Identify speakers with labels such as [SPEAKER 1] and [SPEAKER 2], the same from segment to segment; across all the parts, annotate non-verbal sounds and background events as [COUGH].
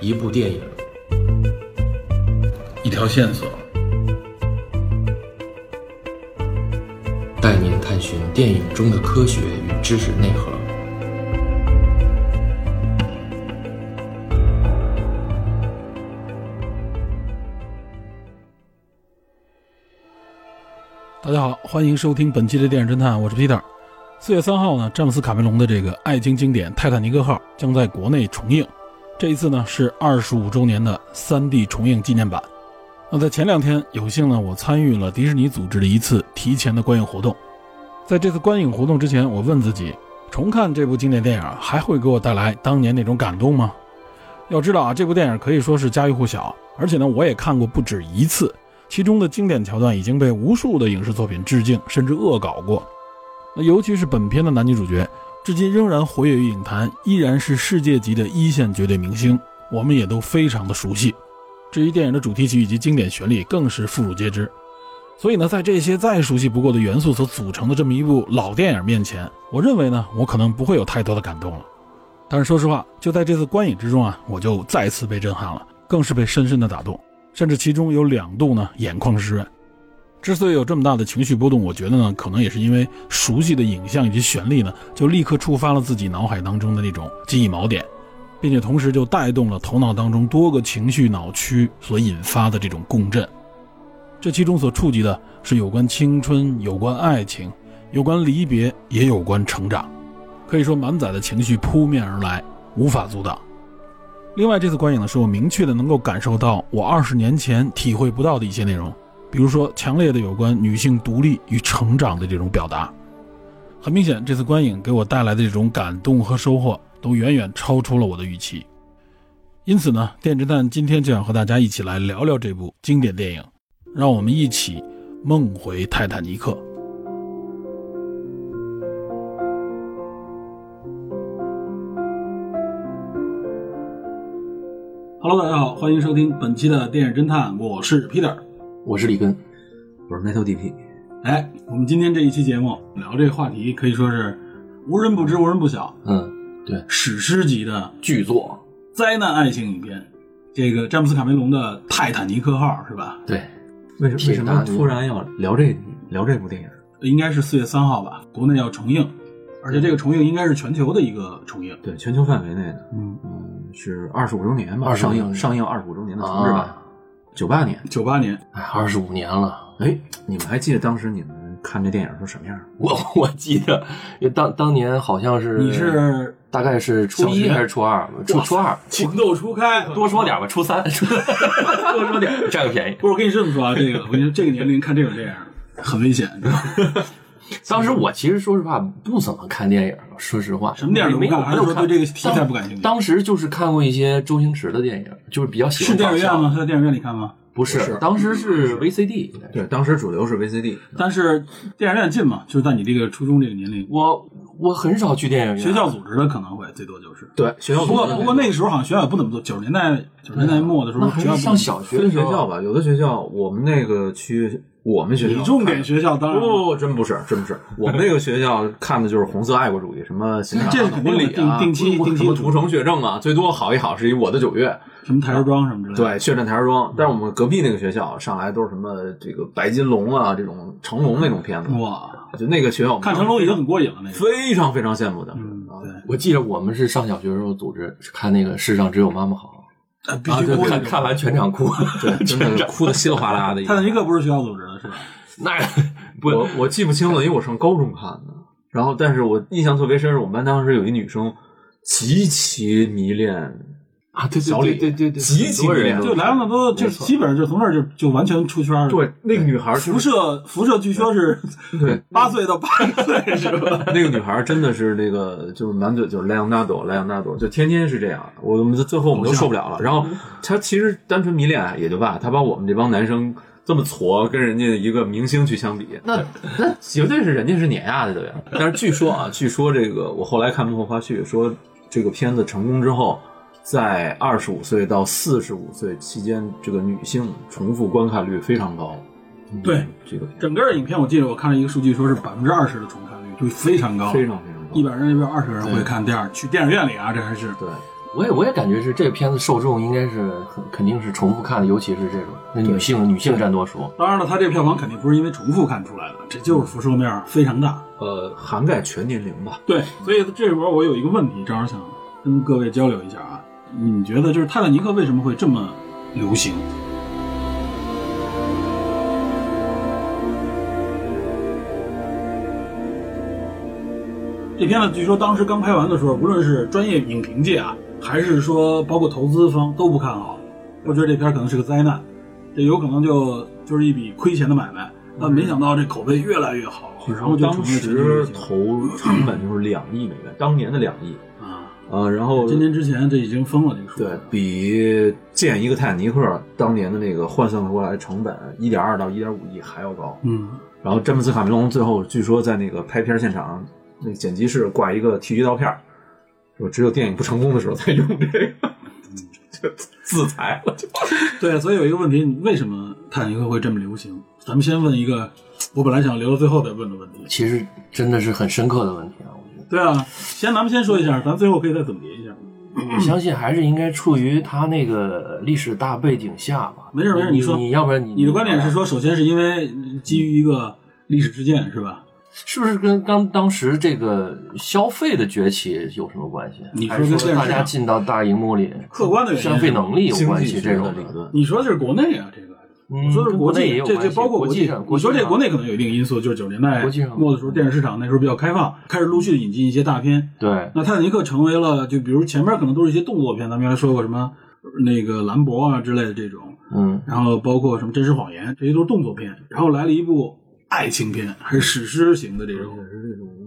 [SPEAKER 1] 一部电影，
[SPEAKER 2] 一条线索，
[SPEAKER 1] 带您探寻电影中的科学与知识内核。
[SPEAKER 3] 大家好，欢迎收听本期的电影侦探，我是 Peter。四月三号呢，詹姆斯卡梅隆的这个爱情经典《泰坦尼克号》将在国内重映，这一次呢是二十五周年的 3D 重映纪念版。那在前两天，有幸呢我参与了迪士尼组织的一次提前的观影活动。在这次观影活动之前，我问自己，重看这部经典电影还会给我带来当年那种感动吗？要知道啊，这部电影可以说是家喻户晓，而且呢我也看过不止一次，其中的经典桥段已经被无数的影视作品致敬，甚至恶搞过。那尤其是本片的男女主角，至今仍然活跃于影坛，依然是世界级的一线绝对明星，我们也都非常的熟悉。至于电影的主题曲以及经典旋律，更是妇孺皆知。所以呢，在这些再熟悉不过的元素所组成的这么一部老电影面前，我认为呢，我可能不会有太多的感动了。但是说实话，就在这次观影之中啊，我就再次被震撼了，更是被深深的打动，甚至其中有两度呢，眼眶湿润。之所以有这么大的情绪波动，我觉得呢，可能也是因为熟悉的影像以及旋律呢，就立刻触发了自己脑海当中的那种记忆锚点，并且同时就带动了头脑当中多个情绪脑区所引发的这种共振。这其中所触及的是有关青春、有关爱情、有关离别，也有关成长，可以说满载的情绪扑面而来，无法阻挡。另外，这次观影呢，是我明确的能够感受到我二十年前体会不到的一些内容。比如说强烈的有关女性独立与成长的这种表达。很明显，这次观影给我带来的这种感动和收获，都远远超出了我的预期。因此呢，电侦探今天就想和大家一起来聊聊这部经典电影，让我们一起梦回泰坦尼克。Hello，大家好，欢迎收听本期的电影侦探，我是 Peter。
[SPEAKER 1] 我是李根，
[SPEAKER 4] 我是 Metal DP，
[SPEAKER 3] 哎，我们今天这一期节目聊这个话题，可以说是无人不知、无人不晓，
[SPEAKER 4] 嗯，
[SPEAKER 3] 史诗级的
[SPEAKER 4] 巨作，
[SPEAKER 3] 灾难爱情影片。这个詹姆斯·卡梅隆的《泰坦尼克号》是吧？
[SPEAKER 4] 对，
[SPEAKER 5] 为什为
[SPEAKER 4] 铁
[SPEAKER 5] 什
[SPEAKER 4] 达
[SPEAKER 5] 么
[SPEAKER 4] 尼
[SPEAKER 5] 突然要聊这聊这部电影？
[SPEAKER 3] 应该是四月三号吧，国内要重映，而且这个重映应该是全球的一个重映。
[SPEAKER 5] 对，全球范围内的，
[SPEAKER 3] 嗯，
[SPEAKER 5] 嗯，是二十五周年吧，
[SPEAKER 4] 25
[SPEAKER 5] 上
[SPEAKER 4] 周
[SPEAKER 5] 映
[SPEAKER 4] 年
[SPEAKER 5] 上映二十五周年的重制版
[SPEAKER 4] 啊，
[SPEAKER 5] 九八、年。
[SPEAKER 3] 九八年，
[SPEAKER 4] 哎，二十五年了，
[SPEAKER 5] 哎，你们还记得当时你们看这电影是什么样？
[SPEAKER 4] 我 [LAUGHS] 我记得，因为当当年好像是
[SPEAKER 3] 你是
[SPEAKER 4] 大概是初
[SPEAKER 3] 小
[SPEAKER 4] 一
[SPEAKER 3] 学
[SPEAKER 4] 还是初二，初初二，
[SPEAKER 3] 情窦初开，
[SPEAKER 4] 多说点吧，初 [LAUGHS] 三，多说点占个便宜。
[SPEAKER 3] 不是我跟你这么说啊，这个我跟你说，这个年龄看这种电影很危险，知道吗？
[SPEAKER 4] 当时我其实说实话不怎么看电影，说实话，
[SPEAKER 3] 什么电影都
[SPEAKER 4] 没
[SPEAKER 3] 不
[SPEAKER 4] 有
[SPEAKER 3] 看
[SPEAKER 4] 没有
[SPEAKER 3] 还是说对这个题材不感兴趣
[SPEAKER 4] 当当时就是看过一些周星驰的电影，就是比较喜
[SPEAKER 3] 是
[SPEAKER 4] 欢
[SPEAKER 3] 电影
[SPEAKER 4] 搞笑
[SPEAKER 3] 院吗？？是在 [LAUGHS] 电影院里看吗？
[SPEAKER 4] 不是，当时是 VCD，应该是
[SPEAKER 5] 对，当时主流是 VCD，
[SPEAKER 3] 但是电影院近嘛，就是在你这个初中这个年龄，
[SPEAKER 4] 我我很少去电影院，
[SPEAKER 3] 学校组织的可能会最多就是。
[SPEAKER 5] 对，学校
[SPEAKER 3] 不过
[SPEAKER 5] 组织的
[SPEAKER 3] 不过那个时候好像学校也不怎么做，九十年代九十年代末的时候
[SPEAKER 4] 那，还
[SPEAKER 3] 学校
[SPEAKER 4] 是
[SPEAKER 3] 不
[SPEAKER 4] 上小学的
[SPEAKER 5] 分
[SPEAKER 4] 时
[SPEAKER 5] 学
[SPEAKER 4] 候
[SPEAKER 5] 校吧，有的学校我们那个区，我哦们学校
[SPEAKER 3] 你重点学校当然
[SPEAKER 5] 不不不，真不是，真不是，我们那个学校看的就是红色爱国主义，什么新
[SPEAKER 3] 这是肯定的
[SPEAKER 5] 啊、
[SPEAKER 3] 定定期定期
[SPEAKER 5] 什么屠城血证啊，最多好一好是一我的九月，
[SPEAKER 3] 什么台儿庄什么之类的。
[SPEAKER 5] 对，血战台儿庄。但是我们
[SPEAKER 3] 嗯
[SPEAKER 5] 隔壁那个学校上来都是什么这个白金龙啊，这种成龙那种片子，啊
[SPEAKER 3] 哇，
[SPEAKER 5] 就那个学校我们
[SPEAKER 3] 看成龙已经很过瘾了那个。
[SPEAKER 5] 非啊常非常羡慕的。
[SPEAKER 3] 嗯，对，
[SPEAKER 4] 我记得我们是上小学的时候组织看那个《世上只有妈妈好
[SPEAKER 3] 啊必》，
[SPEAKER 4] 啊，
[SPEAKER 3] 须
[SPEAKER 4] 对
[SPEAKER 3] 过瘾
[SPEAKER 4] 看。看完全场哭， [LAUGHS]
[SPEAKER 5] 对，
[SPEAKER 3] [LAUGHS]
[SPEAKER 5] 真的是哭的稀里哗啦的。
[SPEAKER 3] 泰坦尼克不是学校组织的，是吧？
[SPEAKER 4] 那
[SPEAKER 5] 我
[SPEAKER 4] 不
[SPEAKER 5] 我记不清了，因为我上高中看的。然后，但是我印象特别深，是我们班当时有一女生极其迷恋，
[SPEAKER 4] [LAUGHS] 啊，对
[SPEAKER 5] 小李
[SPEAKER 4] 对对对对对，
[SPEAKER 5] 极
[SPEAKER 4] 很
[SPEAKER 5] 其
[SPEAKER 4] 多
[SPEAKER 5] 迷恋
[SPEAKER 4] 人都
[SPEAKER 3] 就莱昂纳多就
[SPEAKER 4] 没
[SPEAKER 3] 是
[SPEAKER 4] 错
[SPEAKER 3] 基本上就从那儿就就完全出圈了。，
[SPEAKER 5] 对，那个女孩儿就
[SPEAKER 3] 辐
[SPEAKER 5] 是
[SPEAKER 3] 射辐射据说是
[SPEAKER 5] 对
[SPEAKER 3] 八岁到八十岁是 [LAUGHS] 吧？
[SPEAKER 5] [LAUGHS] 那个女孩儿真的是那个，就是满嘴就是莱昂纳多，莱昂纳多，就天天是这样。我们最后我们都受不了了。然后她其实单纯迷恋爱也就罢，她把我们这帮男生这么挫，跟人家一个明星去相比，那那绝对是人家是碾压的对吧？但是据说啊，据说这个我后来看幕后花絮说，这个片子成功之后。在二十五岁到四十五岁期间，这个女性重复观看率非常高。嗯
[SPEAKER 3] 对，
[SPEAKER 5] 这个
[SPEAKER 3] 整个影片我记得我看了一个数据，说是百分之二十的重看率，就非常高，
[SPEAKER 5] 非常非常高。
[SPEAKER 3] 一百人里边二十个人会看第二去电影院里啊，这还是
[SPEAKER 5] 对，
[SPEAKER 4] 我也我也感觉是这个片子受众应该是很肯定是重复看的，尤其是这种那女性女性占多数。
[SPEAKER 2] 当然了，它这票房肯定不是因为重复看出来的，这就是辐射面非常大。
[SPEAKER 5] 呃，涵盖全年龄吧。
[SPEAKER 2] 对，所以这时候我有一个问题，正好想跟各位交流一下啊，你们觉得就是《泰坦尼克》为什么会这么流行？这片子据说当时刚拍完的时候，不论是专业影评界啊，还是说包括投资方都不看好，都觉得这片儿可能是个灾难，这有可能就就是一笔亏钱的买卖。但没想到这口碑越来越好，哦然后就成
[SPEAKER 5] 当
[SPEAKER 2] 了全球流
[SPEAKER 5] 时
[SPEAKER 2] 行
[SPEAKER 5] 投成本就是两亿美元，当年的两亿
[SPEAKER 2] 啊。
[SPEAKER 5] 啊，然后
[SPEAKER 2] 今年之前这已经封了这个数，
[SPEAKER 5] 对比建一个泰坦尼克当年的那个换算出来成本一点二到一点五亿还要高。
[SPEAKER 2] 嗯，
[SPEAKER 5] 然后詹姆斯卡梅隆最后据说在那个拍片现场，那个剪辑室挂一个剃须刀片儿，说只有电影不成功的时候才用这个， [LAUGHS] 就自裁了就。
[SPEAKER 2] 对，啊所以有一个问题，你为什么《泰坦尼克》会这么流行？咱们先问一个，我本来想留到最后再问的问题。
[SPEAKER 4] 其实真的是很深刻的问题啊，我觉得。
[SPEAKER 2] 对啊，先咱们先说一下，咱最后可以再总结一下。
[SPEAKER 4] 我相信还是应该处于他那个历史大背景下吧。
[SPEAKER 2] 没事没事你
[SPEAKER 4] 你
[SPEAKER 2] 说
[SPEAKER 4] 你要不然你
[SPEAKER 2] 你的观点是，说，首先是因为基于一个历史事件是吧？
[SPEAKER 4] 是不是跟当当时这个消费的崛起有什么关系？
[SPEAKER 2] 你说
[SPEAKER 4] 还是
[SPEAKER 2] 跟
[SPEAKER 4] 说
[SPEAKER 2] 电视
[SPEAKER 4] 大家
[SPEAKER 2] 上
[SPEAKER 4] 进到大荧幕里，
[SPEAKER 2] 客观的原因
[SPEAKER 4] 消费能力有
[SPEAKER 5] 经
[SPEAKER 4] 关
[SPEAKER 5] 济
[SPEAKER 4] 系
[SPEAKER 5] 学
[SPEAKER 4] 这种
[SPEAKER 5] 的理论，
[SPEAKER 2] 你说的是国内啊，这个。
[SPEAKER 4] 嗯
[SPEAKER 2] 我说的是国
[SPEAKER 4] 跟内也
[SPEAKER 2] 际，
[SPEAKER 4] 有
[SPEAKER 2] 这
[SPEAKER 4] 关
[SPEAKER 2] 这
[SPEAKER 4] 系
[SPEAKER 2] 包括
[SPEAKER 4] 国
[SPEAKER 2] 际。
[SPEAKER 4] 上，
[SPEAKER 2] 你说这
[SPEAKER 4] 上
[SPEAKER 2] 国内可能有一定因素，就是九十年代
[SPEAKER 4] 国际上
[SPEAKER 2] 末的时候，电视市场那时候比较开放，开始陆续的引进一些大片。
[SPEAKER 4] 对
[SPEAKER 2] 那《泰坦尼克》成为了，就比如前面可能都是一些动作片，咱们原来说过什么那个兰博啊之类的这种，
[SPEAKER 4] 嗯
[SPEAKER 2] 然后包括什么《真实谎言》，这些都是动作片，然后来了一部爱情片，还是史诗型的这种。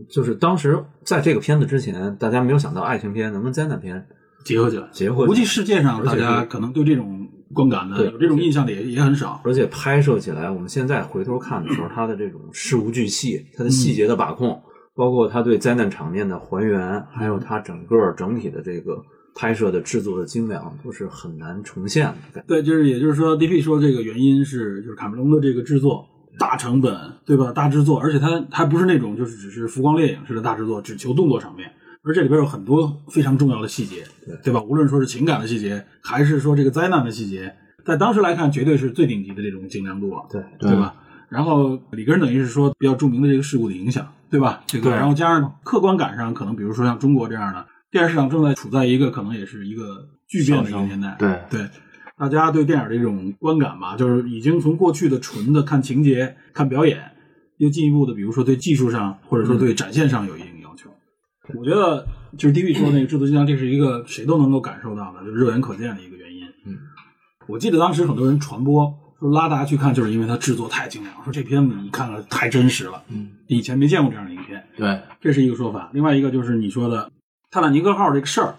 [SPEAKER 5] 就是当时在这个片子之前，大家没有想到爱情片能跟灾难片
[SPEAKER 2] 结合起来。
[SPEAKER 5] 结合起来，
[SPEAKER 2] 估计世界上大
[SPEAKER 5] 而且
[SPEAKER 2] 家
[SPEAKER 5] 是
[SPEAKER 2] 可能对这种观感的
[SPEAKER 5] 对
[SPEAKER 2] 有这种印象的也也很少。
[SPEAKER 5] 而且拍摄起来，我们现在回头看的时候，它的这种事无巨细，它的细节的把控，包括它对灾难场面的还原，还有它整个整体的这个拍摄的制作的精良，都是很难重现的。
[SPEAKER 2] 对，就是也就是说，DP 说这个原因是就是卡梅隆的这个制作大成本，对吧？大制作，而且它还不是那种就是只是浮光掠影式的大制作，只求动作场面。而这里边有很多非常重要的细节，对吧？无论说是情感的细节，还是说这个灾难的细节，在当时来看，绝对是最顶级的这种精良度了。
[SPEAKER 5] 对，
[SPEAKER 2] 对吧？然后里根等于是说比较著名的这个事故的影响，对吧？这个，
[SPEAKER 5] 对
[SPEAKER 2] 然后加上客观感上，可能比如说像中国这样的电视市场正在处在一个可能也是一个巨变的一个年代，
[SPEAKER 4] 对
[SPEAKER 2] 对。大家对电影的这种观感吧，就是已经从过去的纯的看情节、看表演，又进一步的，比如说对技术上，或者说对展现上有一定要求。我觉得就是 D B 说那个制作精良，这是一个谁都能够感受到的，就是肉眼可见的一个原因。我记得当时很多人传播说拉大家去看，就是因为它制作太精良，说这片子你看了太真实了，
[SPEAKER 4] 嗯，
[SPEAKER 2] 以前没见过这样的影片，
[SPEAKER 4] 对，
[SPEAKER 2] 这是一个说法。另外一个就是你说的泰坦尼克号这个事儿，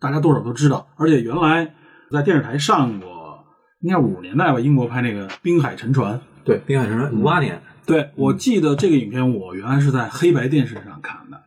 [SPEAKER 2] 大家多少都知道，而且原来在电视台上过，应该五十年代吧，英国拍那个《滨海沉船》。
[SPEAKER 5] 对，滨海沉船五八年，
[SPEAKER 2] 对，我记得这个影片，我原来是在黑白电视上看的，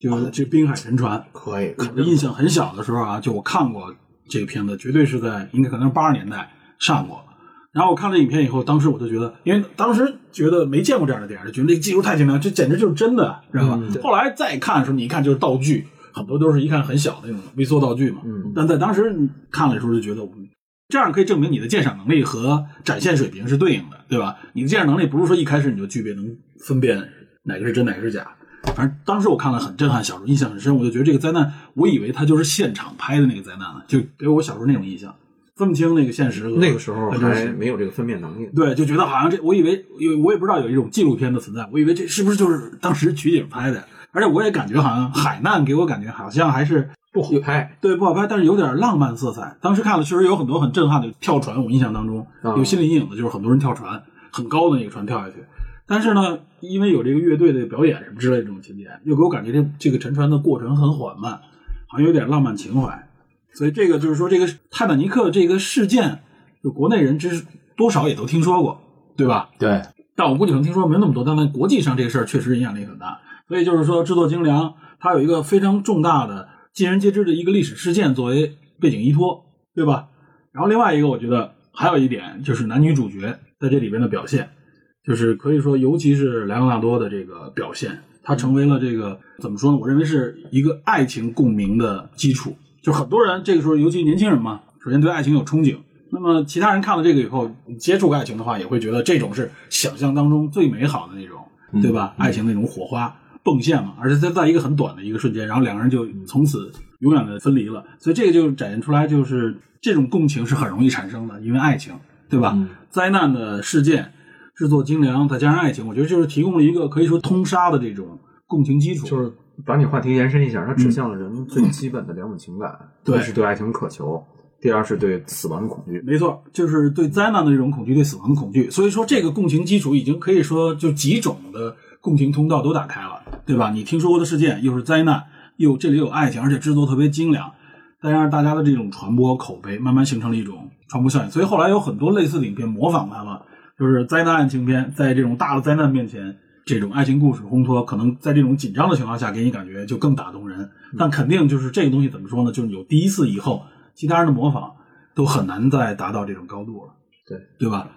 [SPEAKER 2] 就是这《滨海沉船》。
[SPEAKER 5] 可以
[SPEAKER 2] 我印象很小的时候啊，就我看过这个片子，绝对是在应该可能是八十年代上过。然后我看了影片以后，当时我就觉得，因为当时觉得没见过这样的电影，就觉得这个技术太精良，这简直就是真的，知道吧？后来再看的时候，你一看就是道具，很多都是一看很小的那种微缩道具嘛。
[SPEAKER 5] 嗯
[SPEAKER 2] 但在当时你看了的时候，就觉得我们这样可以证明你的鉴赏能力和展现水平是对应的，对吧？你的鉴赏能力不是说一开始你就具备能分辨哪个是真哪个是假。反正当时我看了很震撼，小时候印象很深，我就觉得这个灾难，我以为它就是现场拍的那个灾难了，就给我小时候那种印象，分不清那个现实和
[SPEAKER 5] 那个时候
[SPEAKER 2] 和真
[SPEAKER 5] 还
[SPEAKER 2] 实
[SPEAKER 5] 没有这个分辨能力。
[SPEAKER 2] 对，就觉得好像这，我以为有，我也不知道有一种纪录片的存在，我以为这是不是就是当时取景拍的，而且我也感觉好像海难给我感觉好像还是
[SPEAKER 5] 不好拍，
[SPEAKER 2] 对，不好拍，但是有点浪漫色彩。当时看了，确实有很多很震撼的跳船，我印象当中
[SPEAKER 5] 啊
[SPEAKER 2] 有心理阴影的，就是很多人跳船，很高的那个船跳下去。但是呢，因为有这个乐队的表演什么之类的这种情节，又给我感觉这这个沉船的过程很缓慢，好像有点浪漫情怀。所以这个就是说，这个泰坦尼克这个事件，就国内人知多少也都听说过，对吧？
[SPEAKER 4] 对，
[SPEAKER 2] 但我估计可能听说没那么多，但在国际上这个事儿确实影响力很大。所以就是说，制作精良，它有一个非常重大的、尽人皆知的一个历史事件作为背景依托，对吧？然后另外一个，我觉得还有一点就是男女主角在这里边的表现，就是可以说，尤其是莱昂纳多的这个表现，他成为了这个怎么说呢？我认为是一个爱情共鸣的基础。就很多人这个时候，尤其年轻人嘛，首先对爱情有憧憬。那么其他人看了这个以后，接触过爱情的话，也会觉得这种是想象当中最美好的那种，
[SPEAKER 5] 嗯
[SPEAKER 2] 对吧？爱情那种火花迸现嘛，而且它在一个很短的一个瞬间，然后两个人就从此永远的分离了。所以这个就展现出来，就是这种共情是很容易产生的，因为爱情，对吧？
[SPEAKER 5] 嗯
[SPEAKER 2] 灾难的事件。制作精良，再加上爱情，我觉得就是提供了一个可以说通杀的这种共情基础。
[SPEAKER 5] 就是把你话题延伸一下，它指向了人最基本的两种情感，
[SPEAKER 2] 嗯对
[SPEAKER 5] 一是对爱情渴求，第二是对死亡的恐惧。
[SPEAKER 2] 没错，就是对灾难的一种恐惧，对死亡的恐惧。所以说，这个共情基础已经可以说就几种的共情通道都打开了，对吧？你听说过的事件又是灾难，又这里有爱情，而且制作特别精良，再加上大家的这种传播口碑，慢慢形成了一种传播效应。所以后来有很多类似的影片模仿它了，就是灾难爱情片，在这种大的灾难面前。这种爱情故事烘托，可能在这种紧张的情况下，给你感觉就更打动人。但肯定就是这个东西怎么说呢？就是有第一次以后，其他人的模仿都很难再达到这种高度了，
[SPEAKER 5] 对
[SPEAKER 2] 对吧？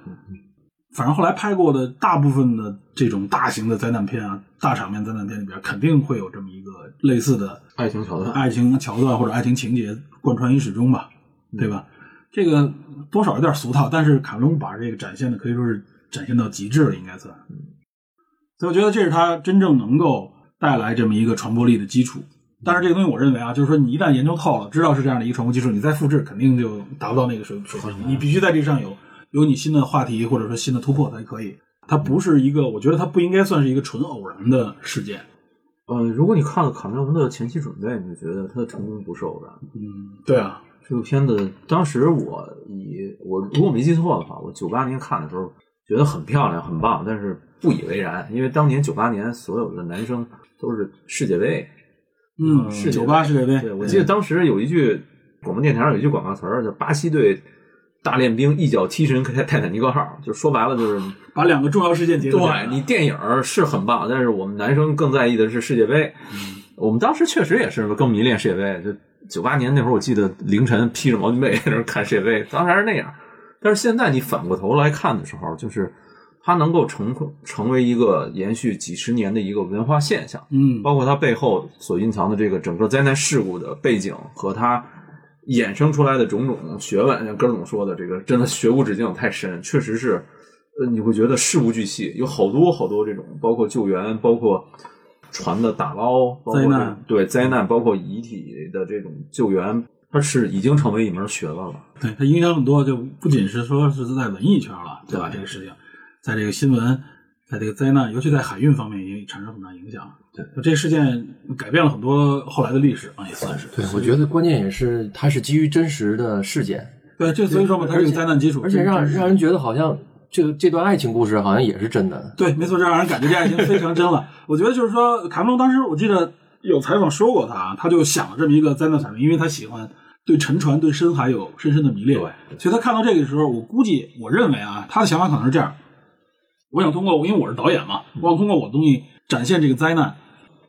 [SPEAKER 2] 反正后来拍过的大部分的这种大型的灾难片啊、大场面灾难片里边，肯定会有这么一个类似的
[SPEAKER 5] 爱情桥段，
[SPEAKER 2] 爱情桥段或者爱情情节贯穿于始终吧，对吧？这个多少有点俗套，但是卡梅隆把这个展现的可以说是展现到极致了，应该算。
[SPEAKER 5] 嗯
[SPEAKER 2] 所以我觉得这是他真正能够带来这么一个传播力的基础。
[SPEAKER 5] 嗯
[SPEAKER 2] 但是这个东西，我认为啊，就是说你一旦研究透了，知道是这样的一个传播基础，你再复制肯定就达不到那个水水平。你必须在这上有有你新的话题或者说新的突破才可以。它不是一个，我觉得它不应该算是一个纯偶然的事件。
[SPEAKER 5] 呃，如果你看了卡梅隆的前期准备，你就觉得他的成功不是偶然。
[SPEAKER 2] 嗯，对啊，
[SPEAKER 5] 这个片子当时我以我如果没记错的话，我九八年看的时候觉得很漂亮、很棒，但是不以为然，因为当年九八年所有的男生都是世界杯，
[SPEAKER 2] 嗯，
[SPEAKER 5] 是
[SPEAKER 2] 酒吧世界杯，
[SPEAKER 5] 对，我记得当时有一句广播电台上有一句广告词儿，叫“巴西队大练兵一脚踢沉泰泰坦尼克号”，就说白了就是，
[SPEAKER 2] 把两个重要事件结合起来
[SPEAKER 5] 对你电影儿是很棒，但是我们男生更在意的是世界杯。我们当时确实也是更迷恋世界杯，就九八年那会儿，我记得凌晨披着毛巾被在那儿看世界杯，当时还是那样。但是现在你反过头来看的时候，就是它能够成成为一个延续几十年的一个文化现象。
[SPEAKER 2] 嗯，
[SPEAKER 5] 包括它背后所蕴藏的这个整个灾难事故的背景和它衍生出来的种种学问，像根儿总说的，这个真的学无止境，太深，确实是，呃，你会觉得事无巨细，有好多好多这种，包括救援，包括船的打捞，包括
[SPEAKER 2] 灾难
[SPEAKER 5] 这，对灾难，包括遗体的这种救援，它是已经成为一门学问了。
[SPEAKER 2] 对它影响很多，就不仅是说是在文艺圈了，对吧？这个事情，在这个新闻，在这个灾难，尤其在海运方面，也产生很大影响。
[SPEAKER 5] 对，
[SPEAKER 2] 这个事件改变了很多后来的历史啊，也算是。
[SPEAKER 4] 对，我觉得关键也是它是基于真实的事件，
[SPEAKER 2] 对，这所以说嘛，它是
[SPEAKER 4] 而
[SPEAKER 2] 有
[SPEAKER 4] 且
[SPEAKER 2] 灾难基础，
[SPEAKER 4] 而且让
[SPEAKER 2] 这是
[SPEAKER 4] 让人觉得好像这个这段爱情故事好像也是真的。
[SPEAKER 2] 对，没错，这让人感觉这爱情非常真了。我觉得就是说，卡梅隆当时我记得有采访说过他啊，他就想了这么一个灾难产品，因为他喜欢对沉船、对深海有深深的迷恋。所以他看到这个时候，我估计我认为啊，他的想法可能是这样：我想通过，因为我是导演嘛，我想通过我的东西展现这个灾难，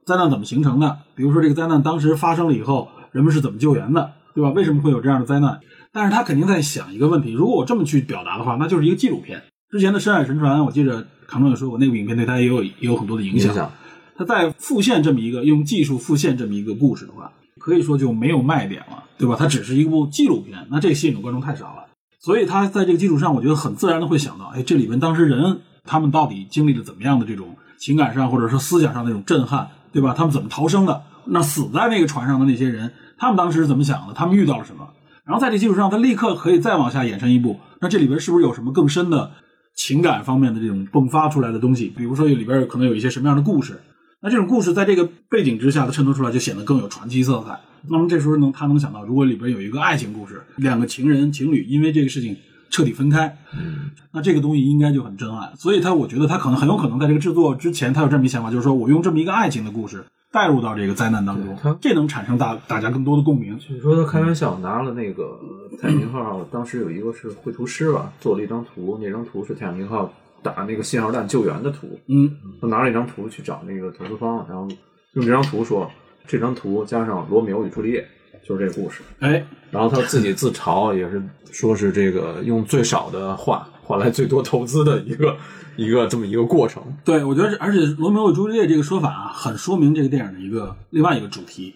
[SPEAKER 2] 灾难怎么形成的？比如说这个灾难当时发生了以后，人们是怎么救援的，对吧？为什么会有这样的灾难？但是他肯定在想一个问题：如果我这么去表达的话，那就是一个纪录片。之前的《深海沉船》，我记着卡梅隆也说过，那部影片对他也有也有很多的影响。他再复现这么一个用技术复现这么一个故事的话，可以说就没有卖点了，对吧？它只是一部纪录片，那这吸引的观众太少了。所以他在这个基础上，我觉得很自然的会想到，哎，这里面当时人他们到底经历了怎么样的这种情感上或者说思想上那种震撼，对吧？他们怎么逃生的？那死在那个船上的那些人，他们当时是怎么想的？他们遇到了什么？然后在这基础上，他立刻可以再往下衍生一步。那这里边是不是有什么更深的情感方面的这种迸发出来的东西？比如说里边有可能有一些什么样的故事？那这种故事在这个背景之下，它衬托出来就显得更有传奇色彩。那么这时候能他能想到，如果里边有一个爱情故事，两个情人情侣因为这个事情彻底分开，
[SPEAKER 5] 嗯
[SPEAKER 2] 那这个东西应该就很真爱。所以他我觉得他可能很有可能在这个制作之前，他有这么一想法，就是说我用这么一个爱情的故事带入到这个灾难当
[SPEAKER 5] 对他
[SPEAKER 2] 中，这能产生大大家更多的共鸣。
[SPEAKER 5] 你说他开玩笑拿了那个泰坦尼克号，当时有一个是绘图师吧，做了一张图，那张图是泰坦尼克号打那个信号弹救援的图。
[SPEAKER 2] 嗯，
[SPEAKER 5] 他拿了一张图去找那个投资方，然后用这张图说，这张图加上罗密欧与朱丽叶就是这个故事。
[SPEAKER 2] 哎，
[SPEAKER 5] 然后他自己自嘲也是说是这个用最少的话换来最多投资的一个一个这么一个过程。
[SPEAKER 2] 对，我觉得是，而且罗密欧与朱丽叶这个说法啊，很说明这个电影的一个另外一个主题，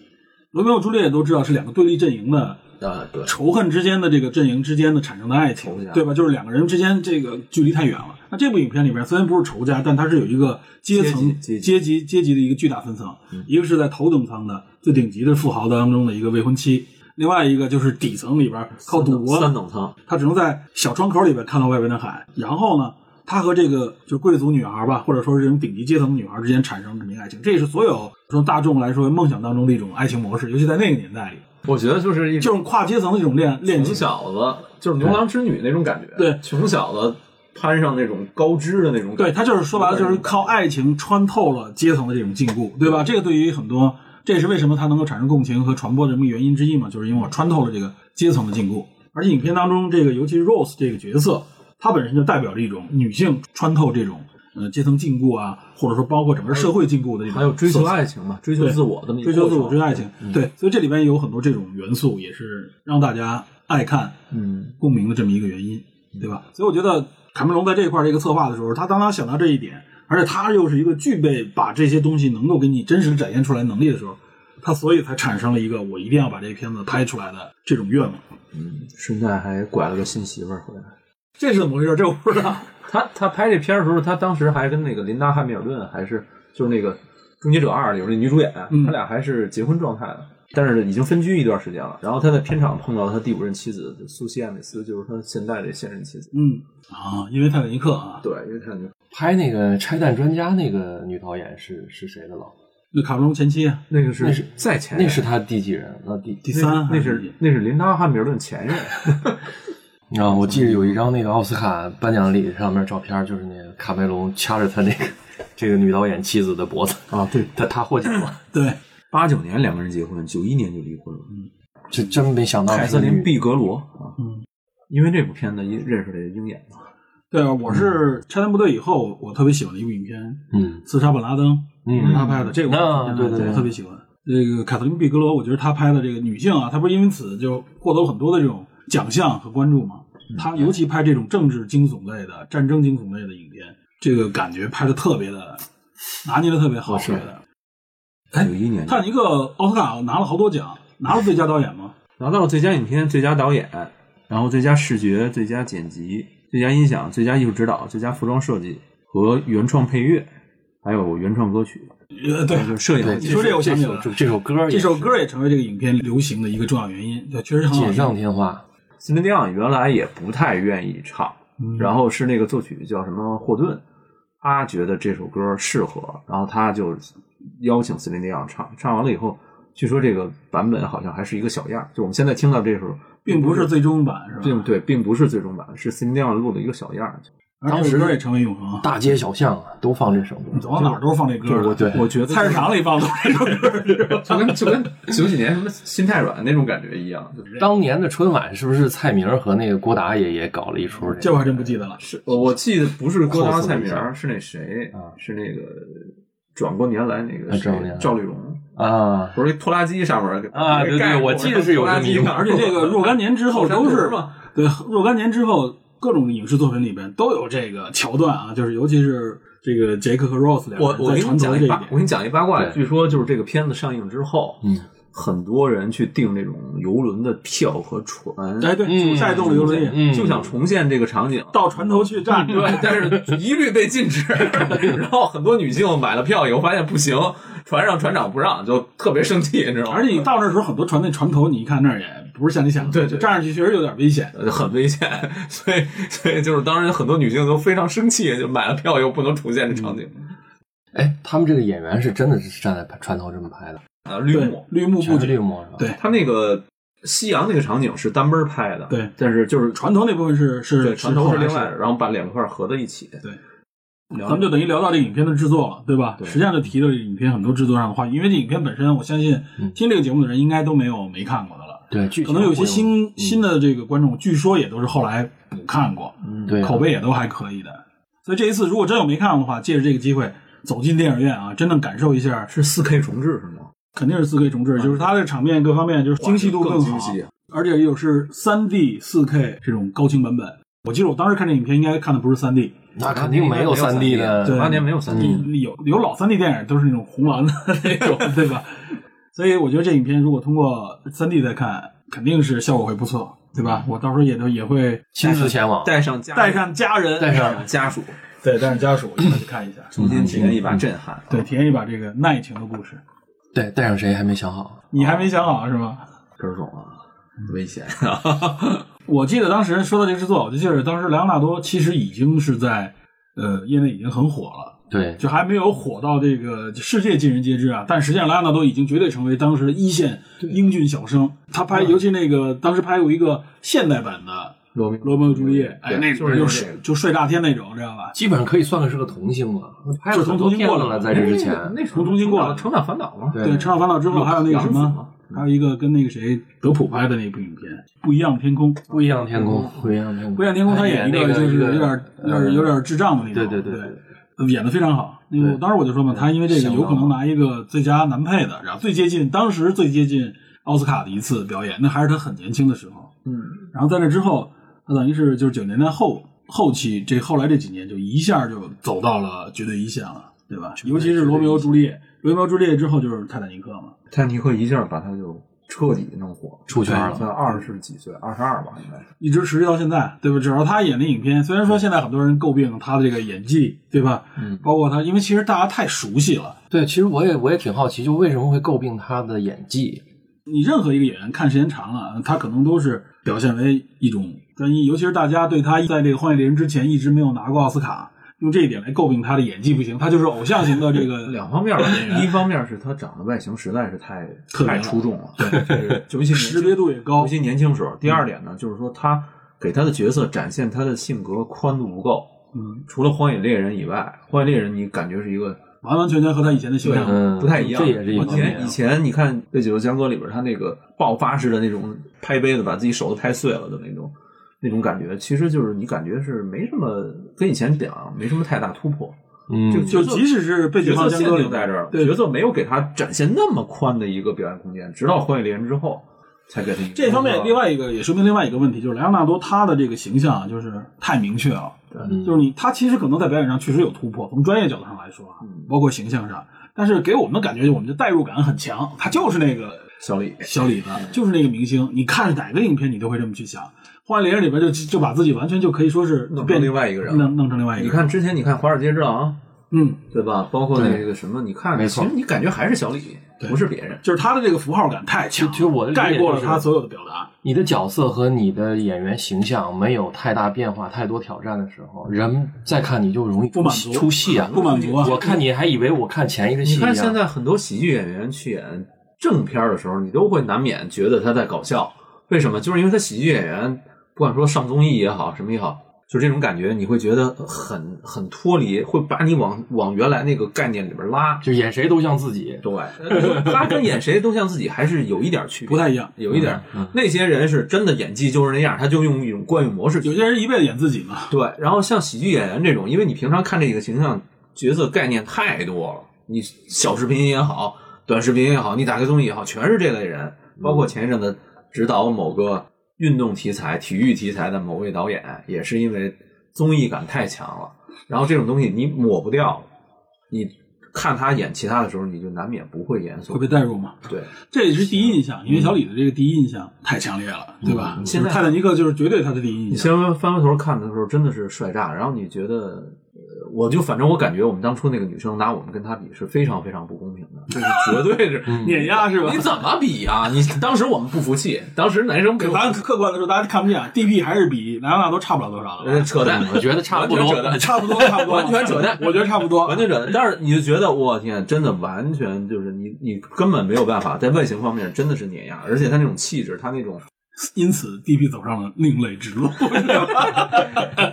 [SPEAKER 2] 罗密欧朱丽叶都知道是两个对立阵营的
[SPEAKER 4] 啊，对，
[SPEAKER 2] 仇恨之间的这个阵营之间的产生的爱情
[SPEAKER 4] 仇家，
[SPEAKER 2] 对吧？就是两个人之间这个距离太远了。那这部影片里面虽然不是仇家，但它是有一个阶层、
[SPEAKER 5] 阶级
[SPEAKER 2] 阶级、阶级的一个巨大分层，一个是在头等舱的最顶级的富豪当中的一个未婚妻，另外一个就是底层里边靠赌博
[SPEAKER 5] 三等舱，
[SPEAKER 2] 他只能在小窗口里边看到外边的海。然后呢，他和这个就贵族女孩吧，或者说是这种顶级阶层的女孩之间产生肯定爱情，这也是所有从大众来说梦想当中的一种爱情模式，尤其在那个年代里，
[SPEAKER 5] 我觉得就是一
[SPEAKER 2] 这
[SPEAKER 5] 种
[SPEAKER 2] 种跨阶层的这种恋恋
[SPEAKER 5] 穷
[SPEAKER 2] 情。
[SPEAKER 5] 小子，就是牛郎织女那种感觉，
[SPEAKER 2] 对
[SPEAKER 5] 穷小子攀上那种高知的那种感觉，
[SPEAKER 2] 对他就是说白了，就是靠爱情穿透了阶层的这种禁锢，对吧？这个对于很多，这也是为什么他能够产生共情和传播的这么一个原因之一嘛，就是因为我穿透了这个阶层的禁锢。而且影片当中，这个尤其是 Rose 这个角色，她本身就代表着一种女性穿透这种呃阶层禁锢啊，或者说包括整个社会禁锢的这种色彩，
[SPEAKER 5] 还有追求爱情嘛，追求
[SPEAKER 2] 对
[SPEAKER 5] 自我的那
[SPEAKER 2] 追求自我、追求
[SPEAKER 5] 爱，
[SPEAKER 2] 爱情，对，所以这里边有很多这种元素，也是让大家爱看、
[SPEAKER 5] 嗯，
[SPEAKER 2] 共鸣的这么一个原因，对吧？所以我觉得卡梅隆在这一块儿这个策划的时候，他当他想到这一点，而且他又是一个具备把这些东西能够给你真实地展现出来能力的时候，他所以才产生了一个我一定要把这片子拍出来的这种愿望。
[SPEAKER 5] 顺带还拐了个新媳妇儿回来。
[SPEAKER 2] 这是怎么回事？这我不知道。
[SPEAKER 5] 他他拍这片儿的时候，他当时还跟那个琳达·汉密尔顿还是就是那个《终结者二》里边那女主演，
[SPEAKER 2] 嗯
[SPEAKER 5] 他俩还是结婚状态的，但是已经分居一段时间了。然后他在片场碰到了他第五任妻子苏西·艾美斯，就是他现在这现任妻子。
[SPEAKER 2] 嗯啊，因为泰坦尼克啊，
[SPEAKER 5] 对，因为他
[SPEAKER 4] 拍那个《拆弹专家》那个女导演是是谁的老？
[SPEAKER 2] 那卡梅隆前妻啊，
[SPEAKER 5] 那个
[SPEAKER 4] 那是
[SPEAKER 5] 在前
[SPEAKER 4] 那是他第几人？那第
[SPEAKER 2] 第
[SPEAKER 4] 第
[SPEAKER 2] 三
[SPEAKER 5] 那
[SPEAKER 2] 还
[SPEAKER 5] 是那是琳达·汉密尔顿前任，
[SPEAKER 4] 啊，我记得有一张那个奥斯卡颁奖礼上面照片，就是那个卡梅隆掐着他那个这个女导演妻子的脖子
[SPEAKER 5] 啊对，
[SPEAKER 4] [LAUGHS] 他他获奖了，
[SPEAKER 2] 对
[SPEAKER 5] 八九年两个人结婚，九一年就离婚了。
[SPEAKER 4] 这真没想到
[SPEAKER 5] 凯
[SPEAKER 4] 是
[SPEAKER 5] 瑟琳·
[SPEAKER 4] 女
[SPEAKER 5] 毕格罗啊，
[SPEAKER 2] 嗯
[SPEAKER 5] 因为这部片子一认识了鹰眼嘛，
[SPEAKER 2] 对啊，我是拆弹部队以后，我特别喜欢的一部影片
[SPEAKER 4] 嗯
[SPEAKER 2] 刺杀本拉登，
[SPEAKER 4] 嗯
[SPEAKER 2] 是他拍的，这个我
[SPEAKER 4] 那对对
[SPEAKER 2] 我
[SPEAKER 4] 对
[SPEAKER 2] 特别喜欢。这个凯瑟琳·毕格罗，我觉得她拍的这个女性啊，她不是因为此就获得了很多的这种奖项和关注吗？
[SPEAKER 4] 嗯
[SPEAKER 2] 她尤其拍这种政治惊悚类的、战争惊悚类的影片，这个感觉拍的特别的，拿捏的特别好，我觉得。哎
[SPEAKER 5] 九一年就
[SPEAKER 2] 泰坦尼克奥斯卡拿了好多奖，拿了最佳导演吗？
[SPEAKER 5] 拿到了最佳影片、最佳导演，然后最佳视觉、最佳剪辑、最佳音响、最佳艺术指导、最佳服装设计和原创配乐，还有原创歌曲，
[SPEAKER 2] 呃，对，
[SPEAKER 5] 就是摄
[SPEAKER 4] 对，
[SPEAKER 5] 影。
[SPEAKER 2] 你说这个我想起来
[SPEAKER 4] 首
[SPEAKER 2] 了
[SPEAKER 4] 这这首歌也
[SPEAKER 2] 这
[SPEAKER 4] 是
[SPEAKER 2] 首歌也成为这个影片流行的一个重要原因，对，确实很好
[SPEAKER 4] 锦上
[SPEAKER 2] 听。
[SPEAKER 4] 添花，
[SPEAKER 5] 斯宾迪昂原来也不太愿意唱，
[SPEAKER 2] 嗯
[SPEAKER 5] 然后是那个作曲叫什么霍顿，他觉得这首歌适合，然后他就邀请斯林迪昂唱，唱完了以后，据说这个版本好像还是一个小样儿，就我们现在听到这首，
[SPEAKER 2] 并不是最终版，是吧？
[SPEAKER 5] 并对，并不是最终版，是斯林迪昂录的一个小样儿。
[SPEAKER 2] 而且这首歌也成为永恒，
[SPEAKER 4] 大街小巷啊都放这首歌，
[SPEAKER 2] 走到哪儿都是放这歌。
[SPEAKER 5] 我
[SPEAKER 4] 对
[SPEAKER 5] 我觉得
[SPEAKER 2] 菜市场里放的这首歌。
[SPEAKER 5] 就跟就跟九几年什么心太软那种感觉一样。就是
[SPEAKER 4] 当年的春晚是不是蔡明和那个郭达也也搞了一出
[SPEAKER 2] [LAUGHS] 这
[SPEAKER 4] 这
[SPEAKER 2] 我
[SPEAKER 4] 个？
[SPEAKER 2] 还真不记得了。
[SPEAKER 5] 是呃我我记得不是郭达
[SPEAKER 4] 扣死
[SPEAKER 5] 蔡
[SPEAKER 4] 了一
[SPEAKER 5] 明
[SPEAKER 4] 下
[SPEAKER 5] 儿，是那谁
[SPEAKER 4] 啊
[SPEAKER 5] 是那个转过年来那个
[SPEAKER 4] 啊
[SPEAKER 5] 谁
[SPEAKER 4] 转过年来
[SPEAKER 5] 赵丽蓉，
[SPEAKER 4] 啊，
[SPEAKER 5] 不是拖拉机上面儿
[SPEAKER 4] 啊对对
[SPEAKER 5] 盖过
[SPEAKER 4] 我记得是有这么一
[SPEAKER 5] 拖拉机
[SPEAKER 4] 幕
[SPEAKER 5] 上
[SPEAKER 2] 而且这个若干年之后都是
[SPEAKER 5] 嘛，
[SPEAKER 2] 对，若干年之后各种影视作品里边都有这个桥段啊，就是尤其是这个杰克和 Rose 两
[SPEAKER 5] [LAUGHS] 我
[SPEAKER 2] 个
[SPEAKER 5] 我
[SPEAKER 2] 人在
[SPEAKER 5] 给
[SPEAKER 2] 传承
[SPEAKER 5] 你讲
[SPEAKER 2] 的这
[SPEAKER 5] 一
[SPEAKER 2] 一
[SPEAKER 5] 八，我给
[SPEAKER 2] 点。
[SPEAKER 5] 你讲一八卦。
[SPEAKER 4] 对
[SPEAKER 5] 据说就是这个片子上映之后，
[SPEAKER 4] 嗯，
[SPEAKER 5] 很多人去订这种游轮的票和船，
[SPEAKER 2] 哎，对，
[SPEAKER 4] 嗯
[SPEAKER 2] 带动了游轮也
[SPEAKER 4] 嗯
[SPEAKER 5] 就想重现这个场景。
[SPEAKER 2] 到船头去站，
[SPEAKER 5] [LAUGHS] 对，但是一律被禁止。 [LAUGHS] 然后很多女性买了票以后发现不行，船上船长不让，就特别生气，你知道吗？
[SPEAKER 2] [LAUGHS] 而且你到那时候，很多船那船头，你一看那儿也不是像你想的，
[SPEAKER 5] 对对
[SPEAKER 2] 站上去确实有点危险。
[SPEAKER 5] 呃很危险，所以所以就是当时很多女性都非常生气，就买了票又不能重现这场景
[SPEAKER 2] 嗯
[SPEAKER 4] 哎，他们这个演员是真的是站在船头这么拍的，
[SPEAKER 5] 啊，绿幕
[SPEAKER 2] 对。绿幕布
[SPEAKER 4] 全是绿
[SPEAKER 2] 景，
[SPEAKER 4] 幕是吧？
[SPEAKER 2] 对
[SPEAKER 5] 他那个夕阳那个场景是单奔拍的，
[SPEAKER 2] 对
[SPEAKER 5] 但是就是
[SPEAKER 2] 船头那部分是
[SPEAKER 5] 对
[SPEAKER 2] 是
[SPEAKER 5] 船头是另
[SPEAKER 2] 后
[SPEAKER 5] 外
[SPEAKER 2] 来
[SPEAKER 5] 的，然后把两块合在一起。
[SPEAKER 2] 对
[SPEAKER 5] 聊聊，
[SPEAKER 2] 咱们就等于聊到这影片的制作了，对吧？实际上就提到这影片很多制作上的话题，因为这影片本身，我相信
[SPEAKER 4] 嗯
[SPEAKER 2] 听这个节目的人应该都没有没看过的了。
[SPEAKER 4] 对，剧
[SPEAKER 2] 可
[SPEAKER 4] 情
[SPEAKER 2] 能有些
[SPEAKER 5] 嗯
[SPEAKER 4] 会
[SPEAKER 2] 新新的这个观众，据说也都是后来补看过，
[SPEAKER 5] 嗯
[SPEAKER 4] 有对
[SPEAKER 2] 口碑也都还可以的。所以这一次如果真有没看过的话，借着这个机会走进电影院啊，真正感受一下，
[SPEAKER 5] 是四 K 重置是吗？
[SPEAKER 2] 肯定是四 K 重置，就是它的场面各方面就是精细度
[SPEAKER 5] 更
[SPEAKER 2] 好
[SPEAKER 5] 精，细，啊
[SPEAKER 2] 而且又是三 D 四 K 这种高清版本。我记得我当时看这影片，应该看的不是三 D，
[SPEAKER 4] 那肯定没有三 D 的
[SPEAKER 5] 呃九八年没有三 D， [LAUGHS]
[SPEAKER 2] 有有老三 D 电影都是那种红蓝的那种，对吧？所以我觉得这影片如果通过三 D 再看，肯定是效果会不错，对吧？
[SPEAKER 5] 嗯
[SPEAKER 2] 我到时候也都也会
[SPEAKER 4] 亲自前往，
[SPEAKER 5] 带上家
[SPEAKER 2] 带上家人，
[SPEAKER 4] 带上
[SPEAKER 5] 家属，
[SPEAKER 2] [LAUGHS] 对带上家属一块去看一
[SPEAKER 5] [LAUGHS]
[SPEAKER 2] 下，
[SPEAKER 5] 重新体验
[SPEAKER 2] 嗯
[SPEAKER 5] 一把震撼。
[SPEAKER 2] 对，体验一把这个耐情的故事。
[SPEAKER 4] 对，带上谁还没想好。
[SPEAKER 2] 你还没想好是吗？
[SPEAKER 5] 哥总啊，危险！
[SPEAKER 2] 我记得当时说到这个制作，我就记得当时莱昂纳多其实已经是在呃业内已经很火了，
[SPEAKER 4] 对，
[SPEAKER 2] 就还没有火到这个世界尽人皆知啊。但实际上莱昂纳多已经绝对成为当时的一线英俊小生。他拍，
[SPEAKER 4] 嗯
[SPEAKER 2] 尤其那个当时拍过一个现代版的
[SPEAKER 5] 罗
[SPEAKER 2] 《罗密欧与朱丽叶》，哎，
[SPEAKER 5] 对
[SPEAKER 2] 那
[SPEAKER 5] 就是
[SPEAKER 2] 就
[SPEAKER 5] 那
[SPEAKER 2] 是
[SPEAKER 5] 个
[SPEAKER 2] 就睡大天那种，知道吧？
[SPEAKER 4] 基本上可以算是个童星了，拍了很多片子了，在这之前，
[SPEAKER 5] 那时
[SPEAKER 2] 候重新过来
[SPEAKER 5] 成长烦恼嘛，
[SPEAKER 4] 对
[SPEAKER 2] 对，《成长烦恼》之后还有那个什
[SPEAKER 5] 杨紫
[SPEAKER 2] 么
[SPEAKER 5] 嘛，
[SPEAKER 4] 嗯
[SPEAKER 2] 还有一个跟那个谁德普拍的那部影片《不一样的天空》。
[SPEAKER 4] 不一样的天空，不一样的天空，
[SPEAKER 2] 不夜天空他演一
[SPEAKER 4] 嗯那个
[SPEAKER 2] 就是有
[SPEAKER 4] 一
[SPEAKER 2] 点
[SPEAKER 4] 个
[SPEAKER 2] 有点有点智障的那
[SPEAKER 4] 对
[SPEAKER 2] 种，
[SPEAKER 4] 对
[SPEAKER 2] 对
[SPEAKER 4] 对对
[SPEAKER 2] 呃演的非常好。那
[SPEAKER 4] 对
[SPEAKER 2] 个当时我就说嘛，他因为这个
[SPEAKER 4] 相当
[SPEAKER 2] 有可能拿一个最佳男配的，然后最接近当时最接近奥斯卡的一次表演，那还是他很年轻的时候。
[SPEAKER 5] 嗯，
[SPEAKER 2] 然后在这之后，他等于是就是九十年代后后期这后来这几年就一下就走到了绝对一线了，对吧？尤其是罗密欧朱丽叶，罗密欧朱丽叶之后就是泰坦尼克嘛，
[SPEAKER 5] 泰坦尼克一下把他就彻底弄火，
[SPEAKER 4] 出圈了
[SPEAKER 5] 他二十几岁，二十二吧，应该是。
[SPEAKER 2] 一直持续到现在，对吧？只要他演的影片，虽然说现在很多人诟病他的这个演技，对吧？嗯，包括他，因为其实大家太熟悉了，
[SPEAKER 4] 对，其实我也我也挺好奇，就为什么会诟病他的演技？
[SPEAKER 2] 你任何一个演员看时间长了，他可能都是表现为一种专一，尤其是大家对他在这个《荒野猎人》之前一直没有拿过奥斯卡，用这一点来诟病他的演技不行，他就是偶像型的这
[SPEAKER 5] [LAUGHS]
[SPEAKER 2] 个
[SPEAKER 5] 两方面吧
[SPEAKER 2] 演，员
[SPEAKER 5] 一方面是他长得外形实在是太
[SPEAKER 2] 特别
[SPEAKER 5] 太
[SPEAKER 2] 了
[SPEAKER 5] 出众了，对，尤其
[SPEAKER 2] 识别度也高
[SPEAKER 5] 尤其年轻时候。第二点呢，就是说他给他的角色展现他的性格宽度不够。
[SPEAKER 2] 嗯，
[SPEAKER 5] 除了《荒野猎人》以外，《荒野猎人》你感觉是一个
[SPEAKER 2] 完完全全和他以前的形象。
[SPEAKER 4] 嗯
[SPEAKER 5] 不太一样，
[SPEAKER 4] 这也是一
[SPEAKER 5] 以
[SPEAKER 4] 方面啊
[SPEAKER 5] 前以前你看《这九头江哥》里边，他那个爆发式的那种拍杯子，把自己手都拍碎了的那种那种感觉，其实就是你感觉是没什么跟以前比啊，没什么太大突破。
[SPEAKER 4] 嗯
[SPEAKER 5] 就
[SPEAKER 2] 就即使是被
[SPEAKER 5] 角
[SPEAKER 2] 解放
[SPEAKER 5] 色
[SPEAKER 2] 江
[SPEAKER 5] 限
[SPEAKER 2] 哥里
[SPEAKER 5] 定在这儿，
[SPEAKER 2] 对
[SPEAKER 5] 角色没有给他展现那么宽的一个表演空间，直到《荒野猎人》之后才给他一个
[SPEAKER 2] 这方面，另外一个也说明另外一个问题，就是莱昂纳多他的这个形象啊，就是太明确了。
[SPEAKER 4] 嗯
[SPEAKER 2] 就是你他其实可能在表演上确实有突破，从专业角度上来说啊，
[SPEAKER 5] 嗯
[SPEAKER 2] 包括形象上，但是给我们的感觉，我们的代入感很强，他就是那个
[SPEAKER 5] 小李嗯
[SPEAKER 2] 小李子，就是那个明星。你看哪个影片，你都会这么去想。《荒野猎人》里边就就把自己完全就可以说是
[SPEAKER 5] 弄
[SPEAKER 2] 变
[SPEAKER 5] 成另外一个人了
[SPEAKER 2] 弄弄成另外一个人。
[SPEAKER 5] 你看，之前你看《华尔街之狼
[SPEAKER 2] 嗯，》，
[SPEAKER 5] 对吧？包括那个什么，你看，
[SPEAKER 4] 没错
[SPEAKER 5] 其实你感觉还是小李，不是别人。
[SPEAKER 2] 就是他的这个符号感太强了，
[SPEAKER 4] 其实我的理解
[SPEAKER 2] 盖过了
[SPEAKER 4] 就是
[SPEAKER 2] 他所有的表达。
[SPEAKER 4] 你的角色和你的演员形象没有太大变化、太多挑战的时候，人再看你就容易
[SPEAKER 2] 不满足
[SPEAKER 4] 出戏啊，
[SPEAKER 2] 不满足啊
[SPEAKER 4] 我看你还以为我看前一个戏
[SPEAKER 5] 你
[SPEAKER 4] 一样。
[SPEAKER 5] 看现在很多喜剧演员去演正片儿的时候，你都会难免觉得他在搞笑。为什么？就是因为他喜剧演员，不管说上综艺也好，什么也好，就这种感觉，你会觉得很很脱离，会把你往往原来那个概念里边拉。
[SPEAKER 4] 就演谁都像自己，
[SPEAKER 5] 对，呃他跟演谁都像自己，还是有一点区别，
[SPEAKER 2] 不太一样嗯
[SPEAKER 5] 有一点。那些人是真的演技就是那样，他就用一种惯用模式去
[SPEAKER 2] 有些人一辈子演自己嘛，
[SPEAKER 5] 对，然后像喜剧演员这种，因为你平常看这个形象角色概念太多了，你小视频也好，短视频也好，你打开综艺也好，全是这类人。包括前一阵子指导某个运动题材、体育题材的某位导演，也是因为综艺感太强了，然后这种东西你抹不掉，你看他演其他的时候，你就难免不会严肃
[SPEAKER 2] 会。被代入嘛。
[SPEAKER 5] 对，
[SPEAKER 2] 这也是第一印象，因为小李的这个第一印象太强烈了，对吧？就是
[SPEAKER 5] 嗯现在
[SPEAKER 2] 泰坦尼克就是绝对他的第一
[SPEAKER 5] 你
[SPEAKER 2] 印象。
[SPEAKER 5] 先翻回头看的时候，真的是帅炸。然后你觉得，呃我就反正我感觉我们当初那个女生拿我们跟她比是非常非常不公平的，这是绝对是
[SPEAKER 2] 碾压是吧
[SPEAKER 5] 你怎么比啊？你当时我们不服气，当时男生给我
[SPEAKER 2] 咱客观的说，大家看不见，DP 还是比莱昂纳多差不了多少
[SPEAKER 5] 呃
[SPEAKER 2] 了吧，
[SPEAKER 5] 扯淡，
[SPEAKER 4] 我觉得差不多
[SPEAKER 5] 完全扯淡，
[SPEAKER 2] 差不多，差不多，
[SPEAKER 5] 完全扯淡
[SPEAKER 2] 我觉得差不多
[SPEAKER 5] 完。全扯淡。但是你就觉得，我天，真的完全就是你，你根本没有办法在外形方面真的是碾压，而且他那种气质，他那种
[SPEAKER 2] 因此，DP 走上了另类之路。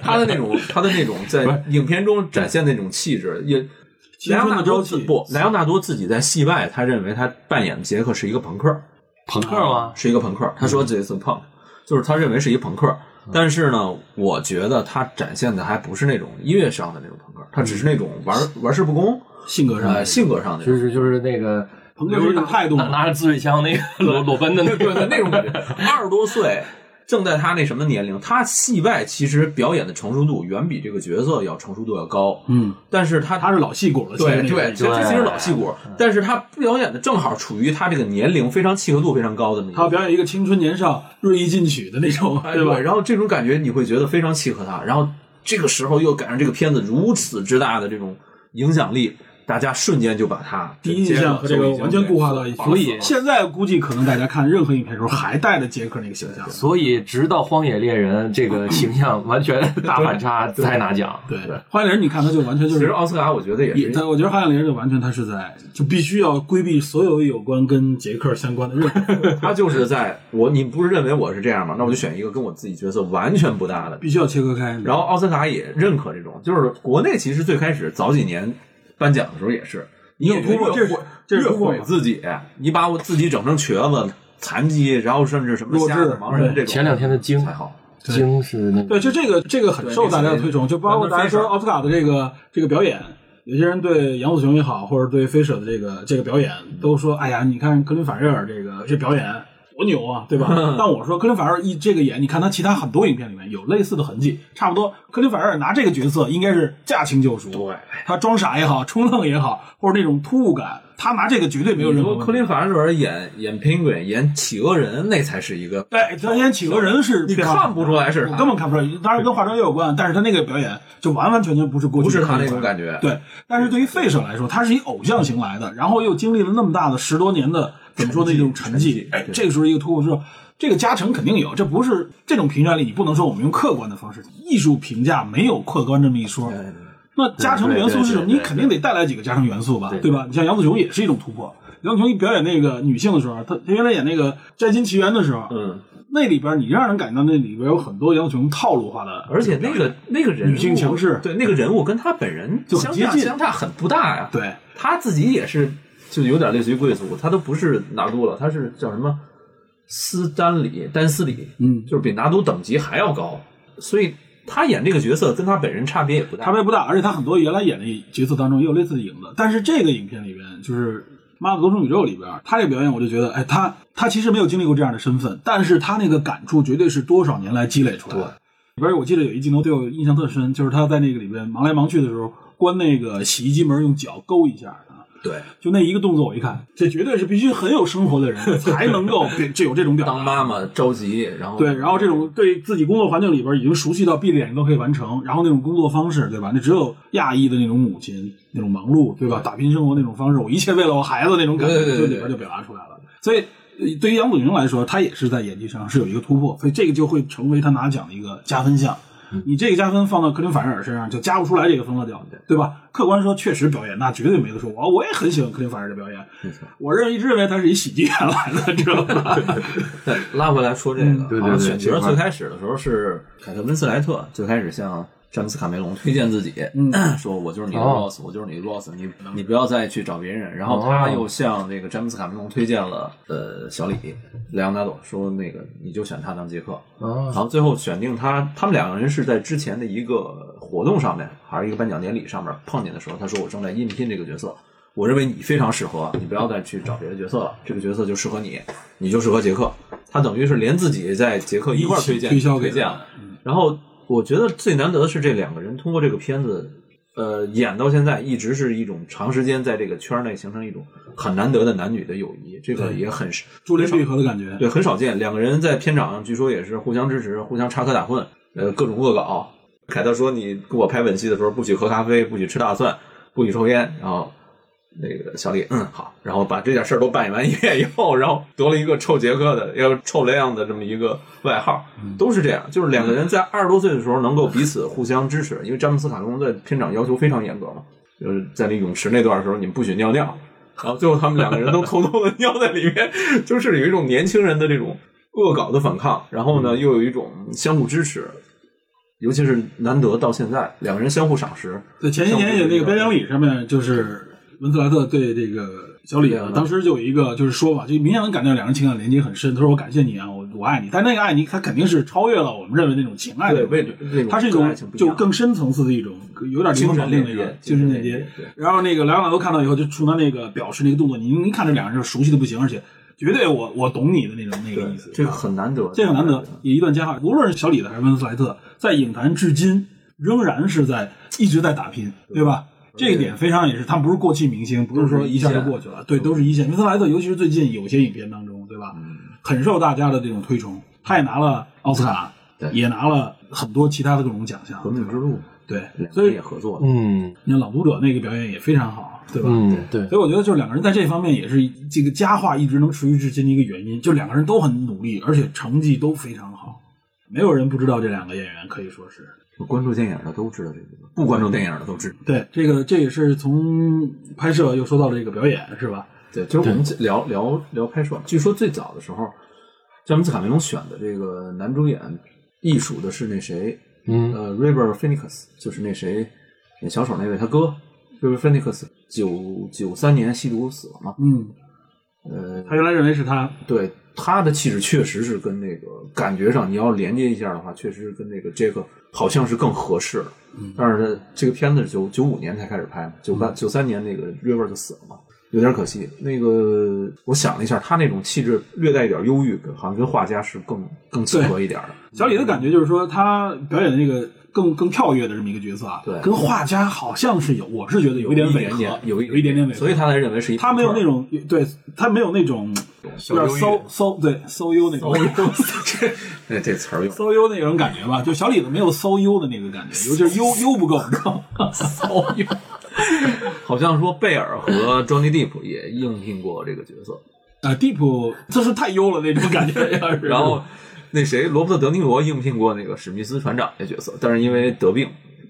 [SPEAKER 5] 他的那种他的那种在影片中展现那种气质也。
[SPEAKER 2] [LAUGHS] 青
[SPEAKER 5] 莱昂
[SPEAKER 2] 春
[SPEAKER 5] 纳
[SPEAKER 2] 的
[SPEAKER 5] 多
[SPEAKER 2] 朝
[SPEAKER 5] 自
[SPEAKER 2] 气
[SPEAKER 5] 不，莱昂纳多自己在戏外，他认为他扮演的杰克是一个朋克，
[SPEAKER 2] 啊
[SPEAKER 4] 朋克吗？
[SPEAKER 5] 是一个朋克。他说这次胖，就是他认为是一朋克。但是呢，我觉得他展现的还不是那种音乐上的那种朋克，他只是那种玩玩世不恭，
[SPEAKER 2] 性格上
[SPEAKER 5] 呃，性格上的那
[SPEAKER 4] 就
[SPEAKER 5] 种。
[SPEAKER 4] 是就是那个
[SPEAKER 2] 朋克是一种态度
[SPEAKER 4] 拿
[SPEAKER 2] 嘛。
[SPEAKER 4] 拿着自卫枪那个裸裸奔的那
[SPEAKER 5] 对
[SPEAKER 4] 个
[SPEAKER 5] [LAUGHS] 对，那种感觉。二十多岁，正在他那什么年龄，他戏外其实表演的成熟度远比这个角色要成熟度要高，
[SPEAKER 2] 嗯，
[SPEAKER 5] 但是他
[SPEAKER 2] 他是老戏骨了，
[SPEAKER 5] 对
[SPEAKER 2] 其实那
[SPEAKER 5] 对，
[SPEAKER 2] 个
[SPEAKER 5] 其实其实老戏骨，但是他表演的正好处于他这个年龄非常契合度非常高的那
[SPEAKER 2] 他
[SPEAKER 5] 个。
[SPEAKER 2] 表演一个青春年少、锐意进取的那种，
[SPEAKER 5] 哎
[SPEAKER 2] 对吧？
[SPEAKER 5] 然后这种感觉你会觉得非常契合他，然后这个时候又赶上这个片子如此之大的这种影响力，大家瞬间就把他
[SPEAKER 2] 第一印象和这个完全固化到一起，
[SPEAKER 5] 所以
[SPEAKER 2] 现在估计可能大家看任何影片的时候还带着杰克那个形象。
[SPEAKER 4] 所以直到《荒野猎人》这个形象完全大反差才拿奖。
[SPEAKER 2] 对，花样人你看他就完全就
[SPEAKER 5] 其实
[SPEAKER 2] 是，
[SPEAKER 5] 奥斯卡我觉得也
[SPEAKER 2] 也
[SPEAKER 5] 是
[SPEAKER 2] 但我觉得花样人就完全他是在就必须要规避所有有关跟杰克相关的任何，
[SPEAKER 5] 他就是在我，你不是认为我是这样吗？那我就选一个跟我自己角色完全不搭的。
[SPEAKER 2] 必须要切割开。
[SPEAKER 5] 然后奥斯卡也认可这种，就是国内其实最开始早几年颁奖的时候也是，你
[SPEAKER 2] 有突破这
[SPEAKER 5] 越
[SPEAKER 2] 是
[SPEAKER 5] 毁
[SPEAKER 2] 这是
[SPEAKER 5] 越
[SPEAKER 2] 突破
[SPEAKER 5] 毁
[SPEAKER 2] 吗
[SPEAKER 5] 自己，你把我自己整成瘸子、残疾，然后甚至什么
[SPEAKER 2] 弱智
[SPEAKER 5] 瞎子、盲人这种。
[SPEAKER 4] 前两天的京
[SPEAKER 5] 还好，
[SPEAKER 4] 京是那
[SPEAKER 2] 对，就这个这个很受大家的推崇，就包括大家说奥斯卡的这个这个表演，有些人对杨子雄也好，或者对菲舍的这个这个表演，都说哎呀，你看格林法瑞尔这个这表演多牛啊，对吧？但我说格林法瑞尔一这个演，你看他其他很多影片里面有类似的痕迹，差不多。格林法瑞尔拿这个角色应该是驾轻就熟，对，他装傻也好，冲愣也好，或者那种突兀感，他拿这个绝对没有
[SPEAKER 5] 你
[SPEAKER 2] 任何
[SPEAKER 5] 说
[SPEAKER 2] 问题
[SPEAKER 5] 科林·法瑞尔演演 Penguin 演企鹅人，那才是一个
[SPEAKER 2] 对，他演企鹅人是
[SPEAKER 5] 哎你
[SPEAKER 2] 变化
[SPEAKER 5] 看不出来是
[SPEAKER 2] 我
[SPEAKER 5] 他
[SPEAKER 2] 根本看不出来。当然跟化妆也有关，但是他那个表演就完完全全不是过去
[SPEAKER 5] 不是
[SPEAKER 2] 的
[SPEAKER 5] 他
[SPEAKER 2] 那
[SPEAKER 5] 那
[SPEAKER 2] 种
[SPEAKER 5] 种感
[SPEAKER 4] [LAUGHS]
[SPEAKER 5] 觉。
[SPEAKER 2] 对，但是对于费舍来说，他是以偶像型来的，然后又经历了那么大的十多年的怎么说呢，这种沉寂，哎，这个时候一个突破之后，这个加成肯定有，这不是这种评价里，你不能说我们用客观的方式，艺术评价没有客观这么一说。那加成元素是什么？
[SPEAKER 4] 对对对
[SPEAKER 2] 你肯定得带来几个加成元素吧，
[SPEAKER 4] 对对
[SPEAKER 2] 对吧？你像杨紫琼也是一种突破。杨紫琼一表演那个女性的时候，她她原来演那个《摘金奇缘》的时候，
[SPEAKER 5] 嗯，
[SPEAKER 2] 那里边你让人感觉到那里边有很多杨紫琼套路化的，
[SPEAKER 5] 而且那个那个人物
[SPEAKER 2] 女性强势
[SPEAKER 5] 对那个人物跟他本人
[SPEAKER 2] 就
[SPEAKER 5] 相
[SPEAKER 2] 很
[SPEAKER 5] 差
[SPEAKER 2] 接近
[SPEAKER 5] 相差很不大呀。
[SPEAKER 2] 对，
[SPEAKER 5] 他自己也是，就有点类似于贵族，他都不是拿督了，他是叫什么斯丹里丹斯里，
[SPEAKER 2] 嗯
[SPEAKER 5] 就是比拿督等级还要高，所以他演这个角色跟他本人差别也不大。
[SPEAKER 2] 差别不大，而且他很多原来演的角色当中也有类似的影子，但是这个影片里边就是《妈的多重宇宙》里边，他这个表演我就觉得，哎，他他其实没有经历过这样的身份，但是他那个感触绝对是多少年来积累出来的。里边我记得有一镜头对我印象特深，就是他在那个里边忙来忙去的时候，关那个洗衣机门用脚勾一下啊，
[SPEAKER 5] 对，
[SPEAKER 2] 就那一个动作，我一看，这绝对是必须很有生活的人才能够 [LAUGHS] 这有这种表达。
[SPEAKER 5] 当妈妈着急，然后
[SPEAKER 2] 对，然后这种对自己工作环境里边已经熟悉到闭着眼睛都可以完成，然后那种工作方式，对吧？那只有亚裔的那种母亲那种忙碌，对吧？打拼生活那种方式，我一切为了我孩子那种感觉，
[SPEAKER 5] 对对对对
[SPEAKER 2] 就里边就表达出来了。所以呃对于杨紫琼来说，她也是在演技上是有一个突破，所以这个就会成为她拿奖的一个加分项。
[SPEAKER 5] 嗯
[SPEAKER 2] 你这个加分放到克林·法瑞尔身上就加不出来这个分了，掉，对吧？客观说，确实表演那绝对没得说。我我也很喜欢克林·法瑞尔的表演，我认为一直认为他是以喜剧演来的，知道
[SPEAKER 5] [LAUGHS]
[SPEAKER 2] 吧？
[SPEAKER 5] 再拉回来说这个，
[SPEAKER 4] 嗯对对
[SPEAKER 5] 好像
[SPEAKER 4] 对
[SPEAKER 5] 选
[SPEAKER 4] 这
[SPEAKER 5] 角
[SPEAKER 4] 块儿
[SPEAKER 5] 最开始的时候是凯特温斯莱特，最开始向詹姆斯卡梅隆推荐自己， [CLEARS THROAT] 说我就是你的
[SPEAKER 4] 嗯哦
[SPEAKER 5] Ross，、我就是你的 Ross，你你不要再去找别人。然后他又向这个詹姆斯卡梅隆推荐了呃小李莱昂纳多，说那个你就选他当杰克。
[SPEAKER 4] 啊
[SPEAKER 5] 然后最后选定他，他们两个人是在之前的一个活动上面，还是一个颁奖典礼上面碰见的时候，他说我正在应聘这个角色，我认为你非常适合，你不要再去找别的角色了，这个角色就适合你，你就适合杰克。他等于是连自己在杰克一块儿推荐
[SPEAKER 2] 推销哦给
[SPEAKER 5] 推荐
[SPEAKER 2] 他
[SPEAKER 5] 了。然后我觉得最难得的是这两个人通过这个片子，呃，演到现在一直是一种长时间在这个圈内形成一种很难得的男女的友谊，这个
[SPEAKER 2] 对
[SPEAKER 5] 也很
[SPEAKER 2] 珠联璧合的感觉，
[SPEAKER 5] 对，很少见。两个人在片场上据说也是互相支持、互相插科打诨，呃，各种恶搞。凯特说：“你给我拍吻戏的时候，不许喝咖啡，不许吃大蒜，不许抽烟。”然后那个小李，嗯，好，然后把这点事儿都扮演完一遍以后，然后得了一个臭杰克的，要臭雷样的这么一个外号，都是这样。就是两个人在二十多岁的时候能够彼此互相支持，因为詹姆斯卡梅隆在片场要求非常严格嘛，就是在那泳池那段的时候，你们不许尿尿，然后最后他们两个人都偷偷的尿在里面，就是有一种年轻人的这种恶搞的反抗，然后
[SPEAKER 2] 嗯
[SPEAKER 5] 呢又有一种相互支持，尤其是难得到现在两个人相互赏识，
[SPEAKER 2] 对，前些年有那个颁奖礼上面，就是文斯莱特对这个小李啊，当时就有一个就是说法，就明显能感觉到两人情感连接很深。他说：“我感谢你啊，我我爱你。”但那个爱你，他肯定是超越了我们认为那种情爱的
[SPEAKER 5] 对，为
[SPEAKER 2] 感觉
[SPEAKER 5] 这种
[SPEAKER 2] 它是一
[SPEAKER 5] 跟
[SPEAKER 2] 种
[SPEAKER 5] 爱情不一
[SPEAKER 2] 就
[SPEAKER 5] 样
[SPEAKER 2] 更深层次的一种，有点灵魂绑定那个精
[SPEAKER 5] 精
[SPEAKER 2] 神
[SPEAKER 5] 神
[SPEAKER 2] 链
[SPEAKER 5] 链
[SPEAKER 2] 接
[SPEAKER 5] 接对。
[SPEAKER 2] 然后那个莱昂纳多看到以后，就冲他那个表示那个动作，你一看这两个人就熟悉的不行，而且绝对我我懂你的那种那个意思。啊
[SPEAKER 5] 这个很难得，
[SPEAKER 2] 这个难
[SPEAKER 5] 嗯
[SPEAKER 2] 得，也一段佳话。无论是小李子还是温斯莱特，在影坛至今仍然是在一直在打拼，对吧？这一点非常也是，他们不是过气明星，不是说一下就过去了，对，都是一线。温斯莱特，尤其是最近有些影片当中，对吧？很受大家的这种推崇，他也拿了奥斯卡，
[SPEAKER 5] 对
[SPEAKER 2] 也拿了很多其他的各种奖项，
[SPEAKER 5] 革命之哎路，
[SPEAKER 2] 对。
[SPEAKER 5] 所以也合作了。
[SPEAKER 4] 嗯
[SPEAKER 2] 你看《朗读者》那个表演也非常好，对吧？
[SPEAKER 4] 嗯，对，
[SPEAKER 2] 所以我觉得，就是两个人在这方面也是这个佳话一直能持续至今的一个原因，就两个人都很努力，而且成绩都非常好，没有人不知道这两个演员，可以说是
[SPEAKER 5] 关注电影的都知道这个，不关注电影的都知道。
[SPEAKER 2] 对这个，这也是从拍摄又说到了这个表演，是吧？
[SPEAKER 5] 对，就是我们聊聊聊拍摄。据说最早的时候，詹姆斯卡梅隆选的这个男主演艺术的是那谁，
[SPEAKER 4] 嗯
[SPEAKER 5] 呃 r i b e r Phoenix，就是那谁演小丑那位他哥 r i b e r Phoenix，九九三年吸毒死了嘛。
[SPEAKER 2] 嗯，
[SPEAKER 5] 呃，
[SPEAKER 2] 他原来认为是他，
[SPEAKER 5] 对他的气质确实是跟那个感觉上，你要连接一下的话，确实是跟那个杰克好像是更合适了。
[SPEAKER 2] 嗯
[SPEAKER 5] 但是这个片子是九九五年才开始拍嘛，九八九三年那个 River 就死了嘛，有点可惜。那个我想了一下，他那种气质略带一点忧郁，好像跟画家是更更契合一点的。
[SPEAKER 2] 小李的感觉就是说，他表演的那个更更跳跃的这么一个角色啊，
[SPEAKER 5] 对
[SPEAKER 2] 跟画家好像是有，我是觉得有
[SPEAKER 5] 有
[SPEAKER 2] 点违
[SPEAKER 5] 点
[SPEAKER 2] 和，
[SPEAKER 5] 点，
[SPEAKER 2] 有
[SPEAKER 5] 有
[SPEAKER 2] 一
[SPEAKER 5] 点
[SPEAKER 2] 点违和，
[SPEAKER 5] 所以他才认为是一
[SPEAKER 2] 他没有那
[SPEAKER 5] 种
[SPEAKER 2] 种，对他没有那种有点骚骚对骚优那种
[SPEAKER 5] 哦
[SPEAKER 2] [LAUGHS]
[SPEAKER 5] 这这词儿用
[SPEAKER 2] 骚优那种感觉吧，就小李子没有骚优的那个感觉，有就是优优不够，你知道吗？
[SPEAKER 5] 骚
[SPEAKER 2] [LAUGHS]
[SPEAKER 5] 用，好像说贝尔和 Johnny Depp 也应聘过这个角色。
[SPEAKER 2] 啊，Deep 就是太优了那种感觉，要是
[SPEAKER 5] 然后那谁，罗伯特·德尼罗应聘过那个史密斯船长这角色，但是因为得病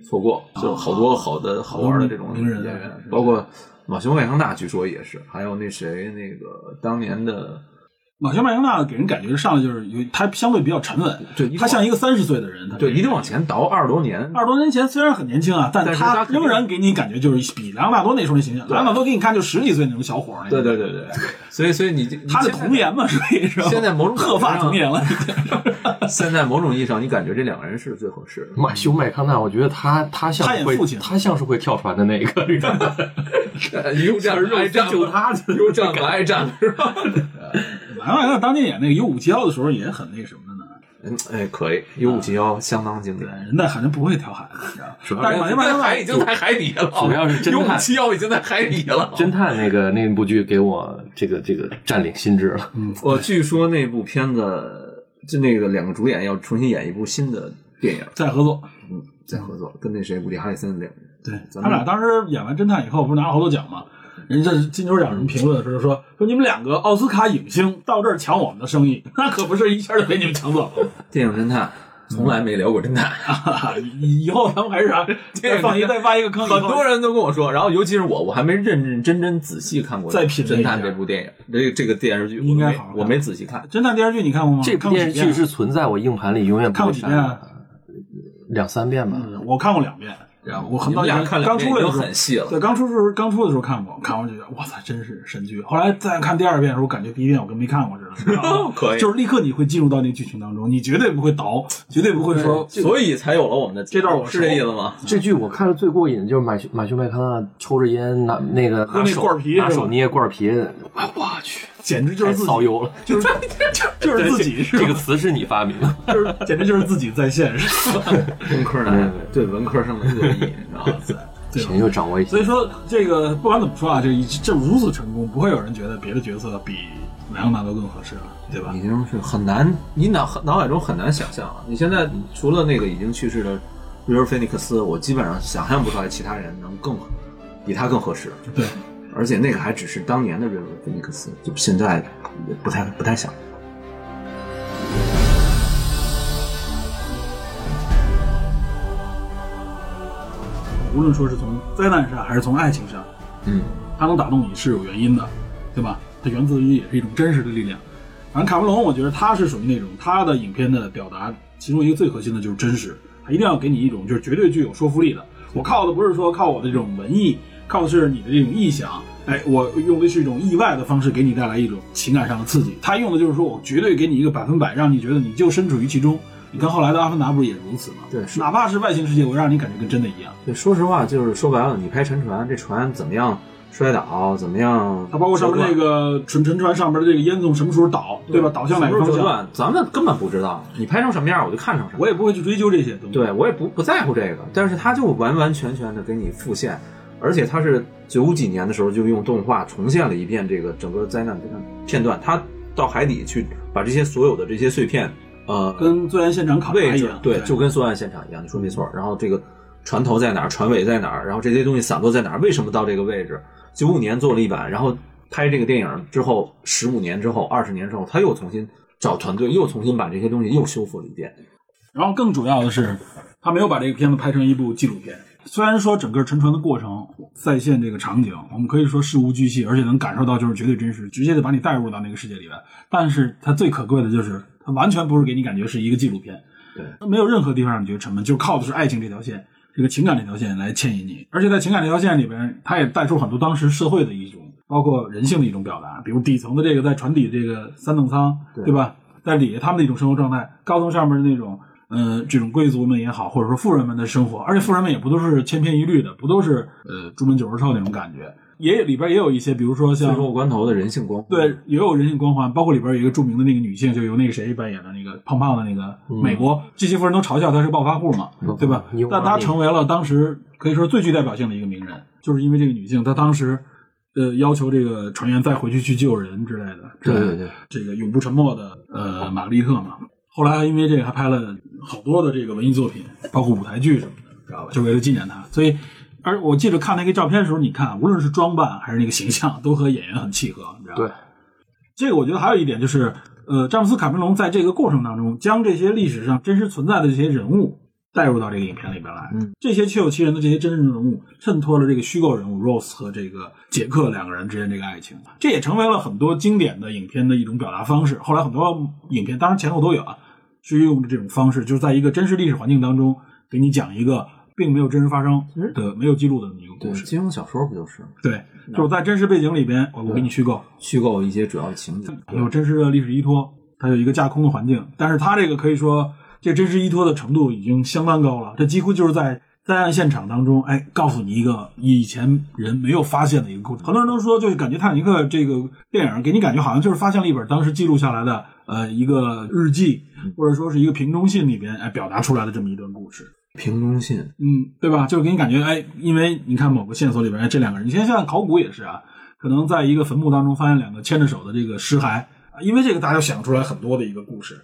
[SPEAKER 5] 错过，就好多好的好玩的这种
[SPEAKER 2] 名人
[SPEAKER 5] 演员，包括马修·麦康纳，据说也是，还有那谁，那个当年的
[SPEAKER 2] 马修麦康纳给人感觉上来就是有他相对比较沉稳，
[SPEAKER 5] 对一
[SPEAKER 2] 他像一个三十岁的人，他
[SPEAKER 5] 对，一定往前倒二十多年，
[SPEAKER 2] 二十多年前虽然很年轻啊，但
[SPEAKER 5] 但是
[SPEAKER 2] 他
[SPEAKER 5] 他肯定
[SPEAKER 2] 仍然给你感觉就是比莱昂纳多那时候那形象，莱昂纳多给你看就十几岁那种小伙儿那
[SPEAKER 5] 对
[SPEAKER 2] 种，
[SPEAKER 5] 对对对，所以所以你你
[SPEAKER 2] [LAUGHS] 他的
[SPEAKER 5] 现在
[SPEAKER 2] 童颜嘛，所以是吧
[SPEAKER 5] 现在某
[SPEAKER 2] [LAUGHS]
[SPEAKER 5] 种
[SPEAKER 2] 鹤发
[SPEAKER 5] 程度上
[SPEAKER 2] 童颜了已经。 [LAUGHS]
[SPEAKER 5] [LAUGHS] 现在某种意义上，你感觉这两个人是最合适的。
[SPEAKER 4] 马修麦康纳，我觉得他他像
[SPEAKER 2] 他
[SPEAKER 4] 是
[SPEAKER 2] 演
[SPEAKER 4] 会
[SPEAKER 2] 父亲
[SPEAKER 4] 他像是会跳船的那个，你知道吗
[SPEAKER 2] [LAUGHS]
[SPEAKER 5] 又战
[SPEAKER 4] 肉
[SPEAKER 5] 爱战
[SPEAKER 4] 搜救他去
[SPEAKER 5] 又战了爱战了是吧？ [LAUGHS]
[SPEAKER 2] 莱昂纳多当年演那个 U 五七幺的时候也很那什么的呢，
[SPEAKER 5] 嗯哎，可以，U 五七幺相当经典。
[SPEAKER 2] 人家好像不会调海的，你知道吗？
[SPEAKER 4] 主要
[SPEAKER 2] 但是马修麦康纳
[SPEAKER 5] 哎海已经 [LAUGHS] 在海底了，
[SPEAKER 4] 主要是侦探
[SPEAKER 5] U 五七幺已经在海底了。
[SPEAKER 4] 侦探那个那部剧给我这个这个占领心智
[SPEAKER 2] 嗯
[SPEAKER 4] 了。
[SPEAKER 5] 我据说那部片子，就那个两个主演要重新演一部新的 [LAUGHS] 电影，
[SPEAKER 2] 再合作，
[SPEAKER 5] 嗯，再合作，跟那谁伍迪·哈里森两个人。
[SPEAKER 2] 对
[SPEAKER 5] 咱们
[SPEAKER 2] 他俩当时演完侦探以后，不是拿了好多奖吗？人家金球奖人评论的时候说说你们两个奥斯卡影星到这儿抢我们的生意，那可不是一下就被你们抢走了。
[SPEAKER 5] 电影侦探从来没聊过侦探，
[SPEAKER 2] [LAUGHS] 以以后咱们还是啥，再放一再挖一个坑，以后
[SPEAKER 5] [LAUGHS] 很多人都跟我说，然后尤其是我，我还没认认真真仔细看过《
[SPEAKER 2] 再品味一
[SPEAKER 5] 侦
[SPEAKER 2] 下
[SPEAKER 5] 探》这部电影，这这个电视剧我没
[SPEAKER 2] 应该好好看
[SPEAKER 5] 我没仔细看。
[SPEAKER 2] 侦探电视剧你看过吗？
[SPEAKER 4] 这部
[SPEAKER 2] 看过
[SPEAKER 4] 电
[SPEAKER 2] 几
[SPEAKER 4] 视
[SPEAKER 2] 遍啊
[SPEAKER 4] 剧是存在我硬盘里永远不
[SPEAKER 2] 看
[SPEAKER 4] 会
[SPEAKER 2] 过几
[SPEAKER 4] 删
[SPEAKER 2] 遍啊嗯
[SPEAKER 4] 的，两三遍吧。
[SPEAKER 2] 我看过两遍，然后我很
[SPEAKER 5] 你
[SPEAKER 2] 早
[SPEAKER 5] 们
[SPEAKER 2] 以前
[SPEAKER 5] 俩看两
[SPEAKER 2] 刚
[SPEAKER 5] 遍
[SPEAKER 2] 出来的
[SPEAKER 5] 已
[SPEAKER 2] 时
[SPEAKER 5] 经
[SPEAKER 2] 候
[SPEAKER 5] 很细了。
[SPEAKER 2] 对，刚出时候刚出的时候看过，看完就觉得哇塞，真是神剧。后来再看第二遍的时候，感觉第一遍我跟没看过似的你知道吗 [LAUGHS]
[SPEAKER 5] 可以
[SPEAKER 2] 就是立刻你会进入到那个剧情当中，你绝对不会 [LAUGHS] 倒，绝对不会说
[SPEAKER 5] 所以才有了我们的
[SPEAKER 2] 这段我
[SPEAKER 5] 是这
[SPEAKER 2] 熟
[SPEAKER 5] 意思吗？
[SPEAKER 4] 这剧我看的最过瘾的就是马修马修麦康纳抽着烟拿那个
[SPEAKER 2] 那
[SPEAKER 4] 拿手
[SPEAKER 2] 罐皮
[SPEAKER 4] 拿
[SPEAKER 2] 是吧
[SPEAKER 4] 手捏罐皮，哎我去，
[SPEAKER 2] 简直就
[SPEAKER 4] 太
[SPEAKER 2] 是自己
[SPEAKER 4] 骚油了。
[SPEAKER 2] [LAUGHS] 就是就是自己是
[SPEAKER 4] 这
[SPEAKER 2] 吧
[SPEAKER 4] 个词是你发明 [LAUGHS] 的，
[SPEAKER 2] 就是简直就是自己在线是 [LAUGHS] 吧？
[SPEAKER 5] 文科男哎对文科生的 [LAUGHS] 恶意，你知道吗？
[SPEAKER 2] 对吧
[SPEAKER 4] 钱又掌握一些
[SPEAKER 2] 所以。说这个不管怎么说啊，这一这如此成功，不会有人觉得别的角色比莱昂纳多更合适了，啊对吧
[SPEAKER 5] 已？经是很难，你脑脑海中很难想象啊。你现在除了那个已经去世的瑞尔菲尼克斯，我基本上想象不出来其他人能更比他更合适。
[SPEAKER 2] 对，
[SPEAKER 5] 而且那个还只是当年的瑞尔菲尼克斯，就现在也不太不太想。
[SPEAKER 2] 无论说是从灾难上还是从爱情上，
[SPEAKER 5] 嗯，
[SPEAKER 2] 它能打动你是有原因的，对吧？它源自于也是一种真实的力量。反正卡梅隆，我觉得他是属于那种他的影片的表达，其中一个最核心的就是真实，他一定要给你一种就是绝对具有说服力的。我靠的不是说靠我的这种文艺，靠的是你的这种臆想。哎，我用的是一种意外的方式给你带来一种情感上的刺激。他用的就是说我绝对给你一个百分百，让你觉得你就身处于其中。你看后来的《阿凡达》不是也如此吗？
[SPEAKER 5] 对是
[SPEAKER 2] 哪怕是外星世界，我让你感觉跟真的一样。
[SPEAKER 5] 对，说实话，就是说白了，你拍沉船，这船怎么样摔倒怎么样，
[SPEAKER 2] 它包括上面那
[SPEAKER 5] 折断
[SPEAKER 2] 个沉沉船上面的这个烟囱什么时候倒，对吧？倒向哪
[SPEAKER 5] 什
[SPEAKER 2] 个
[SPEAKER 5] 么时
[SPEAKER 2] 方
[SPEAKER 5] 候折
[SPEAKER 2] 向，
[SPEAKER 5] 断，咱们根本不知道。你拍成什么样，我就看成什么样。
[SPEAKER 2] 我也不会去追究这些东西。
[SPEAKER 5] 对我也不不在乎这个，但是他就完完全全的给你复现，而且他是九几年的时候就用动画重现了一遍这个整个灾难片段，他到海底去把这些所有的这些碎片，呃，
[SPEAKER 2] 跟作案现场考察
[SPEAKER 5] 位
[SPEAKER 2] 一
[SPEAKER 5] 置
[SPEAKER 2] 样，
[SPEAKER 5] 对，就跟作案现场一样，你说没错。然后这个船头在哪儿，船尾在哪儿，然后这些东西散落在哪儿，为什么到这个位置？九五年做了一版，然后拍这个电影之后，十五年之后，二十年之后，他又重新找团队，又重新把这些东西又修复了一遍。
[SPEAKER 2] 啊然后更主要的是，他没有把这个片子拍成一部纪录片。虽然说整个沉船的过程再现这个场景，我们可以说事无巨细，而且能感受到就是绝对真实，直接的把你带入到那个世界里边。但是它最可贵的就是，它完全不是给你感觉是一个纪录片，
[SPEAKER 5] 对，
[SPEAKER 2] 它没有任何地方让你觉得沉闷，就靠的是爱情这条线，这个情感这条线来牵引你。而且在情感这条线里边，它也带出很多当时社会的一种，包括人性的一种表达，比如底层的这个在船底这个三等舱，对吧？在底下他们的一种生活状态，高层上面的那种，呃，这种贵族们也好，或者说富人们的生活，而且富人们也不都是千篇一律的，不都是呃朱门酒肉臭那种感觉，也里边也有一些，比如说
[SPEAKER 5] 最
[SPEAKER 2] 像
[SPEAKER 5] 后关头的人性光辉
[SPEAKER 2] 对，也有人性光环，包括里边有一个著名的那个女性，就由那个谁扮演的那个胖胖的那个美国，这些夫人都嘲笑她是暴发户嘛，对吧
[SPEAKER 4] 有？
[SPEAKER 2] 但
[SPEAKER 4] 啊
[SPEAKER 2] 她
[SPEAKER 4] 有
[SPEAKER 2] 成为了当时可以说最具代表性的一个名人，就是因为这个女性，她当时呃要求这个船员再回去去救人之类的，之类的
[SPEAKER 5] 对，
[SPEAKER 2] 这个永不沉没的呃玛格丽特嘛。后来因为这个还拍了好多的这个文艺作品，包括舞台剧什么的，知道吧？就为了纪念他，所以。而我记得看那个照片的时候，你看，无论是装扮还是那个形象，都和演员很契合，你知道吧？
[SPEAKER 4] 对，
[SPEAKER 2] 这个我觉得还有一点就是，呃，詹姆斯·卡梅隆在这个过程当中，将这些历史上真实存在的这些人物带入到这个影片里边来。
[SPEAKER 5] 嗯，
[SPEAKER 2] 这些确有其人的这些真实人物，衬托了这个虚构人物 Rose 和这个杰克两个人之间这个爱情，这也成为了很多经典的影片的一种表达方式。后来很多影片，当然前后都有啊，是用这种方式，就是在一个真实历史环境当中，给你讲一个并没有真实发生的、没有记录的一个
[SPEAKER 5] 对，
[SPEAKER 2] 故事。
[SPEAKER 5] 金庸小说不就是吗
[SPEAKER 2] 对，就是在真实背景里边，我我给你虚构。
[SPEAKER 5] 虚构一些主要情节？
[SPEAKER 2] 有真实的历史依托，它有一个架空的环境，但是它这个可以说这真实依托的程度已经相当高了，这几乎就是在灾案现场当中，哎，告诉你一个以前人没有发现的一个故事。很多人都说，就是感觉《泰坦尼克》这个电影给你感觉好像就是发现了一本当时记录下来的呃一个日记，或者说是一个瓶中信里边哎表达出来的这么一段故事。
[SPEAKER 5] 瓶中信，
[SPEAKER 2] 嗯，对吧？就是给你感觉，哎，因为你看某个线索里边，哎，这两个人，你看现在考古也是啊，可能在一个坟墓当中发现两个牵着手的这个尸骸，啊因为这个大家想出来很多的一个故事。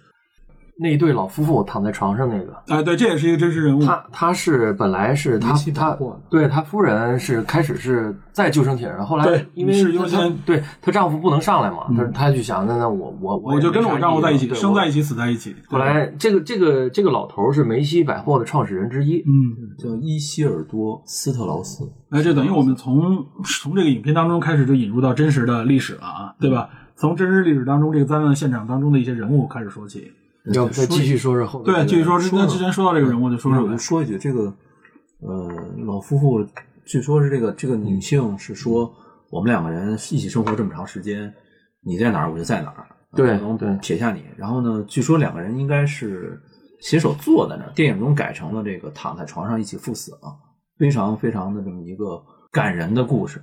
[SPEAKER 4] 那一对老夫妇躺在床上那个，
[SPEAKER 2] 哎，对，这也是一个真实人物。
[SPEAKER 4] 他他是本来是他
[SPEAKER 5] 煤气
[SPEAKER 4] 他
[SPEAKER 5] 打火的
[SPEAKER 4] 对他夫人是开始是在救生艇上，后来
[SPEAKER 2] 对
[SPEAKER 4] 因为
[SPEAKER 2] 是
[SPEAKER 4] 她
[SPEAKER 2] 优先
[SPEAKER 4] 她对她丈夫不能上来嘛，
[SPEAKER 2] 嗯
[SPEAKER 4] 她她就想那那我我
[SPEAKER 2] 我就跟着我丈夫在一起，生在一
[SPEAKER 4] 起。
[SPEAKER 2] 起，死在一起。
[SPEAKER 4] 后来这个这个这个老头是梅西百货的创始人之一，
[SPEAKER 2] 嗯，
[SPEAKER 5] 叫伊希尔多·斯特劳斯，
[SPEAKER 2] 哎，这等于我们从从这个影片当中开始就引入到真实的历史了啊，对吧？从真实历史当中这个灾难现场当中的一些人物开始说起。
[SPEAKER 4] 要不再继续说说后面
[SPEAKER 2] 对，
[SPEAKER 4] 这
[SPEAKER 2] 据
[SPEAKER 4] 个
[SPEAKER 2] 说是
[SPEAKER 5] 说嗯
[SPEAKER 2] 那
[SPEAKER 5] 呢
[SPEAKER 2] 之前说到这个人物就说
[SPEAKER 5] 不是，
[SPEAKER 2] 说
[SPEAKER 5] 我
[SPEAKER 2] 吧
[SPEAKER 5] 就。说一句，这个呃，老夫妇据说是这个这个女性是说，我们两个人一起生活这么长时间，你在哪儿我就在哪儿，
[SPEAKER 4] 对
[SPEAKER 5] 不
[SPEAKER 4] 对
[SPEAKER 5] 能撇下你。然后呢，据说两个人应该是携手坐在那儿，电影中改成了这个躺在床上一起赴死啊，非常非常的这么一个感人的故事。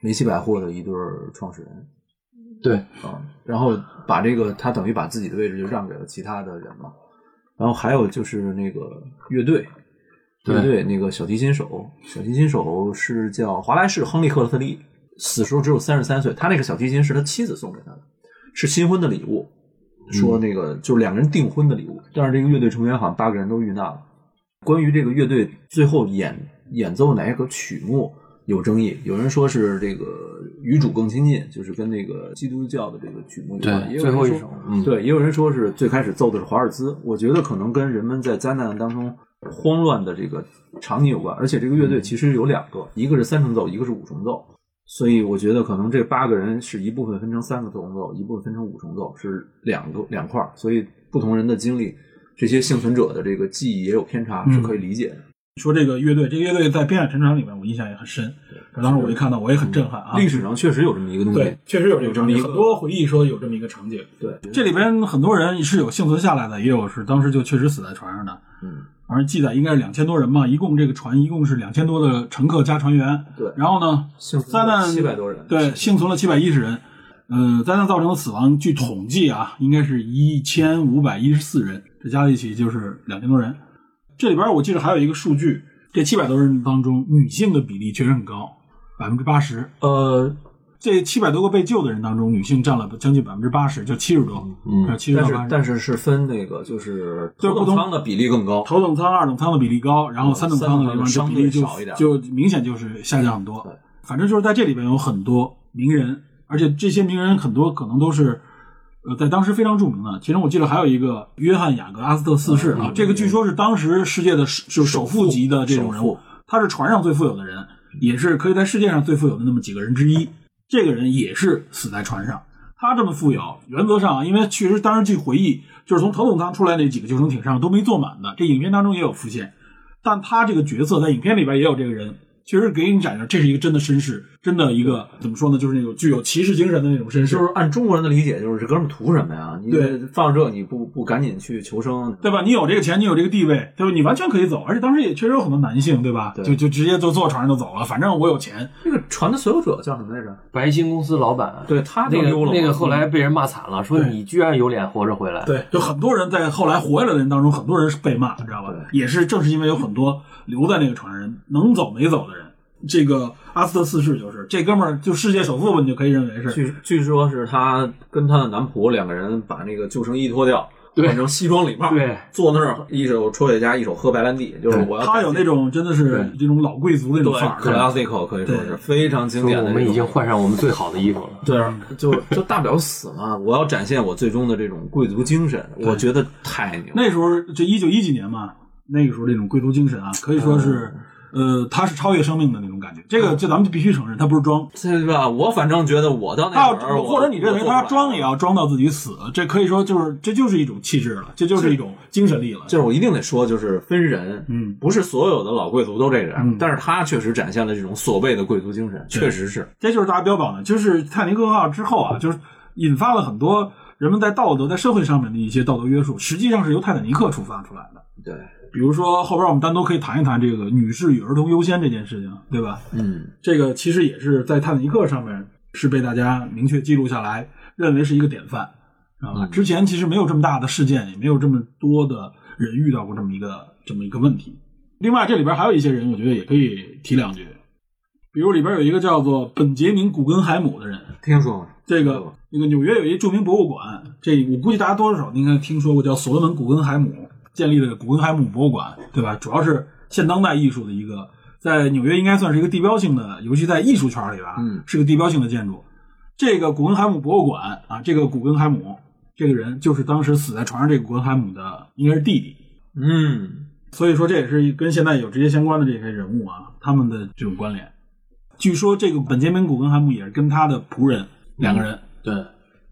[SPEAKER 5] 梅西百货的一对儿创始人
[SPEAKER 4] 对
[SPEAKER 5] 啊，然后把这个他等于把自己的位置就让给了其他的人嘛。然后还有就是那个乐队，
[SPEAKER 4] 对
[SPEAKER 5] 乐队那个小提琴手，小提琴手是叫华莱士亨利克勒特利，死时候只有三十三岁。他那个小提琴是他妻子送给他的，是新婚的礼物，
[SPEAKER 4] 嗯
[SPEAKER 5] 说那个就是两个人订婚的礼物。但是这个乐队成员好像八个人都遇难了。关于这个乐队最后演演奏哪一个曲目有争议，有人说是这个与主更亲近，就是跟那个基督教的这个曲目有关。也
[SPEAKER 4] 对
[SPEAKER 5] 有
[SPEAKER 4] 最
[SPEAKER 5] 人
[SPEAKER 4] 后一
[SPEAKER 5] 说
[SPEAKER 4] 首嗯
[SPEAKER 5] 对，也有人说是最开始奏的是华尔兹，我觉得可能跟人们在灾难当中慌乱的这个场景有关，而且这个
[SPEAKER 4] 嗯
[SPEAKER 5] 乐队其实有两个，一个是三重奏，一个是五重奏，所以我觉得可能这八个人是一部分分成三个重奏，一部分分成五重奏，是两个两块儿，所以不同人的经历，这些幸存者的这个记忆也有偏差，是可
[SPEAKER 2] 嗯
[SPEAKER 5] 以理解的。
[SPEAKER 2] 说这个乐队，这个乐队在《滨海沉船》里面，我印象也很深。当时我一看到，我也很震撼啊！
[SPEAKER 5] 嗯历史上确实有这么一个东西，
[SPEAKER 2] 对，确实有这个场景，
[SPEAKER 5] 有这么一个
[SPEAKER 2] 很多回忆说有这么一个场景。
[SPEAKER 5] 对，
[SPEAKER 2] 这里边很多人是有幸存下来的，也有是当时就确实死在船上的。
[SPEAKER 5] 嗯，
[SPEAKER 2] 反正记载应该是两千多人嘛，一共这个船一共是两千多的乘客加船员。
[SPEAKER 5] 对
[SPEAKER 2] 然后呢，
[SPEAKER 5] 幸
[SPEAKER 2] 灾难
[SPEAKER 5] 七百多人，
[SPEAKER 2] 对，幸存了七百一十人。呃，灾难造成的死亡，据统计啊，应该是一千五百一十四人，这加在一起就是两千多人。这里边我记得还有一个数据，这七百多人当中，女性的比例确实很高，百分之八十。
[SPEAKER 5] 呃，
[SPEAKER 2] 这七百多个被救的人当中，女性占了将近百分之八十，就七十多，嗯，七十
[SPEAKER 5] 但
[SPEAKER 2] 到
[SPEAKER 5] 是
[SPEAKER 2] 八十。
[SPEAKER 5] 但是是分那个就是
[SPEAKER 2] 对
[SPEAKER 5] 头
[SPEAKER 2] 不
[SPEAKER 5] 等
[SPEAKER 2] 同
[SPEAKER 5] 舱的比例更高，
[SPEAKER 2] 头等舱、二等舱的比例高，然后三等舱的地方就
[SPEAKER 5] 嗯三等舱
[SPEAKER 2] 比例就
[SPEAKER 5] 相对少一点
[SPEAKER 2] 就明显就是下降很多。反正就是在这里边有很多名人，而且这些名人很多可能都是呃在当时非常著名的。其中我记得还有一个约翰·雅各·阿斯特四世
[SPEAKER 5] 嗯
[SPEAKER 2] 啊，这个据说是当时世界的首就是首富级的这种人物
[SPEAKER 5] 首富，
[SPEAKER 2] 他是船上最富有的人，也是可以在世界上最富有的那么几个人之一。这个人也是死在船上。他这么富有，原则上啊，因为确实当时据回忆，就是从头等舱出来那几个救生艇上都没坐满的，这影片当中也有浮现。但他这个角色在影片里边也有这个人，其实给你展示这是一个真的绅士，真的一个怎么说呢，就是那种具有骑士精神的那种绅士
[SPEAKER 5] 就，是按中国人的理解，就是这哥们儿图什么呀？你
[SPEAKER 2] 对
[SPEAKER 5] 放这你不不赶紧去求生，
[SPEAKER 2] 对吧？你有这个钱，你有这个地位，对吧？你完全可以走，而且当时也确实有很多男性，对吧？
[SPEAKER 5] 对
[SPEAKER 2] 就就直接就坐船上就走了，反正我有钱，
[SPEAKER 5] 这个船的所有者叫什么来着？
[SPEAKER 4] 白金公司老板，
[SPEAKER 5] 对他就
[SPEAKER 4] 那
[SPEAKER 5] 溜了嘛
[SPEAKER 4] 个那个后来被人骂惨了，说
[SPEAKER 2] 嗯对
[SPEAKER 4] 你居然有脸活着回来。
[SPEAKER 2] 对，有很多人在后来活下来的人当中，很多人是被骂，你知道吧？也是正是因为有很多留在那个船上人能走没走的人，这个阿斯特四世就是这哥们儿就世界首富吧，你就可以认为是。
[SPEAKER 5] 据据说是她跟她的男仆两个人把那个救生衣脱掉，
[SPEAKER 4] 对
[SPEAKER 5] 换成西装礼帽，
[SPEAKER 4] 对，
[SPEAKER 5] 坐那儿一手抽雪茄，一手喝白兰地，就是我要
[SPEAKER 2] 他有那种真的是这种老贵族那种范儿，
[SPEAKER 5] 对 classical 可以说
[SPEAKER 2] 对
[SPEAKER 5] 是非常经
[SPEAKER 4] 说
[SPEAKER 5] 典的
[SPEAKER 4] 我
[SPEAKER 5] 这种。
[SPEAKER 4] 们已经换上我们最好的衣服了。
[SPEAKER 5] 对，就就大不了死嘛，我要展现我最终的这种贵族精神，我觉得太牛了。
[SPEAKER 2] 那时候这一九一几年嘛，那个时候这种贵族精神啊，可以说是，
[SPEAKER 5] 嗯
[SPEAKER 2] 呃，他是超越生命的那种感觉。这个这咱们就必须承认，他不是装。
[SPEAKER 5] 对吧？我反正觉得我到
[SPEAKER 2] 他
[SPEAKER 5] 那会儿
[SPEAKER 2] 要
[SPEAKER 5] 我，
[SPEAKER 2] 或者你认为
[SPEAKER 5] 我做不
[SPEAKER 2] 他
[SPEAKER 5] 了
[SPEAKER 2] 装也，要装到自己死，这可以说就是这就是一种气质了，这就是一种精神力了。
[SPEAKER 5] 就是我一定得说，就是分人，
[SPEAKER 2] 嗯
[SPEAKER 5] 不是所有的老贵族都这样，
[SPEAKER 2] 嗯
[SPEAKER 5] 但是他确实展现了这种所谓的贵族精神，确实是。
[SPEAKER 2] 这就是大家标榜的，就是泰坦尼克号之后啊，就是引发了很多人们在道德、在社会上面的一些道德约束，实际上是由泰坦尼克触发出来的。
[SPEAKER 5] 对，
[SPEAKER 2] 比如说，后边我们单独可以谈一谈这个女士与儿童优先这件事情，对吧？
[SPEAKER 5] 嗯，
[SPEAKER 2] 这个其实也是在泰坦尼克上面是被大家明确记录下来，认为是一个典范，知道吧？之前其实没有这么大的事件，也没有这么多的人遇到过这么一个这么一个问题。另外，这里边还有一些人，我觉得也可以提两句，比如里边有一个叫做本杰明·古根海姆的人，
[SPEAKER 5] 听说过。
[SPEAKER 2] 这个那个纽约有一著名博物馆，这我估计大家多少应该听说过，叫所罗门·古根海姆建立的古根海姆博物馆，对吧？主要是现当代艺术的一个，在纽约应该算是一个地标性的，尤其在艺术圈里吧，
[SPEAKER 5] 嗯
[SPEAKER 2] 是个地标性的建筑。这个古根海姆博物馆啊，这个古根海姆这个人就是当时死在船上这个古根海姆的，应该是弟弟。
[SPEAKER 5] 嗯，
[SPEAKER 2] 所以说这也是跟现在有直接相关的这些人物啊，他们的这种关联。据说这个本杰明·古根海姆也是跟他的仆人两个人。
[SPEAKER 4] 对，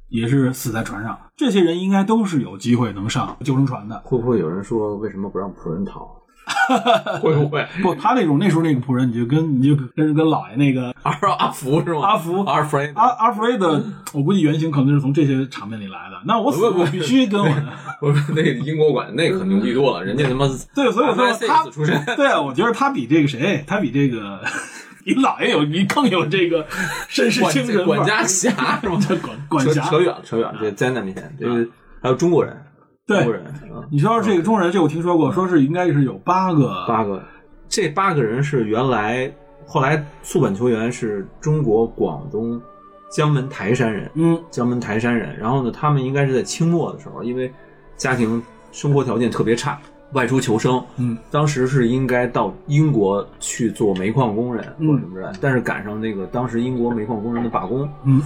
[SPEAKER 2] 也是死在船上。这些人应该都是有机会能上救生船的。
[SPEAKER 5] 会不会有人说为什么不让仆人逃？嗯会不会
[SPEAKER 2] 不，他那种那时候那个仆人，你就跟你就跟跟老爷那个
[SPEAKER 5] 阿阿福是吗？
[SPEAKER 2] 阿福
[SPEAKER 5] 阿福，
[SPEAKER 2] 阿阿弗瑞的，我估计原型可能就是从这些场面里来的。那我死
[SPEAKER 5] 嗯不不
[SPEAKER 2] 我必须跟我
[SPEAKER 5] [LAUGHS]
[SPEAKER 2] 的，
[SPEAKER 5] 不是那个英国馆那可牛逼多了，人家他妈
[SPEAKER 2] 对，所以我说
[SPEAKER 5] MI6
[SPEAKER 2] 他
[SPEAKER 5] 出身，
[SPEAKER 2] [LAUGHS] 对，我觉得他比这个谁，他比这个 [LAUGHS] 比老爷有你更有这个绅士精神
[SPEAKER 5] 管
[SPEAKER 2] 吧
[SPEAKER 5] 管家 [LAUGHS] 侠是吗？
[SPEAKER 2] 这管管
[SPEAKER 5] 扯
[SPEAKER 2] 辖
[SPEAKER 5] 扯远了，扯远了。这灾难面前，这个还有中国人，
[SPEAKER 2] 对
[SPEAKER 5] 中国人，嗯
[SPEAKER 2] 你说这个中国人，这我听说过，说是应该是有八个
[SPEAKER 5] 八个，这八个人是原来后来速本球员是中国广东江门台山人，
[SPEAKER 2] 嗯，
[SPEAKER 5] 江门台山人。然后呢，他们应该是在清末的时候，因为家庭生活条件特别差，外出求生。
[SPEAKER 2] 嗯，
[SPEAKER 5] 当时是应该到英国去做煤矿工人
[SPEAKER 2] 嗯
[SPEAKER 5] 或者什么人，但是赶上那个当时英国煤矿工人的罢工。
[SPEAKER 2] 嗯。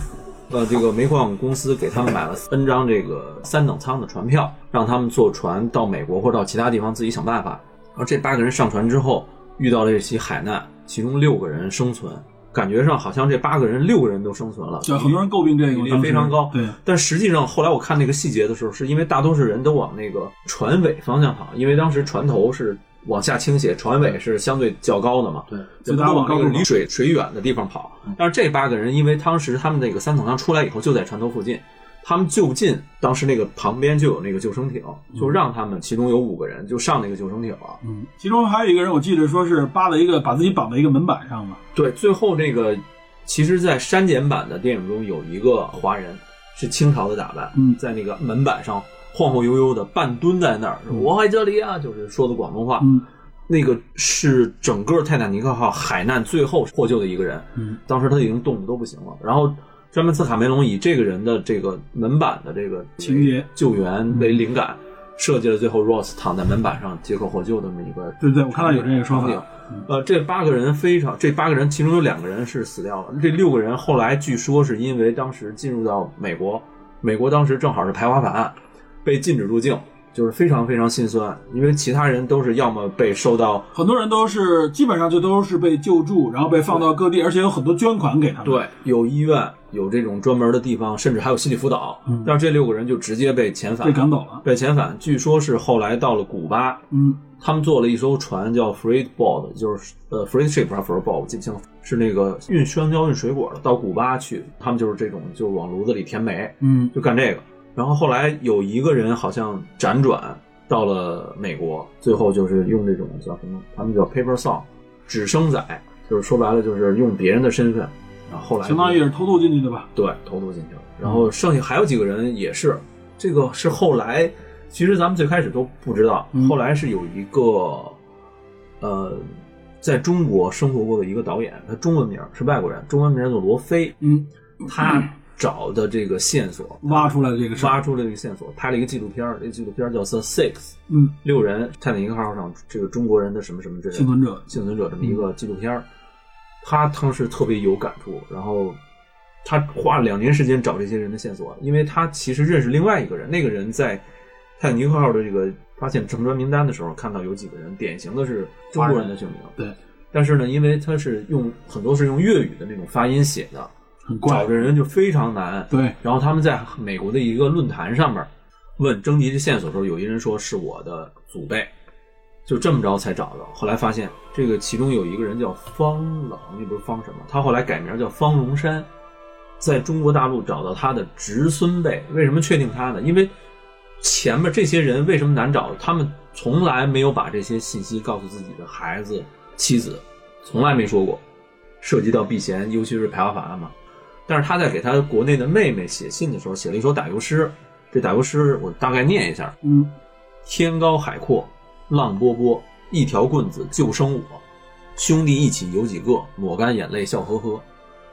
[SPEAKER 5] 呃，这个煤矿公司给他们买了 N 张这个三等舱的船票，让他们坐船到美国或者到其他地方自己想办法。然后这八个人上船之后，遇到了这起海难，其中六个人生存，感觉上好像这八个人六个人都生存了，
[SPEAKER 2] 就很多人诟病这个
[SPEAKER 5] 比例
[SPEAKER 2] 当时
[SPEAKER 5] 非常高
[SPEAKER 2] 对，
[SPEAKER 5] 但实际上，后来我看那个细节的时候，是因为大多数人都往那个船尾方向跑，因为当时船头是往下倾斜，船尾是相对较高的嘛，
[SPEAKER 4] 对，
[SPEAKER 5] 就
[SPEAKER 2] 就大家
[SPEAKER 5] 都
[SPEAKER 2] 往
[SPEAKER 5] 往那
[SPEAKER 2] 高嗯处
[SPEAKER 5] 个
[SPEAKER 2] 跑
[SPEAKER 5] 离水水远的地方跑。但是这八个人，因为当时他们那个三等舱出来以后，就在船头附近，他们就近，当时那个旁边就有那个救生艇，就让他们其中有五个人就上那个救生艇了。
[SPEAKER 2] 嗯，其中还有一个人，我记得说是扒了一个，把自己绑在一个门板上了。
[SPEAKER 5] 对，最后这个其实，在删减版的电影中有一个华人是清朝的打扮，
[SPEAKER 2] 嗯
[SPEAKER 5] 在那个门板上晃晃悠悠的半蹲在那儿，说我爱这里啊，就是说的广东话。
[SPEAKER 2] 嗯，
[SPEAKER 5] 那个是整个泰坦尼克号海难最后获救的一个人，
[SPEAKER 2] 嗯，
[SPEAKER 5] 当时他已经冻得都不行了。然后詹姆斯卡梅隆以这个人的这个门板的这个
[SPEAKER 2] 情节嗯
[SPEAKER 5] 救援为灵感，设计了最后 Ross 躺在门板上接受获救这么一个。
[SPEAKER 2] 对对，我看到有这个说
[SPEAKER 5] 场景
[SPEAKER 2] 法。
[SPEAKER 5] 呃，这八个人非常，这八个人其中有两个人是死掉了，这六个人后来据说是因为当时进入到美国，美国当时正好是排华法案，被禁止入境，就是非常非常心酸，因为其他人都是要么被受到
[SPEAKER 2] 很多人都是基本上就都是被救助，然后被放到各地，而且有很多捐款给他们。，
[SPEAKER 5] 对，有医院，有这种专门的地方，甚至还有心理辅导。
[SPEAKER 2] 嗯
[SPEAKER 5] 但是这六个人就直接被遣返，
[SPEAKER 2] 被赶走了。
[SPEAKER 5] 被遣返。据说是后来到了古巴，
[SPEAKER 2] 嗯，
[SPEAKER 5] 他们坐了一艘船叫 Freight Boat，就是呃 Freight Ship 还是 Freight Boat，我记不清了，是那个运香蕉、运水果的，到古巴去，他们就是这种，就往炉子里填煤，
[SPEAKER 2] 嗯
[SPEAKER 5] 就干这个。然后后来有一个人好像辗转到了美国，最后就是用这种叫什么，他们叫 paper song，纸生仔，就是说白了就是用别人的身份，然后后来就
[SPEAKER 2] 相当于也是偷渡进去的吧？
[SPEAKER 5] 对投毒进去了。然后剩下还有几个人也是，这个是后来，其实咱们最开始都不知道，
[SPEAKER 2] 嗯
[SPEAKER 5] 后来是有一个，呃，在中国生活过的一个导演，他中文名是外国人，中文名叫罗非，
[SPEAKER 2] 嗯，
[SPEAKER 5] 他找的这个线索
[SPEAKER 2] 挖出来的这个事儿
[SPEAKER 5] 挖出了这个线索，拍了一个纪录片儿，这个纪录片儿叫《The Six》，
[SPEAKER 2] 嗯，
[SPEAKER 5] 六人泰坦尼克号上这个中国人的什么什么之类的
[SPEAKER 2] 幸存者
[SPEAKER 5] 幸存者这么一个纪录片儿，他当时特别有感触，然后他花了两年时间找这些人的线索，因为他其实认识另外一个人，那个人在泰坦尼克号的这个发现成专名单的时候，看到有几个人典型的是中国人的姓名，
[SPEAKER 2] 对，
[SPEAKER 5] 但是呢，因为他是用很多是用粤语的那种发音写的，
[SPEAKER 2] 很怪
[SPEAKER 5] 找。这人就非常难，
[SPEAKER 2] 对，
[SPEAKER 5] 然后他们在美国的一个论坛上面问征集这线索的时候，有一人说是我的祖辈，就这么着才找着。后来发现这个其中有一个人叫方冷，那不是方什么？他后来改名叫方荣山，在中国大陆找到他的侄孙辈。为什么确定他呢？因为前面这些人为什么难找？他们从来没有把这些信息告诉自己的孩子、妻子，从来没说过。涉及到避嫌，尤其是排华法案嘛，但是他在给他国内的妹妹写信的时候，写了一首打油诗。这打油诗我大概念一下：
[SPEAKER 2] 嗯，
[SPEAKER 5] 天高海阔，浪波波，一条棍子救生我，兄弟一起有几个，抹干眼泪笑呵呵。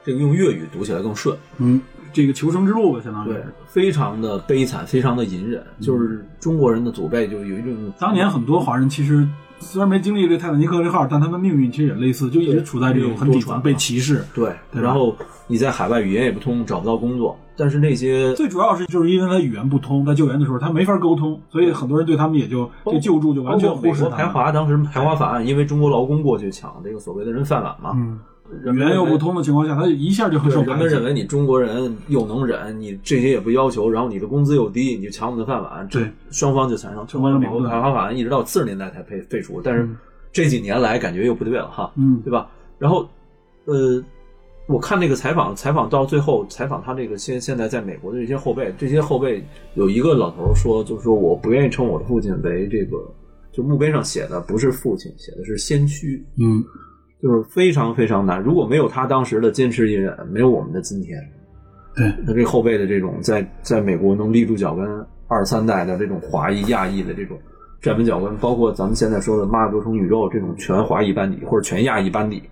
[SPEAKER 5] 这个用粤语读起来更顺。
[SPEAKER 2] 嗯，这个求生之路吧，相当于
[SPEAKER 5] 对
[SPEAKER 2] 是。，
[SPEAKER 5] 非常的悲惨，非常的隐忍，就是中国人的祖辈就有一种
[SPEAKER 2] 嗯当年很多华人其实虽然没经历这泰坦尼克这号，但他们命运其实也类似，就一直处在这种很底层被歧视。
[SPEAKER 5] 对，
[SPEAKER 2] 对吧
[SPEAKER 5] 然后你在海外语言也不通，找不到工作，但是那些
[SPEAKER 2] 最主要是就是因为他语言不通，在救援的时候他没法沟通，所以很多人对他们也就这个救助就完全
[SPEAKER 5] 包括美
[SPEAKER 2] 忽视
[SPEAKER 5] 国
[SPEAKER 2] 他
[SPEAKER 5] 排
[SPEAKER 2] 们。
[SPEAKER 5] 华当时排华法案，因为中国劳工过去抢这个所谓的人饭碗嘛，
[SPEAKER 2] 嗯，
[SPEAKER 5] 人
[SPEAKER 2] 语
[SPEAKER 5] 们
[SPEAKER 2] 言又
[SPEAKER 5] 认为
[SPEAKER 2] 不，通的情况下，他一下就很受
[SPEAKER 5] 对，人
[SPEAKER 2] 排
[SPEAKER 5] 们认
[SPEAKER 2] 挤。
[SPEAKER 5] 为你中国人又能忍，你这些也不要求，然后你的工资又低，你就抢我们的饭碗，这
[SPEAKER 2] 对
[SPEAKER 5] 双方就产生
[SPEAKER 2] 双方有
[SPEAKER 5] 美
[SPEAKER 2] 矛
[SPEAKER 5] 国
[SPEAKER 2] 盾
[SPEAKER 5] 排华法案一直到四十年代才废废除，但是这几年来感觉又不对了哈，
[SPEAKER 2] 嗯
[SPEAKER 5] 对吧？然后，呃，我看那个采访，采访到最后，采访他这个现现在在美国的这些后辈，这些后辈有一个老头说，就是说我不愿意称我的父亲为这个，就墓碑上写的不是父亲，写的是先驱，
[SPEAKER 2] 嗯，
[SPEAKER 5] 就是非常非常难。如果没有他当时的坚持隐忍，没有我们的今天，
[SPEAKER 2] 对，
[SPEAKER 5] 那这后辈的这种在在美国能立住脚跟，二三代的这种华裔、亚裔的这种站稳脚跟，包括咱们现在说的马尔多虫宇宙这种全华裔班底或者全亚裔班底，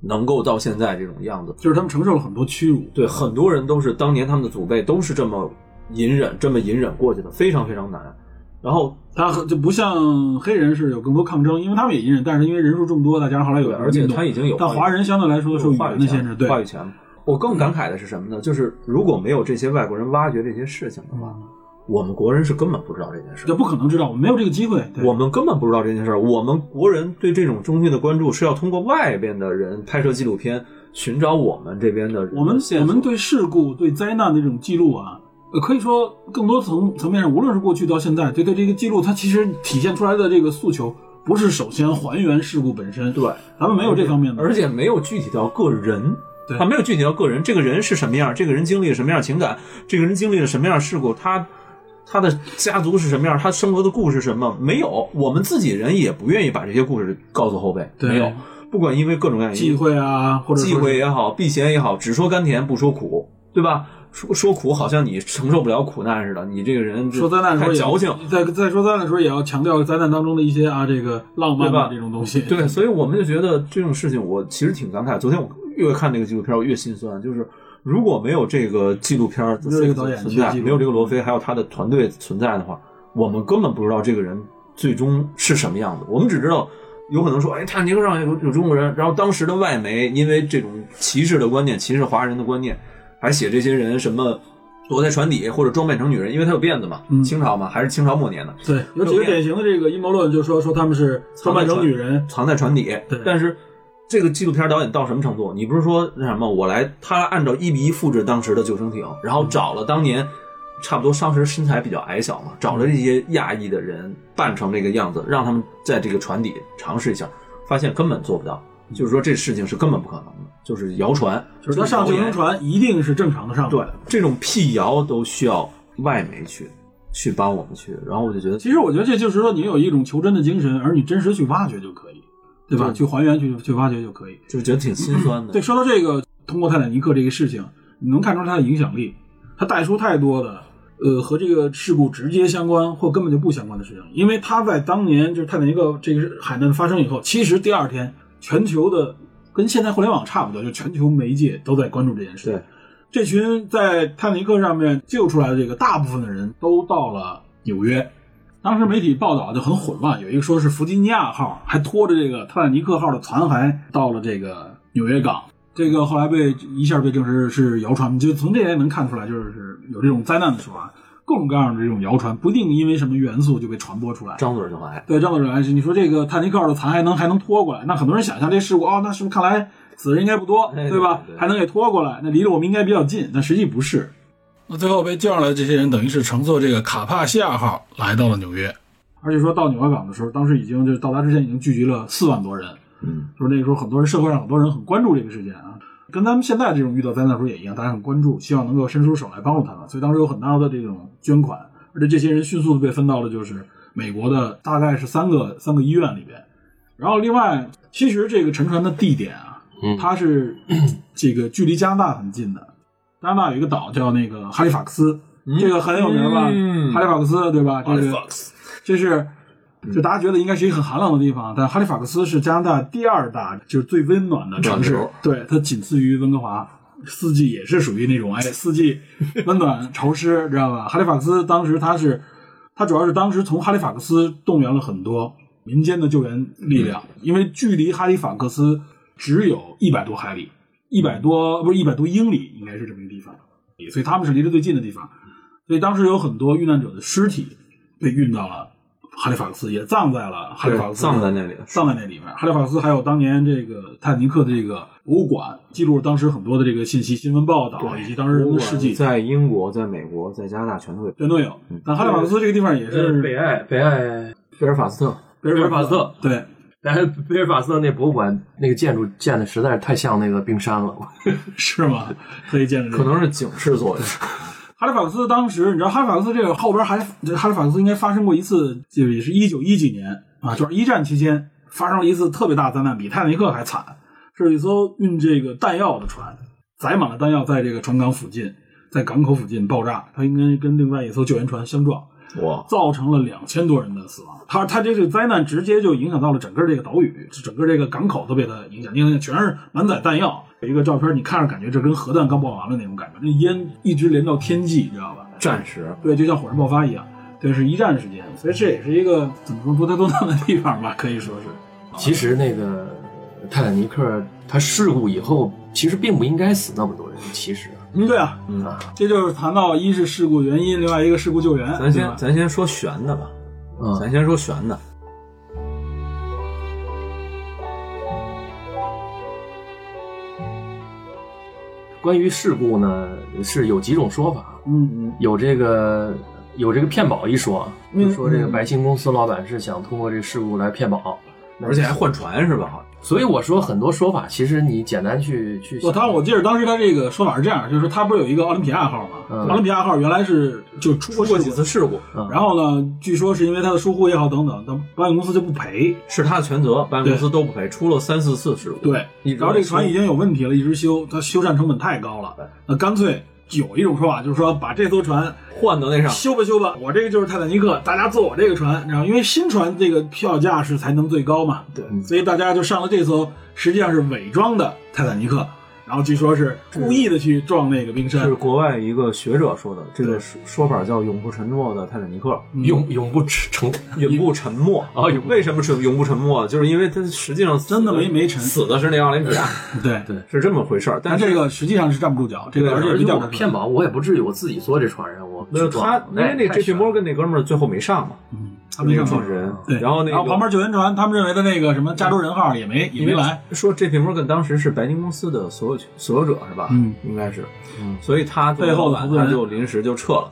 [SPEAKER 5] 能够到现在这种样子，
[SPEAKER 2] 就是他们承受了很多屈辱。
[SPEAKER 5] 对很多人都是当年他们的祖辈都是这么隐忍、这么隐忍过去的，非常非常难。然后
[SPEAKER 2] 他就不像黑人是有更多抗争，因为他们也隐忍，但是因为人数众多，再加上后来有
[SPEAKER 5] 对，而且
[SPEAKER 2] 运动
[SPEAKER 5] 他已经有
[SPEAKER 2] 但华人相对来说受
[SPEAKER 5] 有
[SPEAKER 2] 语
[SPEAKER 5] 话
[SPEAKER 2] 言
[SPEAKER 5] 语
[SPEAKER 2] 的限制，
[SPEAKER 5] 权，
[SPEAKER 2] 对，
[SPEAKER 5] 话语权。我更感慨的是什么呢？就是如果没有这些外国人挖掘这些事情的话，
[SPEAKER 2] 嗯
[SPEAKER 5] 我们国人是根本不知道这件事
[SPEAKER 2] 这
[SPEAKER 5] 儿。
[SPEAKER 2] 不可能知道，我们没有这个机会。对
[SPEAKER 5] 我们根本不知道这件事儿。我们国人对这种中心的关注是要通过外边的人拍摄纪录片，寻找我们这边的人
[SPEAKER 2] 我们
[SPEAKER 5] 的线
[SPEAKER 2] 我
[SPEAKER 5] 索
[SPEAKER 2] 们对事故、对灾难的这种记录啊，呃，可以说更多层层面上，无论是过去到现在，对对这个记录，它其实体现出来的这个诉求，不是首先还原事故本身，
[SPEAKER 5] 对，
[SPEAKER 2] 咱们没有这方面的，
[SPEAKER 5] 而且没有具体到个人。
[SPEAKER 2] 对
[SPEAKER 5] 他没有具体到个人，这个人是什么样，这个人经历了什么样的情感，这个人经历了什么样的事故，他他的家族是什么样，他生活的故事是什么，没有，我们自己人也不愿意把这些故事告诉后辈，
[SPEAKER 2] 对
[SPEAKER 5] 没有，不管因为各种各样的
[SPEAKER 2] 忌讳啊，或者说
[SPEAKER 5] 忌讳也好，避嫌也好，只说甘甜不说苦，对吧？说说苦好像你承受不了苦难似的，你这个人
[SPEAKER 2] 说灾难的时
[SPEAKER 5] 太
[SPEAKER 2] 候也
[SPEAKER 5] 矫情，，
[SPEAKER 2] 在在说灾难的时候也要强调灾难当中的一些啊这个浪漫
[SPEAKER 5] 对吧
[SPEAKER 2] 的这种东西。
[SPEAKER 5] 对，所以我们就觉得这种事情，我其实挺感慨。昨天我越看那个纪录片，我越心酸，就是如果没有这个纪录片
[SPEAKER 2] 没有这个导演
[SPEAKER 5] 存
[SPEAKER 2] 去
[SPEAKER 5] 在，
[SPEAKER 2] 记录
[SPEAKER 5] 没有这个罗非还有他的团队存在的话，我们根本不知道这个人最终是什么样子。我们只知道。有可能说，哎，泰坦尼克上有有中国人，然后当时的外媒因为这种歧视的观念，歧视华人的观念，还写这些人什么躲在船底或者装扮成女人，因为他有辫子嘛，
[SPEAKER 2] 嗯
[SPEAKER 5] 清朝嘛，还是清朝末年的，
[SPEAKER 2] 对，有几个典型的这个阴谋论，就说说他们是装扮成女人，
[SPEAKER 5] 藏在船底
[SPEAKER 2] 对。
[SPEAKER 5] 但是这个纪录片导演到什么程度？你不是说那什么？我来，他按照一比一复制当时的救生艇，然后找了当年差不多当时身材比较矮小嘛，找了这些亚裔的人扮成这个样子，让他们在这个船底尝试一下，发现根本做不到。就是说，这事情是根本不可能的，就是谣传，
[SPEAKER 2] 就是他上救生船一定是正常的上的。
[SPEAKER 5] 对，这种辟谣都需要外媒去去帮我们去。然后我就觉得，
[SPEAKER 2] 其实我觉得这就是说，你有一种求真的精神，而你真实去挖掘就可以，对吧？
[SPEAKER 5] 对
[SPEAKER 2] 去还原去去挖掘就可以。
[SPEAKER 5] 就觉得挺心酸的。
[SPEAKER 2] 对，说到这个，通过《泰坦尼克》这个事情，你能看出它的影响力，它带出太多的呃和这个事故直接相关或根本就不相关的事情，因为它在当年就是泰坦尼克这个海难发生以后，其实第二天全球的跟现在互联网差不多，就全球媒介都在关注这件事。
[SPEAKER 5] 对，
[SPEAKER 2] 这群在泰坦尼克上面救出来的这个大部分的人都到了纽约。当时媒体报道就很混乱，有一个说是弗吉尼亚号还拖着这个泰坦尼克号的残骸到了这个纽约港，这个后来被一下被证实是谣传，就从这也能看出来，就是有这种灾难的时候啊，各种各样的这种谣传，不一定因为什么元素就被传播出来。
[SPEAKER 5] 张嘴就来，
[SPEAKER 2] 对，张导主是你说这个泰坦尼克号的残骸能还能拖过来，那很多人想象这事故哦，那是不是看来死的人应该不多，
[SPEAKER 5] 哎
[SPEAKER 2] 对吧？
[SPEAKER 5] 对对
[SPEAKER 2] 还能给拖过来，那离着我们应该比较近，但实际不是。
[SPEAKER 3] 那最后被救上来的这些人，等于是乘坐这个卡帕西亚号来到了纽约。
[SPEAKER 2] 而且说到纽约港的时候，当时已经就是到达之前已经聚集了四万多人，
[SPEAKER 5] 嗯，
[SPEAKER 2] 说那个时候很多人社会上很多人很关注这个事件啊，跟咱们现在这种遇到灾难的时候也一样，大家很关注，希望能够伸出手来帮助他们，所以当时有很大的这种捐款，而且这些人迅速的被分到了就是美国的大概是三个三个医院里边，然后另外其实这个沉船的地点啊，
[SPEAKER 4] 嗯
[SPEAKER 2] 它 [LAUGHS] 是这个距离加拿大很近的，加拿大有一个岛叫那个哈利法克斯，这个很有名吧？
[SPEAKER 5] 嗯
[SPEAKER 2] 哈嗯利法克斯对吧？这个这是就大家觉得应该是一个很寒冷的地方，但哈利法克斯是加拿大第二大，就是最温暖的城市
[SPEAKER 5] 暖流，
[SPEAKER 2] 对，它仅次于温哥华。四季也是属于那种哎，四季 [LAUGHS] 温暖潮湿，知道吧？哈利法克斯当时它是，它主要是当时从哈利法克斯动员了很多民间的救援力量，因为距离哈利法克斯只有一百多海里，一百多不是一百多英里，应该是这么一个地方，所以他们是离得最近的地方。所以当时有很多遇难者的尸体被运到了哈利法克斯，也葬在了哈利法克斯，
[SPEAKER 5] 葬在那里，
[SPEAKER 2] 葬在那里面。哈利法克斯还有当年这个泰坦尼克的这个博物馆，记录了当时很多的这个信息、新闻报道以及当时人的事迹，
[SPEAKER 5] 在英国、在美国、在加拿大全都有。
[SPEAKER 2] 全都有。但哈利法克斯这个地方也
[SPEAKER 4] 呃北
[SPEAKER 2] 是
[SPEAKER 4] 爱北爱
[SPEAKER 5] 贝尔法斯特，
[SPEAKER 2] 贝
[SPEAKER 4] 贝尔法斯特，
[SPEAKER 2] 对，
[SPEAKER 4] 但是贝尔法斯特那博物馆那个建筑建的实在是太像那个冰山
[SPEAKER 5] 哦
[SPEAKER 4] 了，
[SPEAKER 2] 是吗？可以见识这个
[SPEAKER 5] 可能是警示作用。
[SPEAKER 2] 哈利法克斯当时，你知道哈利法克斯这个后边还这哈利法克斯应该发生过一次，就是也是一九一几年啊，就是一战期间发生了一次特别大的灾难，比泰坦尼克还惨，是一艘运这个弹药的船，载满了弹药，在这个船港附近，在港口附近爆炸，它应该跟另外一艘救援船相撞，
[SPEAKER 5] 哇，
[SPEAKER 2] 造成了两千多人的死亡。它它这个灾难直接就影响到了整个这个岛屿，整个这个港口都被它影响，因为全是满载弹药。有一个照片，你看着感觉这跟核弹刚爆完了那种感觉，那烟一直连到天际，你知道吧？
[SPEAKER 5] 战时
[SPEAKER 2] 对，就像火山爆发一样，对，是一战时间，所以这也是一个怎么说多灾多难的地方吧，可以说是。
[SPEAKER 4] 其实那个泰坦尼克它事故以后，其实并不应该死那么多人。其实
[SPEAKER 2] 嗯，对啊，
[SPEAKER 4] 啊，
[SPEAKER 2] 这就是谈到一是事故原因，另外一个事故救援，
[SPEAKER 5] 咱
[SPEAKER 2] 对吧
[SPEAKER 5] 先咱先说悬的吧，
[SPEAKER 4] 嗯，
[SPEAKER 5] 咱先说悬的。
[SPEAKER 4] 关于事故呢是有几种说法，
[SPEAKER 2] 嗯
[SPEAKER 4] 有这个有这个骗保一说，
[SPEAKER 2] 嗯
[SPEAKER 4] 就说这个白星公司老板是想通过这个事故来骗保，
[SPEAKER 5] 而且还换船是吧？
[SPEAKER 4] 所以我说很多说法，其实你简单去去想，
[SPEAKER 2] 我当时我记得当时他这个说法是这样，就是说他不是有一个奥林匹亚号嘛？
[SPEAKER 4] 嗯
[SPEAKER 2] 奥林匹亚号原来是就出过
[SPEAKER 5] 出过
[SPEAKER 2] 事
[SPEAKER 5] 几
[SPEAKER 2] 故
[SPEAKER 5] 次事故，
[SPEAKER 2] 然后呢，据说是因为他的疏忽也好等等，但保险公司就不赔。
[SPEAKER 5] 是他的全责，保险公司都不赔，出了三四次事故。
[SPEAKER 2] 对，
[SPEAKER 5] 一直
[SPEAKER 2] 然后这个
[SPEAKER 5] 修
[SPEAKER 2] 船已经有问题了，一直修，它修缮成本太高了，那干脆有一种说法就是说，把这艘船
[SPEAKER 5] 换到那上，
[SPEAKER 2] 修吧修吧，我这个就是泰坦尼克，大家坐我这个船，然后因为新船这个票价是才能最高嘛，对，所以大家就上了这艘实际上是伪装的泰坦尼克，然后据说是故意的去撞那个冰山
[SPEAKER 5] 是，国外一个学者说的，这个说说法叫“永不沉没的泰坦尼克
[SPEAKER 4] 永永不成”，
[SPEAKER 5] 永不沉没
[SPEAKER 4] 啊永
[SPEAKER 5] 为什么是永不沉没？就是因为它实际上死
[SPEAKER 2] 真的没没沉
[SPEAKER 5] 死的是那奥林匹亚，
[SPEAKER 2] 对
[SPEAKER 4] 对
[SPEAKER 5] 是这么回事儿。但
[SPEAKER 2] 但
[SPEAKER 5] 是
[SPEAKER 2] 这个实际上是站不住脚，这个
[SPEAKER 5] 对
[SPEAKER 2] 而且
[SPEAKER 4] 而
[SPEAKER 2] 一
[SPEAKER 4] 且
[SPEAKER 2] 点
[SPEAKER 4] 我
[SPEAKER 2] 都不
[SPEAKER 4] 骗保，我也不至于我自己坐这船上，我哎
[SPEAKER 5] 那他因
[SPEAKER 2] 哎
[SPEAKER 5] 为那 JP 摩根那哥们儿最后没上嘛，
[SPEAKER 2] 他们上
[SPEAKER 5] 那个
[SPEAKER 2] 去
[SPEAKER 5] 创始人，
[SPEAKER 2] 嗯对，
[SPEAKER 5] 然后那
[SPEAKER 2] 然后
[SPEAKER 5] 个
[SPEAKER 2] 旁边救援船，他们认为的那个什么加州人号也没也
[SPEAKER 5] 因
[SPEAKER 2] 没
[SPEAKER 5] 为
[SPEAKER 2] 来，
[SPEAKER 5] 说 JP Morgan 当时是白金公司的所有权所有者是吧？
[SPEAKER 2] 嗯，
[SPEAKER 5] 应该是，所以他
[SPEAKER 2] 背后的嗯投资人
[SPEAKER 5] 他就临时就撤了。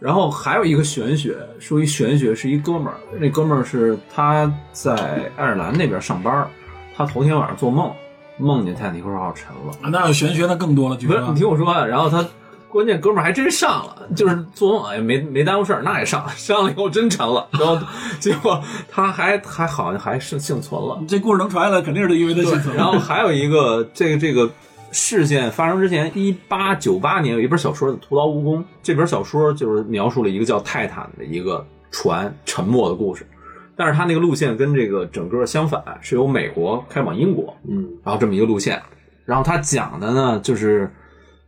[SPEAKER 5] 然后还有一个玄学，说一玄学是一哥们儿，那哥们儿是他在爱尔兰那边上班儿，他头天晚上做梦，梦见泰坦尼克号沉了。
[SPEAKER 2] 啊那有玄学那更多了，据
[SPEAKER 5] 不是，
[SPEAKER 2] 说
[SPEAKER 5] 你听我说啊，然后他关键哥们儿还真上了，就是做梦也没没耽误事儿，那也上了，上了以后真沉了，然后结果他还还好像还是幸存了。
[SPEAKER 2] 这故事能传下来，肯定是因为他幸存。
[SPEAKER 5] [LAUGHS] 然后还有一个，这个这个事件发生之前，一八九八年有一本小说叫《徒劳无功》，这本小说就是描述了一个叫泰坦的一个船沉没的故事。但是它那个路线跟这个整个相反，是由美国开往英国，
[SPEAKER 4] 嗯，
[SPEAKER 5] 然后这么一个路线。然后他讲的呢，就是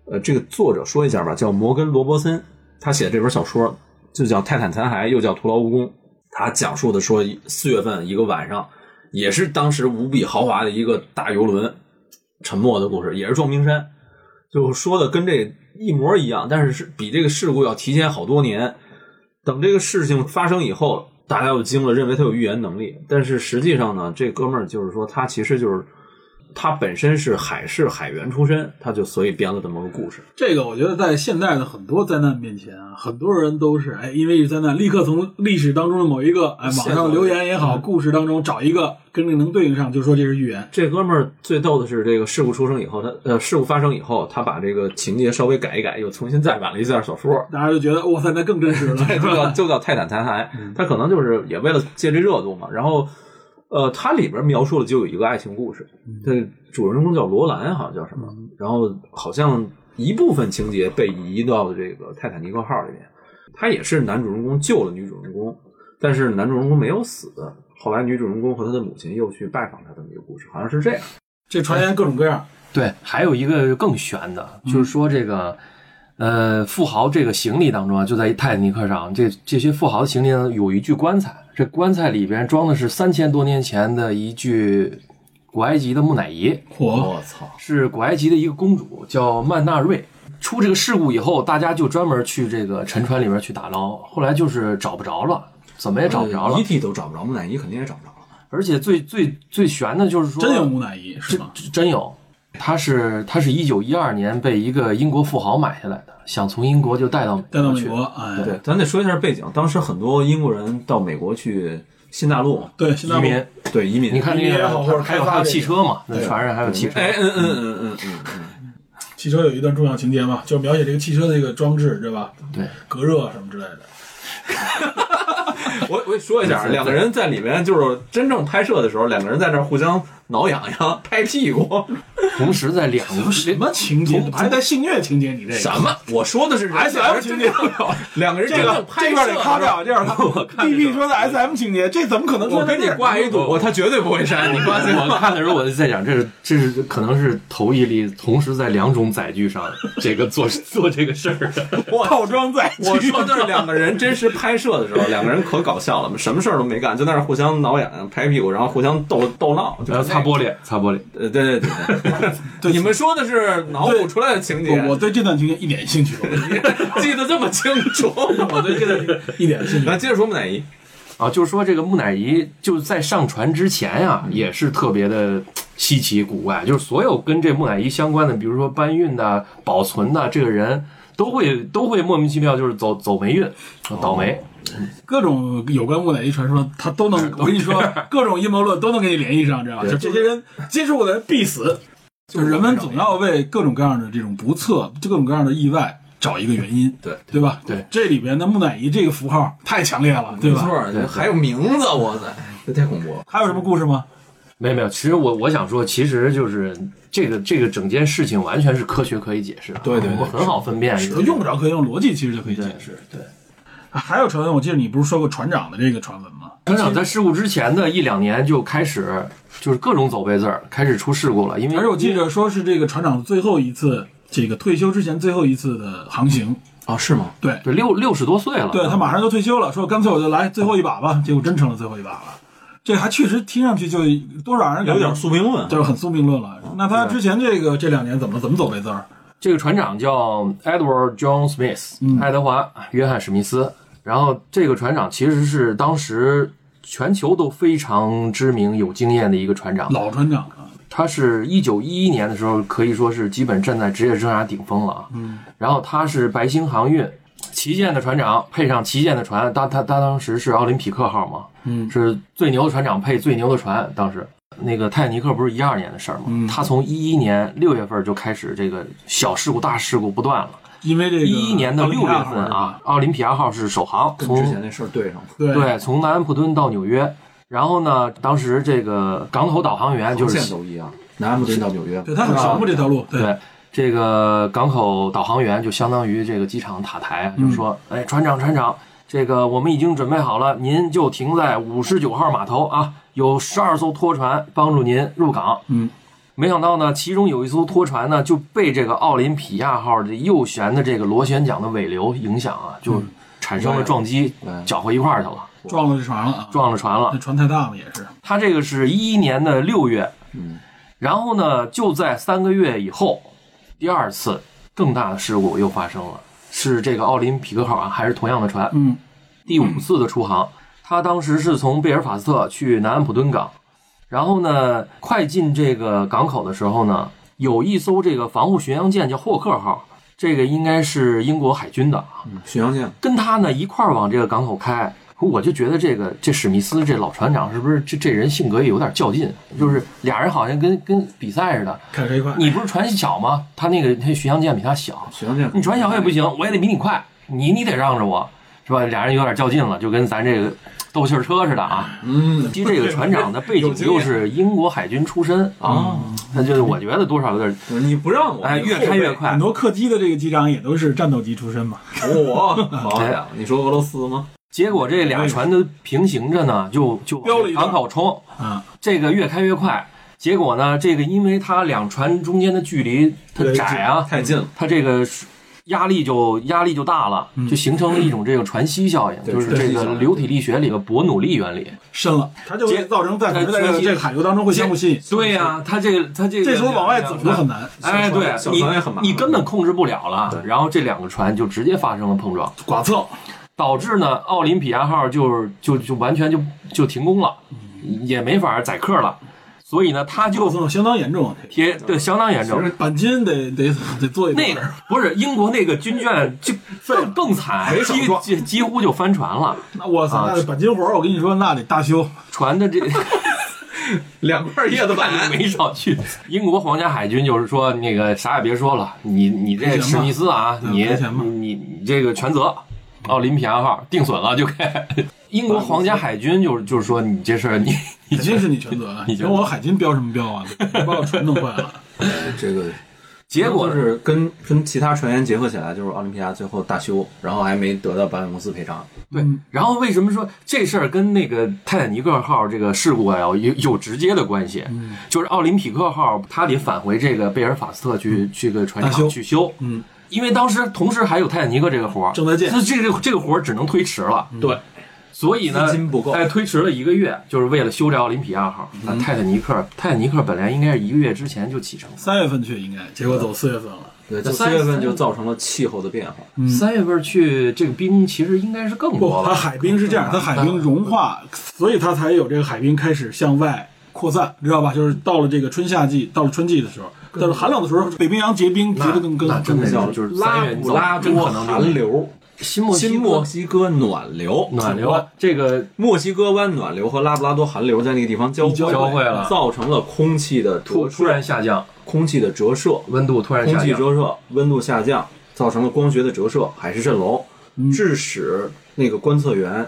[SPEAKER 5] 呃，这个作者说一下吧，叫摩根·罗伯森，他写的这本小说就叫《泰坦残骸》，又叫《徒劳无功》。他讲述的说，四月份一个晚上，也是当时无比豪华的一个大游轮沉没的故事，也是撞冰山，就说的跟这一模一样，但是是比这个事故要提前好多年。等这个事情发生以后，大家又惊了，认为他有预言能力，但是实际上呢，这哥们儿就是说，他其实就是他本身是海事海员出身，他就所以编了这么个故事。
[SPEAKER 2] [LAUGHS] 这个我觉得在现在的很多灾难面前啊，很多人都是哎，因为一灾难，立刻从历史当中的某一个哎嗯网
[SPEAKER 5] 线索
[SPEAKER 2] 上留言也好，故事当中找一个跟这个能对应上，就说这是预言。
[SPEAKER 5] 这哥们儿最逗的是，这个事故出生以后，他呃事故发生以后，他把这个情节稍微改一改，又重新再版了一下小说，
[SPEAKER 2] 大家就觉得哇塞，那更真实 [LAUGHS] 了，是
[SPEAKER 5] 就
[SPEAKER 2] 吧
[SPEAKER 5] 叫就叫泰坦残骸，
[SPEAKER 4] 嗯
[SPEAKER 5] 他可能就是也为了借这热度嘛。然后，呃，它里边描述的就有一个爱情故事，
[SPEAKER 4] 嗯
[SPEAKER 5] 这主人公叫罗兰，好像叫什么，然后好像一部分情节被移到这个泰坦尼克号里面，他也是男主人公救了女主人公，但是男主人公没有死。后来女主人公和她的母亲又去拜访他这么一个故事，好像是这样。
[SPEAKER 2] 这传言各种各样。
[SPEAKER 4] 对，还有一个更悬的，
[SPEAKER 5] 嗯
[SPEAKER 4] 就是说这个，呃，富豪这个行李当中啊，就在一泰坦尼克上，这这些富豪的行李呢有一具棺材，这棺材里边装的是三千多年前的一具古埃及的木乃伊，哦
[SPEAKER 2] 火，
[SPEAKER 5] 操！
[SPEAKER 4] 是古埃及的一个公主，叫曼纳瑞。出这个事故以后，大家就专门去这个沉船里边去打捞，后来就是找不着了，怎么也找不着了
[SPEAKER 5] 遗。体都找不着，木乃伊肯定也找不着了。
[SPEAKER 4] 而且最最最悬的就是说，
[SPEAKER 2] 真有木乃伊是吗？
[SPEAKER 4] 真真有，他是他是一九一二年被一个英国富豪买下来的，想从英国就带到美
[SPEAKER 2] 带到
[SPEAKER 4] 国
[SPEAKER 2] 美
[SPEAKER 4] 去。
[SPEAKER 2] 国，哎，
[SPEAKER 5] 对，咱得说一下背景。当时很多英国人到美国去新大陆，
[SPEAKER 2] 对，现在
[SPEAKER 4] 移民
[SPEAKER 2] 我，
[SPEAKER 5] 对移民。
[SPEAKER 4] 你看那
[SPEAKER 2] 移民也
[SPEAKER 4] 个
[SPEAKER 2] 好或者
[SPEAKER 4] 还
[SPEAKER 2] 开
[SPEAKER 4] 有还
[SPEAKER 2] 发这
[SPEAKER 4] 有
[SPEAKER 2] 个
[SPEAKER 4] 汽车嘛，那船上还有汽车。
[SPEAKER 5] 哎，嗯嗯嗯嗯嗯嗯，
[SPEAKER 2] 汽车有一段重要情节嘛，就是描写这个汽车的这个装置，对吧？
[SPEAKER 4] 对，
[SPEAKER 2] 隔热什么之类的。
[SPEAKER 5] 我我说一下，两个人在里面就是真正拍摄的时候，两个人在那儿互相挠痒痒、拍屁股。
[SPEAKER 4] 同时在两个
[SPEAKER 2] 什么情节？还带性虐情节？你这
[SPEAKER 5] 什么？我说的是
[SPEAKER 2] S M 情节？
[SPEAKER 5] 两个人真正拍摄的时候。
[SPEAKER 2] 掉，啊这样 [LAUGHS] 我看 B B 说的 S M 情节，这怎么可能
[SPEAKER 5] 我跟你挂一赌，他绝对不会删，你放心
[SPEAKER 4] 哎我
[SPEAKER 5] 吧。
[SPEAKER 4] 看的时候我就在想，这是这是可能是头一例同时在两种载具上这个做做这个事儿
[SPEAKER 2] [LAUGHS]
[SPEAKER 4] 的。
[SPEAKER 2] 套装在
[SPEAKER 5] 我说的是两个人真实拍摄的时候，两个人可搞笑了，什么事儿都没干，就在那儿互相挠痒痒、拍屁股，然后互相逗逗闹，就
[SPEAKER 4] 然后呃擦玻璃，擦玻璃。
[SPEAKER 5] 呃，对对 [LAUGHS] 对，对你们说的是脑补出来的情节，
[SPEAKER 2] 我对这段情节一点兴趣都没有，
[SPEAKER 5] [LAUGHS] 记得这么清楚。我对这个，
[SPEAKER 2] 一点兴趣
[SPEAKER 5] 来接着说木乃伊，
[SPEAKER 4] 啊，就是说这个木乃伊就在上船之前呀、
[SPEAKER 2] 嗯
[SPEAKER 4] 也是特别的稀奇古怪，就是所有跟这木乃伊相关的，比如说搬运的、
[SPEAKER 2] 哦
[SPEAKER 4] 保存的，这个人都会都会莫名其妙就是走走霉运，倒霉。
[SPEAKER 2] 各种有关木乃伊传说，他都 [LAUGHS] 能，我跟你说，各种阴谋论都能给你联系上，知道吧？就这些人接触过的人必死，就是人们总要为各种各样的这种不测、各种各样的意外找一个原因，
[SPEAKER 5] 对
[SPEAKER 2] 对吧？
[SPEAKER 4] 对，
[SPEAKER 2] 这里边的木乃伊这个符号太强烈了，对
[SPEAKER 5] 没
[SPEAKER 2] 吧？
[SPEAKER 5] 错，还有名字，我操，这太恐怖了。
[SPEAKER 2] 还有什么故事吗？
[SPEAKER 4] 没有没有，其实我我想说，其实就是这个这个整件事情完全是科学可以解释的，啊
[SPEAKER 5] 对对对
[SPEAKER 4] 我很好分辨，
[SPEAKER 2] 用不着科学，用逻辑其实就可以解
[SPEAKER 4] 对
[SPEAKER 2] 释。
[SPEAKER 4] 是对。
[SPEAKER 2] 还有传闻，我记得你不是说过船长的这个传闻吗？
[SPEAKER 4] 船长在事故之前的一两年就开始就是各种走背字儿，开始出事故了，因为
[SPEAKER 2] 而且我记着说是这个船长最后一次，这个退休之前最后一次的航行，
[SPEAKER 5] 啊，是吗？
[SPEAKER 2] 对，
[SPEAKER 4] 对六六十多岁了，
[SPEAKER 2] 对他马上就退休了，说干脆我就来最后一把吧，结果真成了最后一把了。这还确实听上去就多少让人感
[SPEAKER 5] 有
[SPEAKER 2] 觉
[SPEAKER 5] 点宿命论，
[SPEAKER 2] 就是很宿命论了。那他之前这个这两年怎么怎么走背字儿？
[SPEAKER 4] 这个船长叫 Edward John Smith，、爱
[SPEAKER 2] 嗯
[SPEAKER 4] 德华·约翰·史密斯。然后这个船长其实是当时全球都非常知名、有经验的一个船长。
[SPEAKER 2] 老船长啊，
[SPEAKER 4] 他是一九一一年的时候，可以说是基本站在职业生涯顶峰了啊。嗯。然后他是白星航运旗舰的船长，配上旗舰的船，他他他当时是奥林匹克号嘛，嗯，是最牛的船长配最牛的船。当时那个泰坦尼克不是一二年的事儿嘛，他从一一年六月份就开始这个小事故、大事故不断了。
[SPEAKER 2] 因为这个
[SPEAKER 4] 一一年的六月
[SPEAKER 2] 奥林匹克
[SPEAKER 4] 份
[SPEAKER 2] 号是吧，
[SPEAKER 4] 啊，奥林匹亚号是首航，
[SPEAKER 5] 跟之前
[SPEAKER 4] 从
[SPEAKER 5] 那事儿对上了。
[SPEAKER 2] 对
[SPEAKER 4] 哦对从南安普敦到纽约。然后呢，当时这个港口导航员就
[SPEAKER 5] 航
[SPEAKER 4] 是
[SPEAKER 5] 线都一样，南安普敦到纽约，
[SPEAKER 2] 对，他很熟嘛这条路，对
[SPEAKER 4] 对，这个港口导航员就相当于这个机场塔台，就说：“哎，船长，船长，这个我们已经准备好了，您就停在五十九号码头啊，有十二艘拖船帮助您入港。”
[SPEAKER 2] 嗯。
[SPEAKER 4] 没想到呢，其中有一艘拖船呢就被这个奥林匹亚号的右舷的这个螺旋桨的尾流影响啊，就产生了撞击，
[SPEAKER 5] 嗯
[SPEAKER 4] 搅和一块儿去了，
[SPEAKER 2] 撞了这船了啊，
[SPEAKER 4] 撞了船了
[SPEAKER 2] 那。船太大了也是，
[SPEAKER 4] 他这个是一一年的六月，
[SPEAKER 5] 嗯，
[SPEAKER 4] 然后呢，就在三个月以后，第二次更大的事故又发生了，是这个奥林匹克号啊，还是同样的船，
[SPEAKER 2] 嗯，
[SPEAKER 4] 第五次的出航，他当时是从贝尔法斯特去南安普敦港，然后呢，快进这个港口的时候呢，有一艘这个防务巡洋舰叫霍克号，这个应该是英国海军的啊，
[SPEAKER 5] 巡洋舰
[SPEAKER 4] 跟他呢一块儿往这个港口开。我就觉得这个这史密斯这老船长是不是这这人性格也有点较劲，就是俩人好像跟跟比赛似的。
[SPEAKER 2] 开谁快？
[SPEAKER 4] 你不是船小吗？他那个他巡洋舰比他小，
[SPEAKER 5] 巡洋舰，
[SPEAKER 4] 你船小也不行，我也得比你快，你你得让着我，是吧？俩人有点较劲了，就跟咱这个斗气儿车似的啊。
[SPEAKER 5] 嗯
[SPEAKER 4] 其实这个船长的背景又是英国海军出身啊，
[SPEAKER 2] 嗯
[SPEAKER 5] 啊，
[SPEAKER 4] 那就是我觉得多少有点
[SPEAKER 5] 你不让我，
[SPEAKER 4] 哎越开越
[SPEAKER 2] 很
[SPEAKER 4] 快。
[SPEAKER 2] 多客机的这个机长也都是战斗机出身嘛，
[SPEAKER 5] 我，好呀，你说俄罗斯吗？
[SPEAKER 4] 结果这俩船都平行着呢，就就
[SPEAKER 2] 飙了一段
[SPEAKER 4] 港口冲，
[SPEAKER 2] 啊，
[SPEAKER 4] 这个越开越快。结果呢，这个因为它两船中间的距离它
[SPEAKER 2] 对
[SPEAKER 4] 窄啊，
[SPEAKER 5] 太近了，
[SPEAKER 4] 它这个压力就压力就大了，就形成了一种这个船吸效应，
[SPEAKER 5] 对
[SPEAKER 4] 就是
[SPEAKER 5] 船
[SPEAKER 4] 这
[SPEAKER 5] 吸效
[SPEAKER 4] 个
[SPEAKER 5] 应
[SPEAKER 4] 流体力学里的伯努利原理。
[SPEAKER 2] 深了，它就会
[SPEAKER 4] 结
[SPEAKER 2] 造成在在
[SPEAKER 4] 在
[SPEAKER 2] 这个
[SPEAKER 4] 在
[SPEAKER 2] 这个海流当中会相互吸引，
[SPEAKER 4] 对呀、它这个它这个
[SPEAKER 2] 这时候往外走就很。难，
[SPEAKER 4] 哎，对
[SPEAKER 5] 小船
[SPEAKER 4] 你
[SPEAKER 5] 也很麻烦
[SPEAKER 4] 你根本控制不了了，然后这两个船就直接发生了碰撞，
[SPEAKER 2] 剐蹭，
[SPEAKER 4] 导致呢奥林匹亚号就是就就完全就就停工了，也没法载客了，所以呢，它
[SPEAKER 2] 剐
[SPEAKER 4] 就
[SPEAKER 2] 蹭相当严重啊，这个
[SPEAKER 4] 贴对相当严重，
[SPEAKER 2] 钣金得得得做一
[SPEAKER 4] 那
[SPEAKER 2] 点
[SPEAKER 4] 个
[SPEAKER 2] 儿，
[SPEAKER 4] 不是英国那个
[SPEAKER 2] [LAUGHS]
[SPEAKER 4] 军舰就更更惨，
[SPEAKER 5] 没少
[SPEAKER 4] 几
[SPEAKER 5] 撞
[SPEAKER 4] 几几乎就翻船了。
[SPEAKER 2] 那我操，
[SPEAKER 4] 啊
[SPEAKER 2] 那钣金活儿，我跟你说，那得大修。
[SPEAKER 4] 船的这 [LAUGHS]
[SPEAKER 5] 两块叶子板，
[SPEAKER 4] 没少去。英国皇家海军就是说，那个啥也别说了，你你
[SPEAKER 2] 赔
[SPEAKER 4] 这
[SPEAKER 2] 钱吧
[SPEAKER 4] 史密斯啊，
[SPEAKER 2] 嗯
[SPEAKER 4] 你
[SPEAKER 2] 赔钱吧嗯
[SPEAKER 4] 你你这个全责，奥林匹亚号定损了就该。 [LAUGHS] 英国皇家海军就是就是说，你这事儿你
[SPEAKER 2] 海军是你全责的，你跟我海军标什么标 [LAUGHS] 啊？你把我船弄坏了，
[SPEAKER 5] 这个
[SPEAKER 4] 结果
[SPEAKER 5] 就
[SPEAKER 4] 呢
[SPEAKER 5] 是跟跟其他船员结合起来，就是奥林匹亚最后大修，然后还没得到保险公司赔偿，
[SPEAKER 4] 对，
[SPEAKER 2] 嗯
[SPEAKER 4] 然后为什么说这事儿跟那个泰坦尼克号这个事故啊有有直接的关系？
[SPEAKER 2] 嗯
[SPEAKER 4] 就是奥林匹克号它得返回这个贝尔法斯特去、去个
[SPEAKER 2] 嗯
[SPEAKER 4] 船
[SPEAKER 2] 大修
[SPEAKER 4] 厂去修，嗯，因为当时同时还有泰坦尼克这个活儿
[SPEAKER 2] 正在建嗯
[SPEAKER 4] 那这个这个活儿只能推迟了，对。所以呢，
[SPEAKER 5] 资金不够
[SPEAKER 4] 哎，推迟了一个月，就是为了修这奥林匹亚号。
[SPEAKER 2] 嗯
[SPEAKER 4] 那泰坦尼克，泰坦尼克本来应该是一个月之前就启程，
[SPEAKER 2] 三月份去应该，结果走四月份了。
[SPEAKER 5] 对，
[SPEAKER 4] 那
[SPEAKER 5] 就四
[SPEAKER 4] 三嗯
[SPEAKER 5] 月份就造成了气候的变化，
[SPEAKER 4] 三月份去，这个冰其实应该是更多
[SPEAKER 2] 不，它
[SPEAKER 4] 了。
[SPEAKER 2] 海冰是这样，它海冰融化，所以它才有这个海冰开始向外扩散，知道吧？就是到了这个春夏季，到了春季的时候，但是寒冷的时候，北冰洋结冰结
[SPEAKER 4] 那
[SPEAKER 2] 的更更
[SPEAKER 4] 那真
[SPEAKER 2] 更
[SPEAKER 4] 的
[SPEAKER 5] 叫
[SPEAKER 4] 就是三
[SPEAKER 5] 拉
[SPEAKER 4] 月你
[SPEAKER 5] 普
[SPEAKER 4] 走
[SPEAKER 5] 拉
[SPEAKER 4] 真
[SPEAKER 5] 多
[SPEAKER 4] 可能就
[SPEAKER 5] 寒流，
[SPEAKER 4] 新墨西
[SPEAKER 5] 新
[SPEAKER 4] 哥
[SPEAKER 5] 墨西哥暖流，
[SPEAKER 4] 暖流这个
[SPEAKER 5] 墨西哥湾暖流和拉布拉多寒流在那个地方交汇，
[SPEAKER 4] 交汇了
[SPEAKER 5] 造成了空气的
[SPEAKER 4] 突
[SPEAKER 5] 折
[SPEAKER 4] 突然下降，
[SPEAKER 5] 空气的折射，
[SPEAKER 4] 温度突然
[SPEAKER 5] 空
[SPEAKER 4] 下
[SPEAKER 5] 气
[SPEAKER 4] 降，
[SPEAKER 5] 折射，温度下降，造成了光学的折射，海市蜃楼，
[SPEAKER 4] 嗯
[SPEAKER 5] 致使那个观测员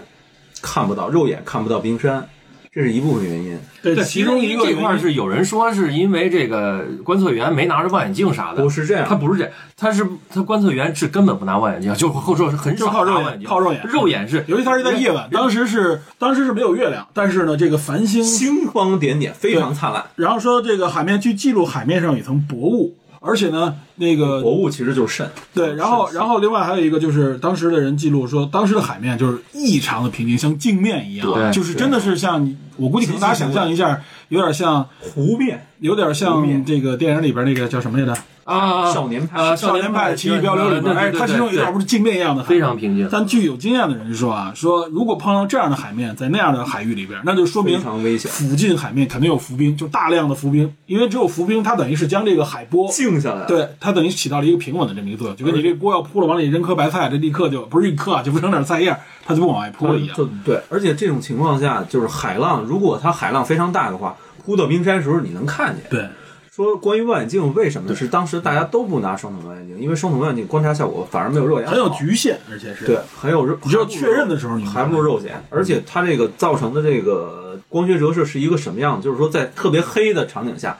[SPEAKER 5] 看不到，肉眼看不到冰山，这是一部分原因。
[SPEAKER 2] 对
[SPEAKER 4] 对，
[SPEAKER 2] 其中一个
[SPEAKER 4] 这块
[SPEAKER 2] 原
[SPEAKER 4] 儿
[SPEAKER 2] 因
[SPEAKER 4] 是有人说是因为这个观测员没拿着望远镜啥的，
[SPEAKER 5] 不是这样
[SPEAKER 4] 他不是这，他是他观测员是根本不拿望远镜，就是后说是很
[SPEAKER 2] 就
[SPEAKER 4] 少
[SPEAKER 2] 靠
[SPEAKER 4] 拿
[SPEAKER 2] 肉
[SPEAKER 4] 望远
[SPEAKER 2] 眼，
[SPEAKER 4] 镜，
[SPEAKER 2] 靠肉眼，
[SPEAKER 4] 肉眼是
[SPEAKER 2] 尤其它是在夜晚，当时是当时是没有月亮，但是呢，这个繁星，
[SPEAKER 5] 星光点点，非常灿烂。
[SPEAKER 2] 然后说这个海面去记录海面上有一层薄雾，而且呢，那个
[SPEAKER 5] 薄雾其实就是肾，
[SPEAKER 2] 对，然后然后另外还有一个就是当时的人记录说，当时的海面就是异常的平静，像镜面一
[SPEAKER 4] 对
[SPEAKER 2] 样，就是真的是像你我估计可能大家想象一下，有点像
[SPEAKER 5] 湖面
[SPEAKER 2] 有点像这个电影里边那个叫什么来着，《
[SPEAKER 4] 啊，
[SPEAKER 5] 少年派
[SPEAKER 4] 啊，
[SPEAKER 2] 少年派奇遇漂流》里边，哎，它其中有一段不
[SPEAKER 4] 是
[SPEAKER 2] 是镜面一样的海
[SPEAKER 4] 非常平静，
[SPEAKER 2] 但据有经验的人说啊，说如果碰上这样的海面，在那样的海域里边，那就说明
[SPEAKER 5] 非常危险
[SPEAKER 2] 附近海面肯定有浮冰，就大量的浮冰，因为只有浮冰，它等于是将这个海波，
[SPEAKER 5] 静下来了。
[SPEAKER 2] 对，它等于起到了一个平稳的这么一个作用，就跟你这锅要扑了，往里扔颗白菜，这立刻就不是一颗啊，就不扔点菜叶，它就不往外扑了一样。
[SPEAKER 5] 就对，而且这种情况下，就是海浪，如果它海浪非常大的话，扑到冰山时候你能看见。
[SPEAKER 2] 对，
[SPEAKER 5] 说关于望远镜为什么是当时大家都不拿双筒望远镜，因为双筒望远镜观察效果反而没有肉眼
[SPEAKER 2] 很有
[SPEAKER 5] 好
[SPEAKER 2] 局限，而且是
[SPEAKER 5] 对，很有肉，
[SPEAKER 2] 你只有确认的时候你
[SPEAKER 5] 还不如肉眼。而且它这个造成的这个光学折射是一个什么样的？就是说在特别黑的场景下，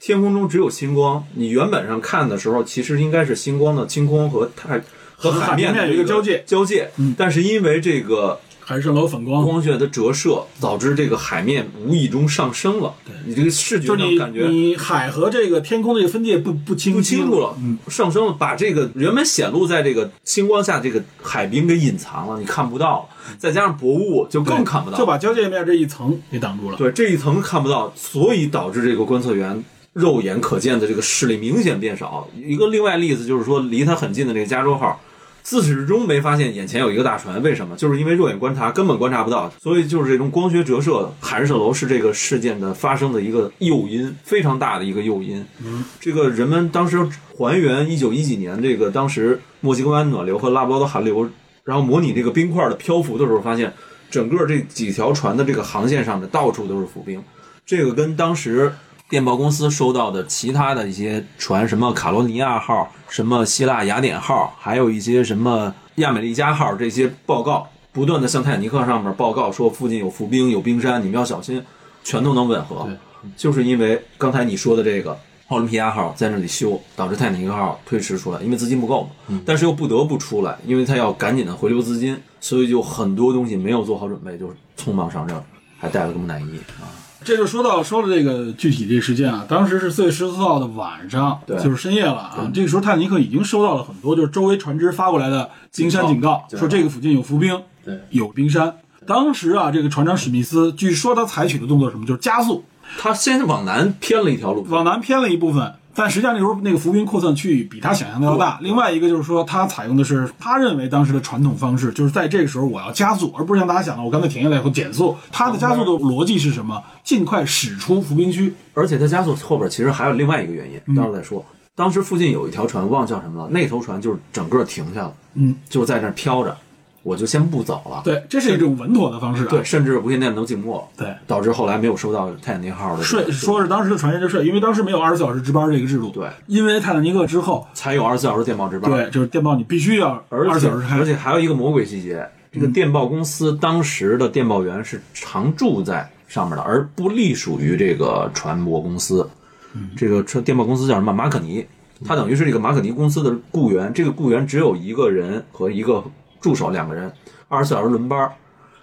[SPEAKER 5] 天空中只有星光，你原本上看的时候，其实应该是星光的清空和太和
[SPEAKER 2] 和海
[SPEAKER 5] 海面
[SPEAKER 2] 面
[SPEAKER 5] 的
[SPEAKER 2] 有一个交界嗯
[SPEAKER 5] 交界。但是因为这个
[SPEAKER 2] 海市蜃楼反光，
[SPEAKER 5] 光学的折射导致这个海面无意中上升了，你这个视觉
[SPEAKER 2] 就是
[SPEAKER 5] 上
[SPEAKER 2] 你
[SPEAKER 5] 感觉
[SPEAKER 2] 你海和这个天空的这个分界不不清
[SPEAKER 5] 不
[SPEAKER 2] 晰
[SPEAKER 5] 清楚了，
[SPEAKER 2] 嗯
[SPEAKER 5] 上升了，把这个原本显露在这个星光下这个海冰给隐藏了，你看不到
[SPEAKER 2] 嗯
[SPEAKER 5] 了，再加上薄雾就更看不到，
[SPEAKER 2] 就把交界面这一层给挡住了。
[SPEAKER 5] 对这一层看不到，所以导致这个观测员肉眼可见的这个视力明显变少。一个另外例子就是说，离他很近的这个加州号。自始至终没发现眼前有一个大船，为什么？就是因为肉眼观察根本观察不到，所以就是这种光学折射，海市蜃楼是这个事件的发生的一个诱因，非常大的一个诱因。嗯，这个人们当时还原一九一几年这个当时墨西哥湾暖流和拉布拉多寒流，然后模拟这个冰块的漂浮的时候，发现整个这几条船的这个航线上的到处都是浮冰，这个跟当时电报公司收到的其他的一些船，什么卡罗尼亚号、什么希腊雅典号，还有一些什么亚美利加号这些报告，不断的向泰坦尼克上面报告说附近有浮冰、有冰山，你们要小心，全都能吻合。就是因为刚才你说的这个奥林匹亚号在那里修，导致泰坦尼克号推迟出来，因为资金不够嘛。
[SPEAKER 2] 嗯
[SPEAKER 5] 但是又不得不出来，因为他要赶紧的回流资金，所以就很多东西没有做好准备，就匆忙上阵，还带了个木乃伊
[SPEAKER 2] 嗯
[SPEAKER 5] 啊。
[SPEAKER 2] 这就说到说了这个具体这个事件啊，当时是四月十四号的晚上，
[SPEAKER 5] 对
[SPEAKER 2] 就是深夜了啊。这个时候，泰坦尼克已经收到了很多就是周围船只发过来的冰山警告，说这个附近有浮冰，
[SPEAKER 4] 对，
[SPEAKER 2] 有冰山。当时啊，这个船长史密斯，据说他采取的动作是什么，就是加速
[SPEAKER 5] 他先往南偏了一条路，
[SPEAKER 2] 往南偏了一部分，但实际上那时候那个浮冰扩散区域比他想象的要大。另外一个就是说，他采用的是他认为当时的传统方式，就是在这个时候我要加速，而不是像大家想的我刚才停下来以后减速。他的加速的逻辑是什么？尽快驶出浮冰区。
[SPEAKER 5] 而且他加速后边其实还有另外一个原因，到时
[SPEAKER 2] 嗯
[SPEAKER 5] 候再说。当时附近有一条船，忘叫什么了，那头船就是整个停下了，
[SPEAKER 2] 嗯，
[SPEAKER 5] 就在那儿飘着，我就先不走了。
[SPEAKER 2] 对，这是一种稳妥的方式啊。
[SPEAKER 5] 对，甚至无线电都静默，
[SPEAKER 2] 对
[SPEAKER 5] 导致后来没有收到泰坦尼克号的这
[SPEAKER 2] 睡
[SPEAKER 5] 个
[SPEAKER 2] 说是当时的船员就睡，因为当时没有二十四小时值班这个制度。
[SPEAKER 5] 对
[SPEAKER 2] 因为泰坦尼克之后，
[SPEAKER 5] 才有二十四小时电报值班。
[SPEAKER 2] 对，就是电报你必须要
[SPEAKER 5] 而
[SPEAKER 2] 二十四
[SPEAKER 5] 且
[SPEAKER 2] 小时嗯开。
[SPEAKER 5] 而且还有一个魔鬼细节，这个电报公司当时的电报员是常驻在上面的，而不隶属于这个船舶公司。
[SPEAKER 2] 嗯
[SPEAKER 5] 这个车电报公司叫什么？马可尼，他等于是这个马可尼公司的雇员。这个雇员只有一个人和一个助手两个人，二十四小时轮班儿。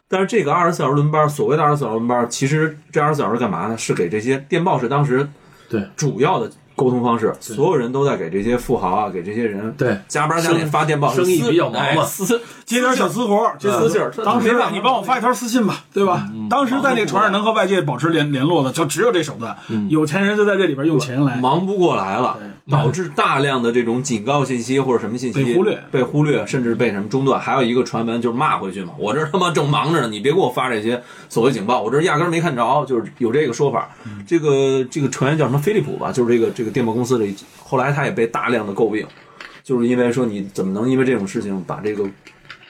[SPEAKER 5] 但是这个二十四小时轮班儿，所谓的二十四小时轮班儿，其实这二十四小时干嘛呢？是给这些电报是当时
[SPEAKER 4] 对
[SPEAKER 5] 主要的沟通方式，所有人都在给这些富豪啊，给这些人
[SPEAKER 4] 对
[SPEAKER 5] 加班加点发电报，
[SPEAKER 4] 生意
[SPEAKER 5] 私
[SPEAKER 4] 比较忙嘛
[SPEAKER 5] 哎私
[SPEAKER 2] 接点小私活儿，接
[SPEAKER 5] 私信儿
[SPEAKER 2] 当时
[SPEAKER 5] 没办法嗯
[SPEAKER 2] 你帮我发一条私信吧，对吧？当时在那个船上能和外界保持联联络的，就只有这手段。
[SPEAKER 5] 嗯
[SPEAKER 2] 有钱人就在这里边用钱来。
[SPEAKER 5] 忙不过来了，导致大量的这种警告信息或者什么信息
[SPEAKER 2] 被忽略
[SPEAKER 5] 被忽略，甚至被什么中断。还有一个传闻就是骂回去嘛，我这他妈正忙着呢，你别给我发这些所谓警报，我这压根儿没看着，就是有这个说法。
[SPEAKER 2] 嗯
[SPEAKER 5] 这个这个船员叫什么飞利浦吧，就是这个这个电报公司的一，后来他也被大量的诟病。就是因为说你怎么能因为这种事情把这个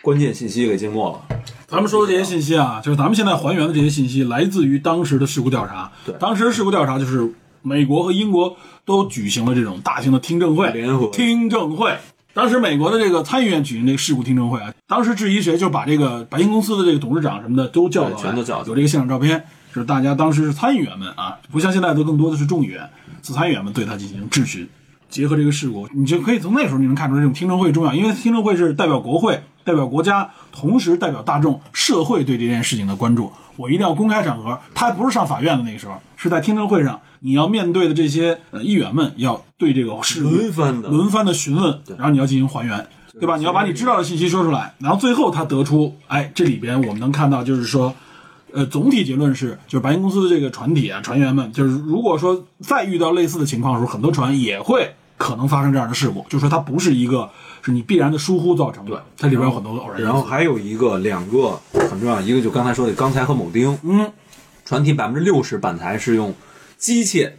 [SPEAKER 5] 关键信息给淹没了。
[SPEAKER 2] 咱们说的这些信息啊，就是咱们现在还原的这些信息，来自于当时的事故调查。
[SPEAKER 5] 对
[SPEAKER 2] 当时事故调查就是美国和英国都举行了这种大型的听证会，
[SPEAKER 5] 联合
[SPEAKER 2] 听证会。当时美国的这个参议院举行这个事故听证会啊，当时质疑谁，就把这个白银公司的这个董事长什么的都叫过来，
[SPEAKER 5] 对全都叫过来
[SPEAKER 2] 有这个现场照片，就是大家当时是参议员们啊，不像现在都更多的是众议员，是参议员们对他进行质询。结合这个事故，你就可以从那时候你能看出这种听证会重要，因为听证会是代表国会、代表国家，同时代表大众社会对这件事情的关注。我一定要公开场合，他还不是上法院的那个时候，是在听证会上，你要面对的这些呃议员们要对这个事故
[SPEAKER 5] 轮番的
[SPEAKER 2] 轮番的询问，然后你要进行还原，对吧？你要把你知道的信息说出来，然后最后他得出，哎，这里边我们能看到就是说。呃，总体结论是，就是白银公司的这个船体啊，船员们，就是如果说再遇到类似的情况的时候，很多船也会可能发生这样的事故，就说它不是一个是你必然的疏忽造成的，对，它里边有很多的偶然因素。
[SPEAKER 5] 然后还有一个两个很重要，一个就刚才说的钢材和铆钉，
[SPEAKER 2] 嗯，
[SPEAKER 5] 船体百分之六十板材是用机械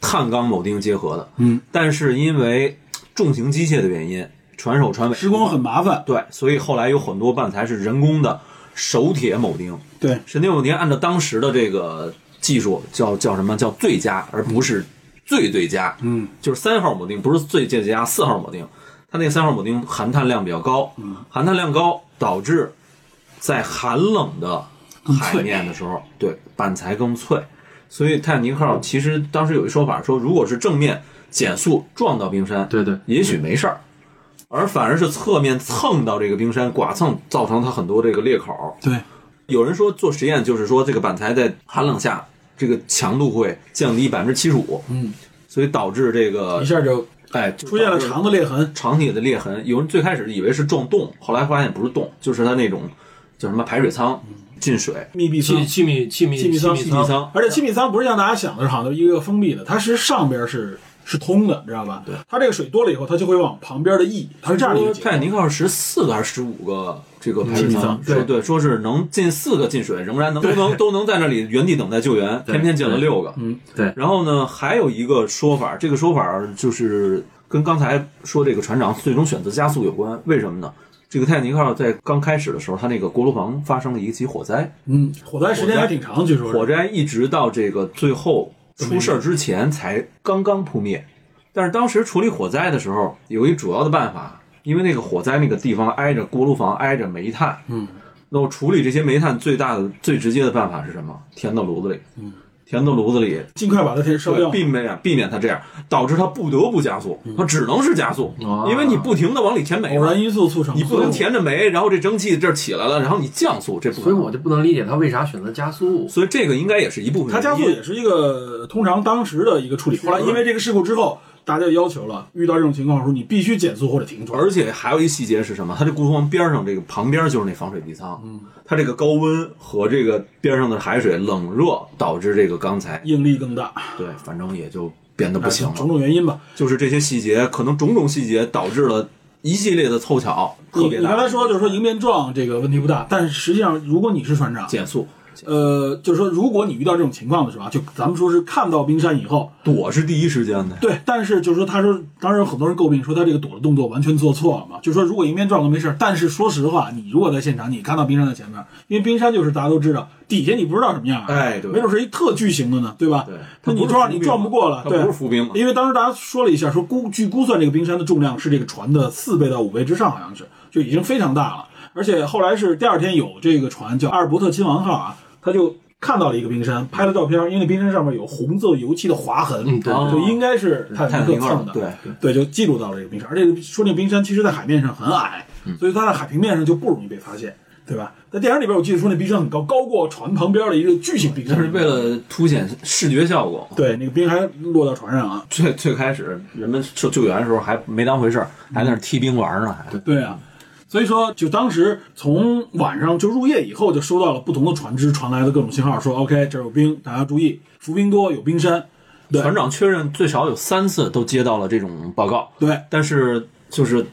[SPEAKER 5] 碳钢铆钉结合的，
[SPEAKER 2] 嗯，
[SPEAKER 5] 但是因为重型机械的原因，船首船尾
[SPEAKER 2] 施工很麻烦，
[SPEAKER 5] 对，所以后来有很多板材是人工的手铁铆钉，
[SPEAKER 2] 对，
[SPEAKER 5] 神铁铆钉按照当时的这个技术叫叫什么叫最佳，而不是最最佳，
[SPEAKER 2] 嗯，
[SPEAKER 5] 就是三号铆钉不是最最佳，四号铆钉，它那个三号铆钉含碳量比较高，
[SPEAKER 4] 嗯
[SPEAKER 5] 含碳量高导致在寒冷的海面的时
[SPEAKER 4] 嗯
[SPEAKER 5] 候，对板材更脆，所以泰坦尼克号其实当时有一说法说，如果是正面减速撞到冰山，
[SPEAKER 4] 对对嗯
[SPEAKER 5] 也许没事儿。而反而是侧面蹭到这个冰山，剐蹭造成它很多这个裂口，
[SPEAKER 2] 对，
[SPEAKER 5] 有人说做实验就是说这个板材在寒冷下这个强度会降低百分之七十五，
[SPEAKER 2] 嗯，
[SPEAKER 5] 所以导致这个
[SPEAKER 2] 一下就
[SPEAKER 5] 哎
[SPEAKER 2] 出现了肠子裂痕，
[SPEAKER 5] 肠体的裂痕。有人最开始以为是撞洞，后来发现不是洞，就是它那种叫什么排水舱
[SPEAKER 2] 嗯
[SPEAKER 5] 进水。
[SPEAKER 2] 密闭
[SPEAKER 4] 气
[SPEAKER 2] 舱。
[SPEAKER 4] 气密气
[SPEAKER 2] 嗯
[SPEAKER 4] 密
[SPEAKER 2] 气密舱，
[SPEAKER 5] 气密舱
[SPEAKER 2] 而且气密舱不是像大家想的，好像一个封闭的，它是上边是是通的，知道吧？
[SPEAKER 5] 对，
[SPEAKER 2] 它这个水多了以后，它就会往旁边的溢，它是这样的一个结
[SPEAKER 5] 泰
[SPEAKER 2] 构。
[SPEAKER 5] 坦尼克号十四个还是十五个这个排水
[SPEAKER 2] 气密
[SPEAKER 5] 舱
[SPEAKER 2] 舱，
[SPEAKER 5] 对对，说是能进四个进水，仍然能都能都能在那里原地等待救援，偏偏进了六个，嗯，
[SPEAKER 4] 对
[SPEAKER 5] 然后呢，还有一个说法，这个说法就是跟刚才说这个船长最终选择加速有关。为什么呢？这个泰坦尼克号在刚开始的时候，它那个锅炉房发生了一起火灾，
[SPEAKER 2] 嗯，火灾时间还挺长，据说是
[SPEAKER 5] 火灾一直到这个最后出事儿之前才刚刚扑灭。但是当时处理火灾的时候，有一主要的办法，因为那个火灾那个地方挨着锅炉房，挨着煤炭，嗯，那我处理这些煤炭最大的、最直接的办法是什么？填到炉子里，嗯，填到炉子里，
[SPEAKER 2] 尽快把它给烧
[SPEAKER 5] 对，
[SPEAKER 2] 掉。嗯
[SPEAKER 5] 避免避免它这样，导致它不得不加速，它只能是加速，
[SPEAKER 4] 啊
[SPEAKER 5] 因为你不停的往里填煤
[SPEAKER 2] 偶
[SPEAKER 5] 嘛，
[SPEAKER 2] 然因素促成，
[SPEAKER 5] 你不能填着煤，然后这蒸汽这儿起来了，然后你降速，这不可
[SPEAKER 4] 所以
[SPEAKER 5] 能
[SPEAKER 4] 我就不能理解他为啥选择加速。
[SPEAKER 5] 所以这个应该也是一部分
[SPEAKER 2] 它
[SPEAKER 5] 原因。
[SPEAKER 2] 加速也是一个通常当时的一个处理。后来因为这个事故之后，大家要求了，遇到这种情况的时候，你必须减速或者停船。
[SPEAKER 5] 而且还有一细节是什么？它这固房边上这个旁边就是那防水地舱，
[SPEAKER 2] 嗯
[SPEAKER 5] 它这个高温和这个边上的海水冷热导致这个钢材，
[SPEAKER 2] 应力更大，
[SPEAKER 5] 对，反正也就变得不行了。
[SPEAKER 2] 种种原因吧。
[SPEAKER 5] 就是这些细节，可能种种细节导致了一系列的凑巧，
[SPEAKER 2] 你
[SPEAKER 5] 特别
[SPEAKER 2] 你
[SPEAKER 5] 大的
[SPEAKER 2] 刚才说就是说迎面撞这个问题不大，但是实际上如果你是船长，
[SPEAKER 5] 减速，
[SPEAKER 2] 呃，就是说如果你遇到这种情况的时候啊，就咱们说是看到冰山以后，
[SPEAKER 5] 躲是第一时间的。
[SPEAKER 2] 对，但是就是说，他说，当然有很多人诟病说他这个躲的动作完全做错了嘛，就说如果迎面撞了没事儿，但是说实话，你如果在现场，你看到冰山在前面，因为冰山就是大家都知道，底下你不知道什么样啊，
[SPEAKER 5] 哎对
[SPEAKER 2] 没准是一特巨型的呢，对吧？
[SPEAKER 5] 对
[SPEAKER 2] 那你
[SPEAKER 5] 它不是
[SPEAKER 2] 撞
[SPEAKER 5] 浮
[SPEAKER 2] 你
[SPEAKER 5] 冰
[SPEAKER 2] 撞不过了，
[SPEAKER 5] 它
[SPEAKER 2] 对，
[SPEAKER 5] 不是浮冰嘛
[SPEAKER 2] 因为当时大家说了一下，说估据估算这个冰山的重量是这个船的四倍到五倍之上，好像是就已经非常大了。而且后来是第二天有这个船叫阿尔伯特亲王号啊，他就看到了一个冰山，拍了照片，因为那冰山上面有红色油漆的划痕，
[SPEAKER 4] 嗯对
[SPEAKER 2] 就应该是泰
[SPEAKER 5] 泰
[SPEAKER 2] 坦
[SPEAKER 5] 坦
[SPEAKER 2] 尼
[SPEAKER 5] 尼
[SPEAKER 2] 克
[SPEAKER 5] 克
[SPEAKER 2] 蹭
[SPEAKER 5] 号
[SPEAKER 2] 的，
[SPEAKER 5] 对
[SPEAKER 2] 对，就记录到了这个冰山。而且说那冰山其实在海面上很矮，所以它在海平面上就不容易被发现，对吧？在电影里边我记得说那冰山很高，高过船旁边的一个巨型冰山，
[SPEAKER 5] 就是为了凸显视觉效果。
[SPEAKER 2] 对那个冰还落到船上啊，
[SPEAKER 5] 最最开始人们救救援的时候还没当回事儿，还在那儿踢冰玩呢，还
[SPEAKER 2] 对啊，所以说就当时从晚上就入夜以后，就收到了不同的船只传来的各种信号，说 OK 这儿有冰，大家注意，浮冰多，有冰山。对
[SPEAKER 5] 船长确认最少有三次都接到了这种报告，
[SPEAKER 2] 对，
[SPEAKER 5] 但是就是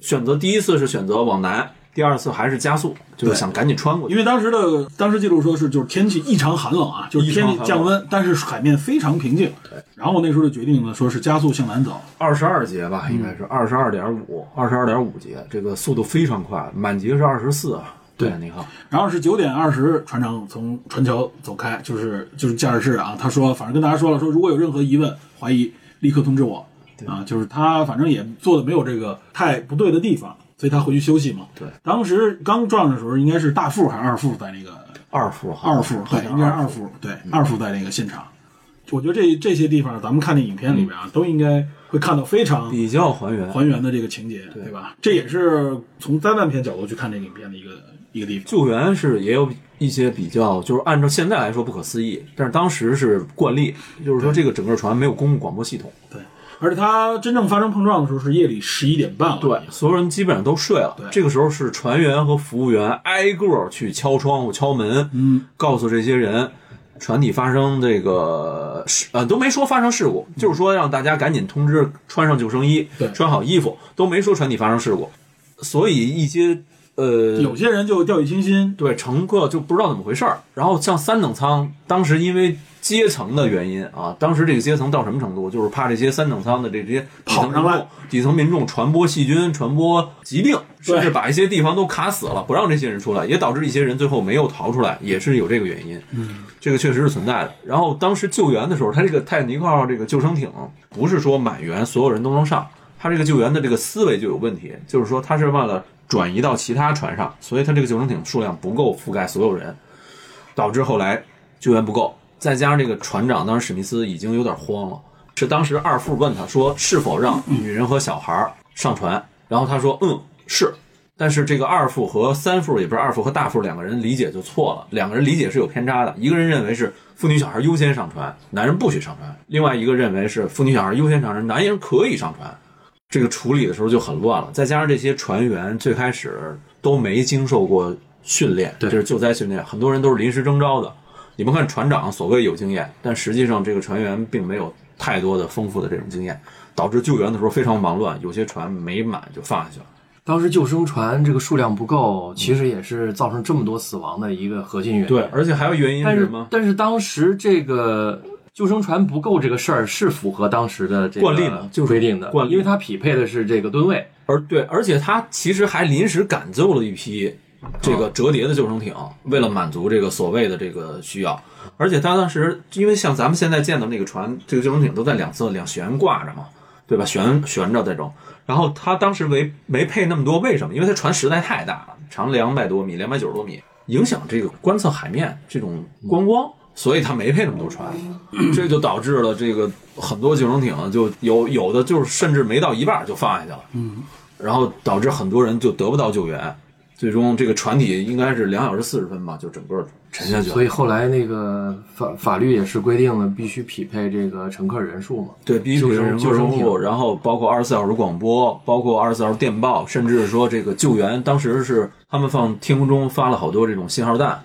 [SPEAKER 5] 选择第一次是选择往南，第二次还是加速，就是想赶紧穿过
[SPEAKER 2] 因
[SPEAKER 5] 去。
[SPEAKER 2] 为当时的当时记录说是就是天气异常寒冷啊，就是天
[SPEAKER 5] 异
[SPEAKER 2] 气
[SPEAKER 5] 常寒冷
[SPEAKER 2] 降温，但是海面非常平静。然后那时候就决定呢，说是加速向南走，
[SPEAKER 5] 二十二节吧，应该是二十二点五，二十二点五节，这个速度非常快，满节是二十四。啊
[SPEAKER 2] 对
[SPEAKER 5] 你看，
[SPEAKER 2] 然后是九点二十，船长从船桥走开，就是就是驾驶室啊。他说，反正跟大家说了，说如果有任何疑问、怀疑，立刻通知我。啊，就是他反正也做的没有这个太不对的地方，所以他回去休息嘛。
[SPEAKER 5] 对，
[SPEAKER 2] 当时刚撞的时候，应该是大副还是二副在那个
[SPEAKER 5] 二副好像
[SPEAKER 2] 二
[SPEAKER 5] 是，
[SPEAKER 2] 副，对，应该是二副，嗯对，二副在那个现场。我觉得这这些地方，咱们看那影片里边啊，都应该会看到非常
[SPEAKER 5] 比较还原。
[SPEAKER 2] 还原的这个情节，对吧？这也是从灾难片角度去看这个影片的一个一个地方。
[SPEAKER 5] 救援是也有一些比较，就是按照现在来说不可思议，但是当时是惯例，就是说这个整个船没有公共广播系统，
[SPEAKER 2] 对，而且它真正发生碰撞的时候是夜里十一点半了。
[SPEAKER 5] 对，所有人基本上都睡了。这个时候是船员和服务员挨个儿去敲窗户、敲门，嗯，告诉这些人船体发生这个事，呃，都没说发生事故，就是说让大家赶紧通知穿上救生衣
[SPEAKER 2] 嗯对，
[SPEAKER 5] 穿好衣服，都没说船体发生事故。所以一些呃，
[SPEAKER 2] 有些人就掉以轻心，
[SPEAKER 5] 对乘客就不知道怎么回事儿。然后像三等舱，当时因为阶层的原因啊，当时这个阶层到什么程度，就是怕这些三等舱的这些底
[SPEAKER 2] 跑
[SPEAKER 5] 层
[SPEAKER 2] 上
[SPEAKER 5] 民
[SPEAKER 2] 来
[SPEAKER 5] 众底层民众传播细菌、传播疾病，甚至
[SPEAKER 2] 对
[SPEAKER 5] 把一些地方都卡死了，不让这些人出来，也导致一些人最后没有逃出来，也是有这个原因。嗯，这个确实是存在的。然后当时救援的时候，他这个泰坦尼克号这个救生艇不是说满员所有人都能上，他这个救援的这个思维就有问题，就是说他是为了转移到其他船上，所以他这个救生艇数量不够覆盖所有人，导致后来救援不够，再加上这个船长当时史密斯已经有点慌了，是当时二副问他说是否让女人和小孩儿上船，然后他说嗯是，但是这个二副和三副也不是二副和大副两个人理解就错了，两个人理解是有偏差的，一个人认为是妇女小孩优先上船，男人不许上船，另外一个认为是妇女小孩优先上船，男人可以上船。这个处理的时候就很乱了，再加上这些船员最开始都没经受过训练，对，这是救灾训练，很多人都是临时征召的。你们看船长所谓有经验，但实际上这个船员并没有太多的丰富的这种经验，导致救援的时候非常忙乱，有些船没满就放下去了。
[SPEAKER 4] 当时救生船这个数量不够，其实也是造成这么多死亡的一个核心原因。
[SPEAKER 5] 对，而且还有原因
[SPEAKER 4] 但
[SPEAKER 5] 是
[SPEAKER 4] 是
[SPEAKER 5] 什么？
[SPEAKER 4] 但是当时这个救生船不够这个事儿是符合当时的这个
[SPEAKER 5] 惯例嘛就是
[SPEAKER 4] 规定的，
[SPEAKER 5] 惯例
[SPEAKER 4] 因为它匹配的是这个吨位。
[SPEAKER 5] 而对，而且他其实还临时赶救了一批这个折叠的救生艇，为了满足这个所谓的这个需要。而且他当时，因为像咱们现在见到那个船，这个救生艇都在两侧两悬挂着嘛，对吧？悬悬着这种。然后他当时没没配那么多，为什么？因为他船实在太大了，长两百多米，两百九十多米，影响这个观测海面这种观光，所以他没配那么多船，这就导致了这个很多救生艇就有有的就是甚至没到一半就放下去了。然后导致很多人就得不到救援，最终这个船体应该是两小时四十分吧，就整个沉下去
[SPEAKER 4] 所
[SPEAKER 5] 了。
[SPEAKER 4] 以后来那个法法律也是规定了，必须匹配这个乘客人数嘛。
[SPEAKER 5] 对，必须
[SPEAKER 4] 救生
[SPEAKER 5] 人
[SPEAKER 4] 救生艇
[SPEAKER 5] 物，然后包括二十四小时广播，包括二十四小时电报，甚至说这个救援，当时是他们放天空中发了好多这种信号弹，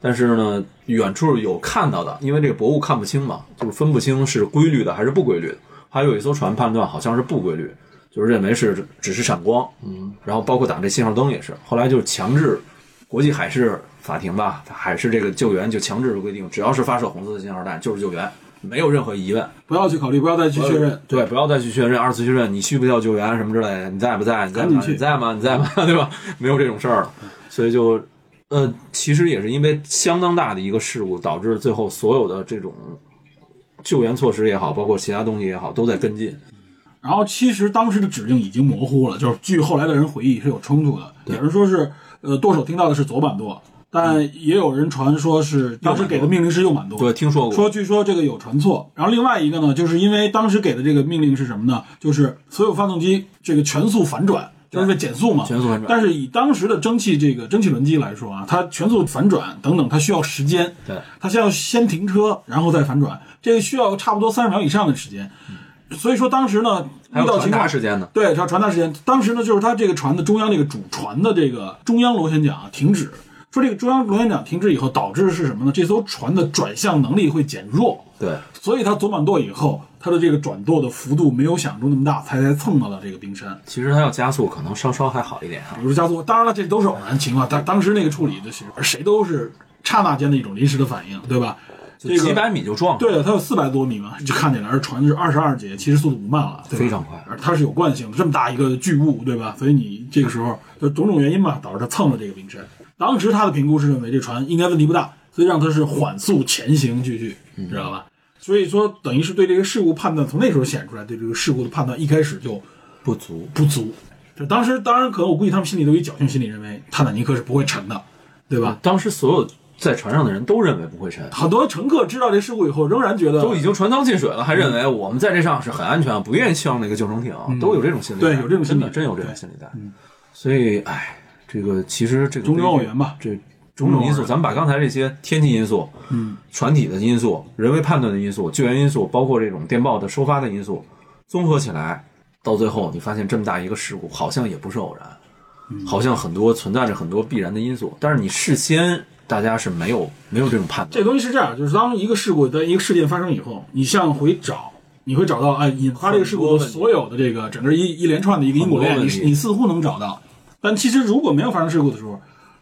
[SPEAKER 5] 但是呢，远处有看到的，因为这个薄雾看不清嘛，就是分不清是规律的还是不规律的。还有一艘船判断好像是不规律，就是认为是只是闪光，嗯，然后包括打这信号灯也是，后来就强制国际海事法庭吧，海事这个救援就强制规定，只要是发射红色的信号弹就是救援，没有任何疑问。
[SPEAKER 2] 不要去考虑，不要再去确认。
[SPEAKER 5] 对，呃不要再去确认二次确认，你需不需要救援什么之类的，你在不在？你在
[SPEAKER 2] 赶紧
[SPEAKER 5] 吗？
[SPEAKER 2] 去
[SPEAKER 5] 你在吗？你在吗？ [LAUGHS] 对吧？没有这种事儿了，所以就，呃，其实也是因为相当大的一个事故，导致最后所有的这种救援措施也好，包括其他东西也好，都在跟进。
[SPEAKER 2] 然后其实当时的指令已经模糊了，就是据后来的人回忆是有冲突的，有人说是呃舵手听到的是左满舵，但也有人传说是当时给的命令是右满舵。
[SPEAKER 5] 对，听说过，
[SPEAKER 2] 说据说这个有传错，然后另外一个呢，就是因为当时给的这个命令是什么呢？就是所有发动机这个全速反转，就是为减速嘛。
[SPEAKER 5] 全速反转
[SPEAKER 2] 但是以当时的蒸汽这个蒸汽轮机来说啊，它全速反转等等，它需要时间。
[SPEAKER 5] 对，
[SPEAKER 2] 它先要先停车，然后再反转，这个需要差不多三十秒以上的时间。所以说当时呢，
[SPEAKER 5] 还
[SPEAKER 2] 遇
[SPEAKER 5] 有
[SPEAKER 2] 到
[SPEAKER 5] 传
[SPEAKER 2] 情
[SPEAKER 5] 达
[SPEAKER 2] 况
[SPEAKER 5] 时间呢。
[SPEAKER 2] 对，传传达时间。当时呢，就是它这个船的中央这个主船的这个中央螺旋桨啊停止，说这个中央螺旋桨停止以后，导致是什么呢？这艘船的转向能力会减弱，
[SPEAKER 5] 对，
[SPEAKER 2] 所以它左满舵以后，它的这个转舵的幅度没有想中那么大，才才蹭到了这个冰山。
[SPEAKER 5] 其实它要加速，可能稍稍还好一点啊哈
[SPEAKER 2] 比。如说加速，当然了，这都是偶然情况，但当时那个处理的是谁都是刹那间的一种临时的反应，对吧？
[SPEAKER 5] 就
[SPEAKER 2] 这个
[SPEAKER 5] 几百米就撞了，
[SPEAKER 2] 对的，它有四百多米嘛，就看起来而船是二十二节，其实速度不慢了，对吧
[SPEAKER 5] 非常快
[SPEAKER 2] 而它是有惯性的，这么大一个巨物，对吧？所以你这个时候就种种原因吧，导致它蹭了这个冰山。当时他的评估是认为这船应该问题不大，所以让它是缓速前行继续，
[SPEAKER 5] 嗯
[SPEAKER 2] 知道吧？所以说，等于是对这个事故判断，从那时候显出来，对这个事故的判断一开始就
[SPEAKER 5] 不足。
[SPEAKER 2] 不足。就当时，当然可能我估计他们心里都有一侥幸心理，认为泰坦尼克是不会沉的，对吧？
[SPEAKER 5] 当时所有在船上的人都认为不会沉，
[SPEAKER 2] 很多乘客知道这事故以后，仍然觉得
[SPEAKER 5] 都已经船舱进水了，还
[SPEAKER 2] 嗯
[SPEAKER 5] 认为我们在这上是很安全，不愿意上那个救生艇，都有这种心理在。
[SPEAKER 2] 对有这种心理
[SPEAKER 5] 真的真有这种心理在。所以，哎，这个其实这个
[SPEAKER 2] 中欧元吧
[SPEAKER 5] 这种种因素，咱们把刚才这些天气因素、嗯，船体的因素、人为判断的因素、救援因素，包括这种电报的收发的因素，综合起来，到最后你发现这么大一个事故，好像也不是偶然，
[SPEAKER 2] 嗯
[SPEAKER 5] 好像很多存在着很多必然的因素，但是你事先大家是没有没有这种判断。
[SPEAKER 2] 这东西是这样，就是当一个事故的一个事件发生以后，你向回找，你会找到哎引发这个事故的所有的这个整个一一连串的一个因果链，
[SPEAKER 5] 很多问
[SPEAKER 2] 你
[SPEAKER 5] 题
[SPEAKER 2] 你似乎能找到，但其实如果没有发生事故的时候，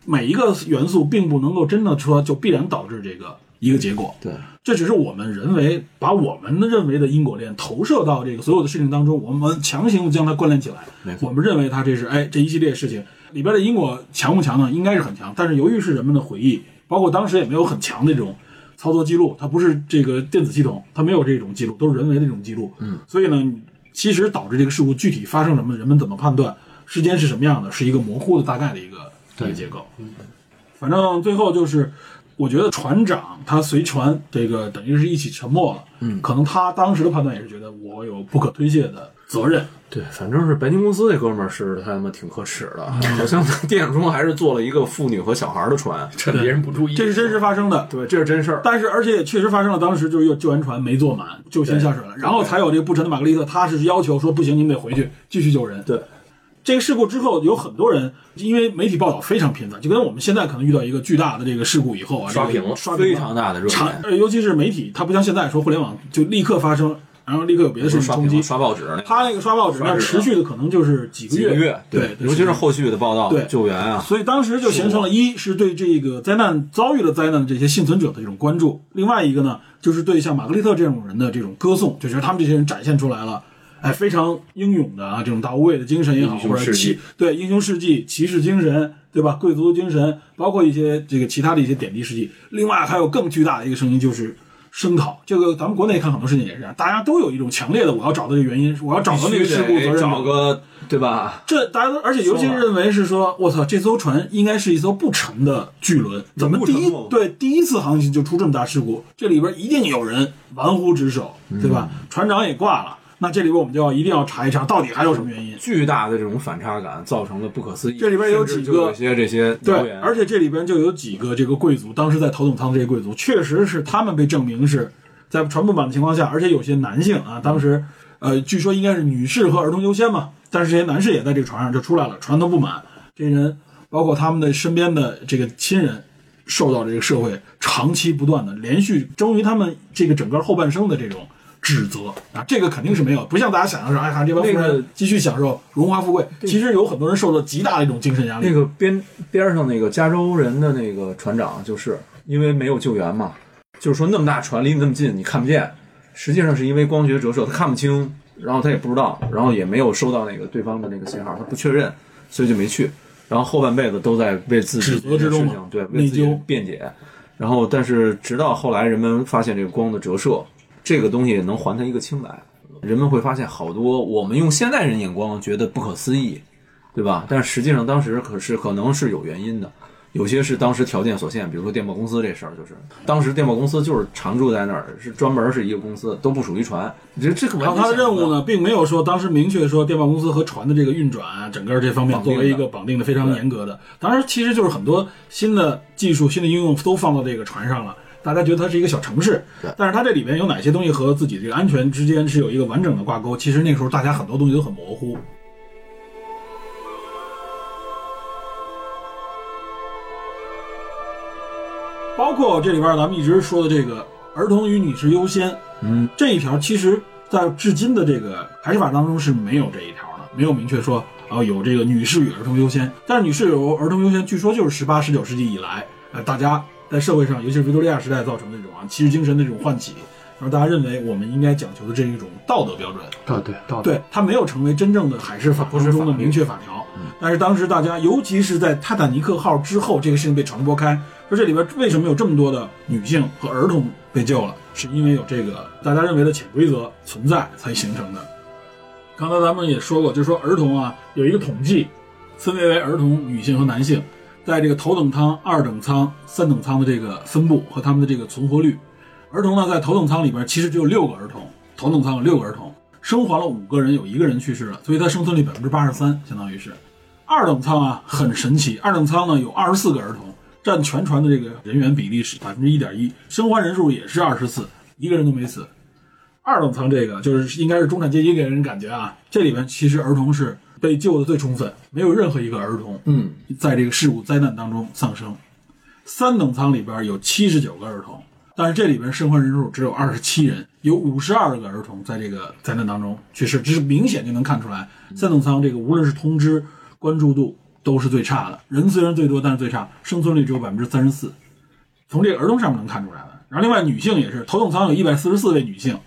[SPEAKER 2] 每一个元素并不能够真的说就必然导致这个一个结果。
[SPEAKER 5] 对，
[SPEAKER 2] 这只是我们人为把我们的认为的因果链投射到这个所有的事情当中，我们强行将它关联起来。我们认为它这是哎这一系列事情里边的因果强不强呢？应该是很强，但是由于是人们的回忆，包括当时也没有很强的这种操作记录，它不是这个电子系统，它没有这种记录，都是人为的这种记录。嗯，所以呢，其实导致这个事故具体发生什么，人们怎么判断，时间是什么样的，是一个模糊的大概的一个一个结构。
[SPEAKER 5] 嗯
[SPEAKER 2] 反正最后就是，我觉得船长他随船这个等于是一起沉没了，嗯，可能他当时的判断也是觉得我有不可推卸的责任，
[SPEAKER 5] 对，反正是白金公司那哥们儿是他妈挺可耻的，
[SPEAKER 2] 嗯
[SPEAKER 5] 好像在电影中还是做了一个妇女和小孩的船。
[SPEAKER 4] 趁别人不注意，
[SPEAKER 2] 这是真实发生的。
[SPEAKER 5] 对，这是真事儿。
[SPEAKER 2] 但是，而且也确实发生了，当时就是又救援船没坐满，就先下水了，然后才有这个不沉的玛格丽特，他是要求说不行，你们得回去继续救人。
[SPEAKER 5] 对，
[SPEAKER 2] 这个事故之后，有很多人因为媒体报道非常频繁，就跟我们现在可能遇到一个巨大的这个事故以后啊，
[SPEAKER 4] 刷
[SPEAKER 2] 这个
[SPEAKER 4] 屏了
[SPEAKER 2] 刷屏
[SPEAKER 5] 非
[SPEAKER 2] 了
[SPEAKER 5] 常大的热
[SPEAKER 2] 长
[SPEAKER 5] 点，，
[SPEAKER 2] 呃尤其是媒体，它不像现在说互联网就立刻发生，然后立刻有别的事情
[SPEAKER 5] 刷
[SPEAKER 2] 冲
[SPEAKER 5] 屏
[SPEAKER 2] 击
[SPEAKER 5] 了、。刷报纸那个
[SPEAKER 2] 它那个刷报纸，那持续的可能就是几个
[SPEAKER 5] 几个
[SPEAKER 2] 月，
[SPEAKER 5] 月，
[SPEAKER 2] 对，
[SPEAKER 5] 尤其是后续的报道、
[SPEAKER 2] 对
[SPEAKER 5] 救援啊，
[SPEAKER 2] 所以当时就形成了一是对这个灾难遭遇了灾难的这些幸存者的这种关注，另外一个呢，就是对像玛格丽特这种人的这种歌颂，就觉得他们这些人展现出来了，哎，非常英勇的啊，这种大无畏的精神也好，
[SPEAKER 4] 英雄
[SPEAKER 2] 或者
[SPEAKER 4] 事迹
[SPEAKER 2] 骑对英雄事迹、骑士精神，对吧？贵族精神，包括一些这个其他的一些点滴事迹。另外还有更巨大的一个声音就是。声讨这个，咱们国内看很多事情也是这样，大家都有一种强烈的我要找到这个原因，我要找到那个事故责任
[SPEAKER 5] 必须得
[SPEAKER 2] 者
[SPEAKER 5] 找个对吧？
[SPEAKER 2] 这大家都，而且尤其认为是说，我操，这艘船应该是一艘不沉的巨轮，怎么第
[SPEAKER 5] 嗯不沉
[SPEAKER 2] 一
[SPEAKER 5] 吗
[SPEAKER 2] 对第一次航行就出这么大事故？这里边一定有人玩忽职守，
[SPEAKER 5] 嗯
[SPEAKER 2] 对吧？船长也挂了，那这里边我们就要一定要查一查，到底还有什么原因？
[SPEAKER 5] 巨大的这种反差感造成了不可思议。
[SPEAKER 2] 这里边有
[SPEAKER 5] 甚至
[SPEAKER 2] 几个
[SPEAKER 5] 就有一些这些谣
[SPEAKER 2] 对，
[SPEAKER 5] 言啊
[SPEAKER 2] 而且这里边就有几个这个贵族，当时在头等舱这些贵族，确实是他们被证明是在船不满的情况下，而且有些男性
[SPEAKER 5] 嗯
[SPEAKER 2] 啊，当时呃，据说应该是女士和儿童优先嘛，但是这些男士也在这个船上就出来了，船都不满，这些人包括他们的身边的这个亲人，受到这个社会长期不断的连续忠于他们这个整个后半生的这种。指责啊，这个肯定是没有，不像大家想象说，哎呀，这帮
[SPEAKER 5] 那
[SPEAKER 2] 富
[SPEAKER 5] 个
[SPEAKER 2] 人继续享受荣华富贵。其实有很多人受到极大的一种精神压力
[SPEAKER 5] 那。个边边上那个加州人的那个船长，就是因为没有救援嘛，就是说那么大船离你那么近，你看不见，实际上是因为光学折射，他看不清，然后他也不知道，然后也没有收到那个对方的那个信号，他不确认，所以就没去。然后后半辈子都在为自
[SPEAKER 2] 指
[SPEAKER 5] 己
[SPEAKER 2] 责之中
[SPEAKER 5] 的
[SPEAKER 2] 嘛
[SPEAKER 5] 事情对
[SPEAKER 2] 内
[SPEAKER 5] 为自己
[SPEAKER 2] 疚
[SPEAKER 5] 辩解，然后但是直到后来人们发现这个光的折射，这个东西能还他一个清白。人们会发现好多我们用现代人眼光觉得不可思议，对吧？但实际上当时可是可能是有原因的，有些是当时条件所限，比如说电报公司这事儿，就是当时电报公司就是常驻在那儿，是专门是一个公司，都不属于船。你觉得这个
[SPEAKER 2] 然
[SPEAKER 5] 完
[SPEAKER 2] 后
[SPEAKER 5] 全
[SPEAKER 2] 他的任务
[SPEAKER 5] 想不到？
[SPEAKER 2] 呢，并没有说当时明确说电报公司和船的这个运转啊，整个这方面
[SPEAKER 5] 绑定
[SPEAKER 2] 作
[SPEAKER 5] 的
[SPEAKER 2] 为一个绑定的非常严格的。当然，其实就是很多新的技术、新的应用都放到这个船上了。大家觉得它是一个小城市，但是它这里面有哪些东西和自己这个安全之间是有一个完整的挂钩？其实那个时候大家很多东西都很模糊。包括这里边咱们一直说的这个儿童与女士优先，
[SPEAKER 5] 嗯，
[SPEAKER 2] 这一条其实在至今的这个排斥法当中是没有这一条的，没有明确说啊、有这个女士与儿童优先，但是女士有儿童优先，据说就是十八、十九世纪以来，呃，大家在社会上，尤其是维多利亚时代造成的这种啊骑士精神的这种唤起，然后大家认为我们应该讲求的这一种道德标准，
[SPEAKER 4] 对对对
[SPEAKER 2] 对，它没有成为真正的海事法嗯当中的明确法条。但是当时大家，尤其是在泰坦尼克号之后，这个事情被传播开，说这里边为什么有这么多的女性和儿童被救了，是因为有这个大家认为的潜规则存在才形成的。刚才咱们也说过，就说儿童啊，有一个统计，分别为儿童、女性和男性，在这个头等舱、二等舱、三等舱的这个分布和他们的这个存活率。儿童呢，在头等舱里边其实只有六个儿童，头等舱有六个儿童，生还了五个人，有一个人去世了，所以它生存率百分之八十三，相当于是。二等舱啊，很神奇，二等舱呢有二十四个儿童，占全船的这个人员比例是百分之一点一，生还人数也是二十四，一个人都没死。二等舱这个就是应该是中产阶级给人感觉啊，这里边其实儿童是被救的最充分，没有任何一个儿童嗯在这个事故灾难当中丧生。三等舱里边有七十九个儿童，但是这里边生还人数只有二十七人，有五十二个儿童在这个灾难当中去世，这是明显就能看出来。三等舱这个无论是通知、关注度都是最差的，人虽然最多，但是最差，生存率只有百分之三十四，从这个儿童上面能看出来的。然后另外女性也是，头等舱有一百四十四位女性，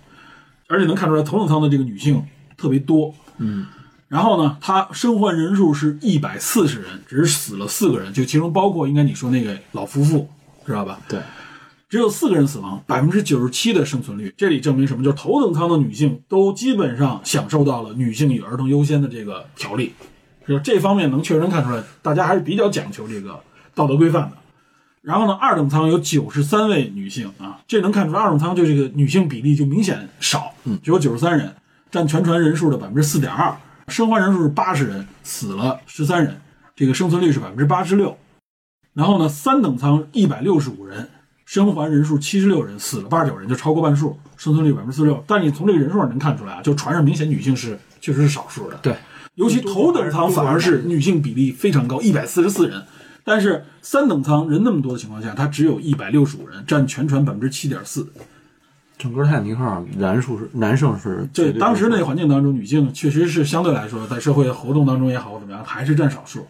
[SPEAKER 2] 而且能看出来头等舱的这个女性特别多。嗯，然后呢，她生还人数是一百四十人，只死了四个人，就其中包括应该你说那个老夫妇，知道吧？
[SPEAKER 5] 对，
[SPEAKER 2] 只有四个人死亡，百分之九十七的生存率。这里证明什么？就是头等舱的女性都基本上享受到了女性与儿童优先的这个条例，就是这方面能确实能看出来，大家还是比较讲求这个道德规范的。然后呢，二等舱有九十三位女性啊，这能看出二等舱就这个女性比例就明显少，嗯，只有九十三人，占全船人数的百分之四点二，生还人数是八十人，死了十三人，这个生存率是百分之八十六。然后呢，三等舱一百六十五人，生还人数七十六人，死了八十九人，就超过半数，生存率百分之四十六。但是你从这个人数上能看出来啊，就船上明显女性是确实是少数的，
[SPEAKER 4] 对，
[SPEAKER 2] 尤其头等舱反而是女性比例非常高，一百四十四人。但是三等舱人那么多的情况下，它只有一百六十五人，占全船百分之七点四。
[SPEAKER 5] 整个泰坦尼克号男数是男生是
[SPEAKER 2] 这
[SPEAKER 5] 绝对
[SPEAKER 2] 当时
[SPEAKER 5] 多
[SPEAKER 2] 那个环境当中，女性确实是相对来说，在社会活动当中也好或怎么样，还是占少数。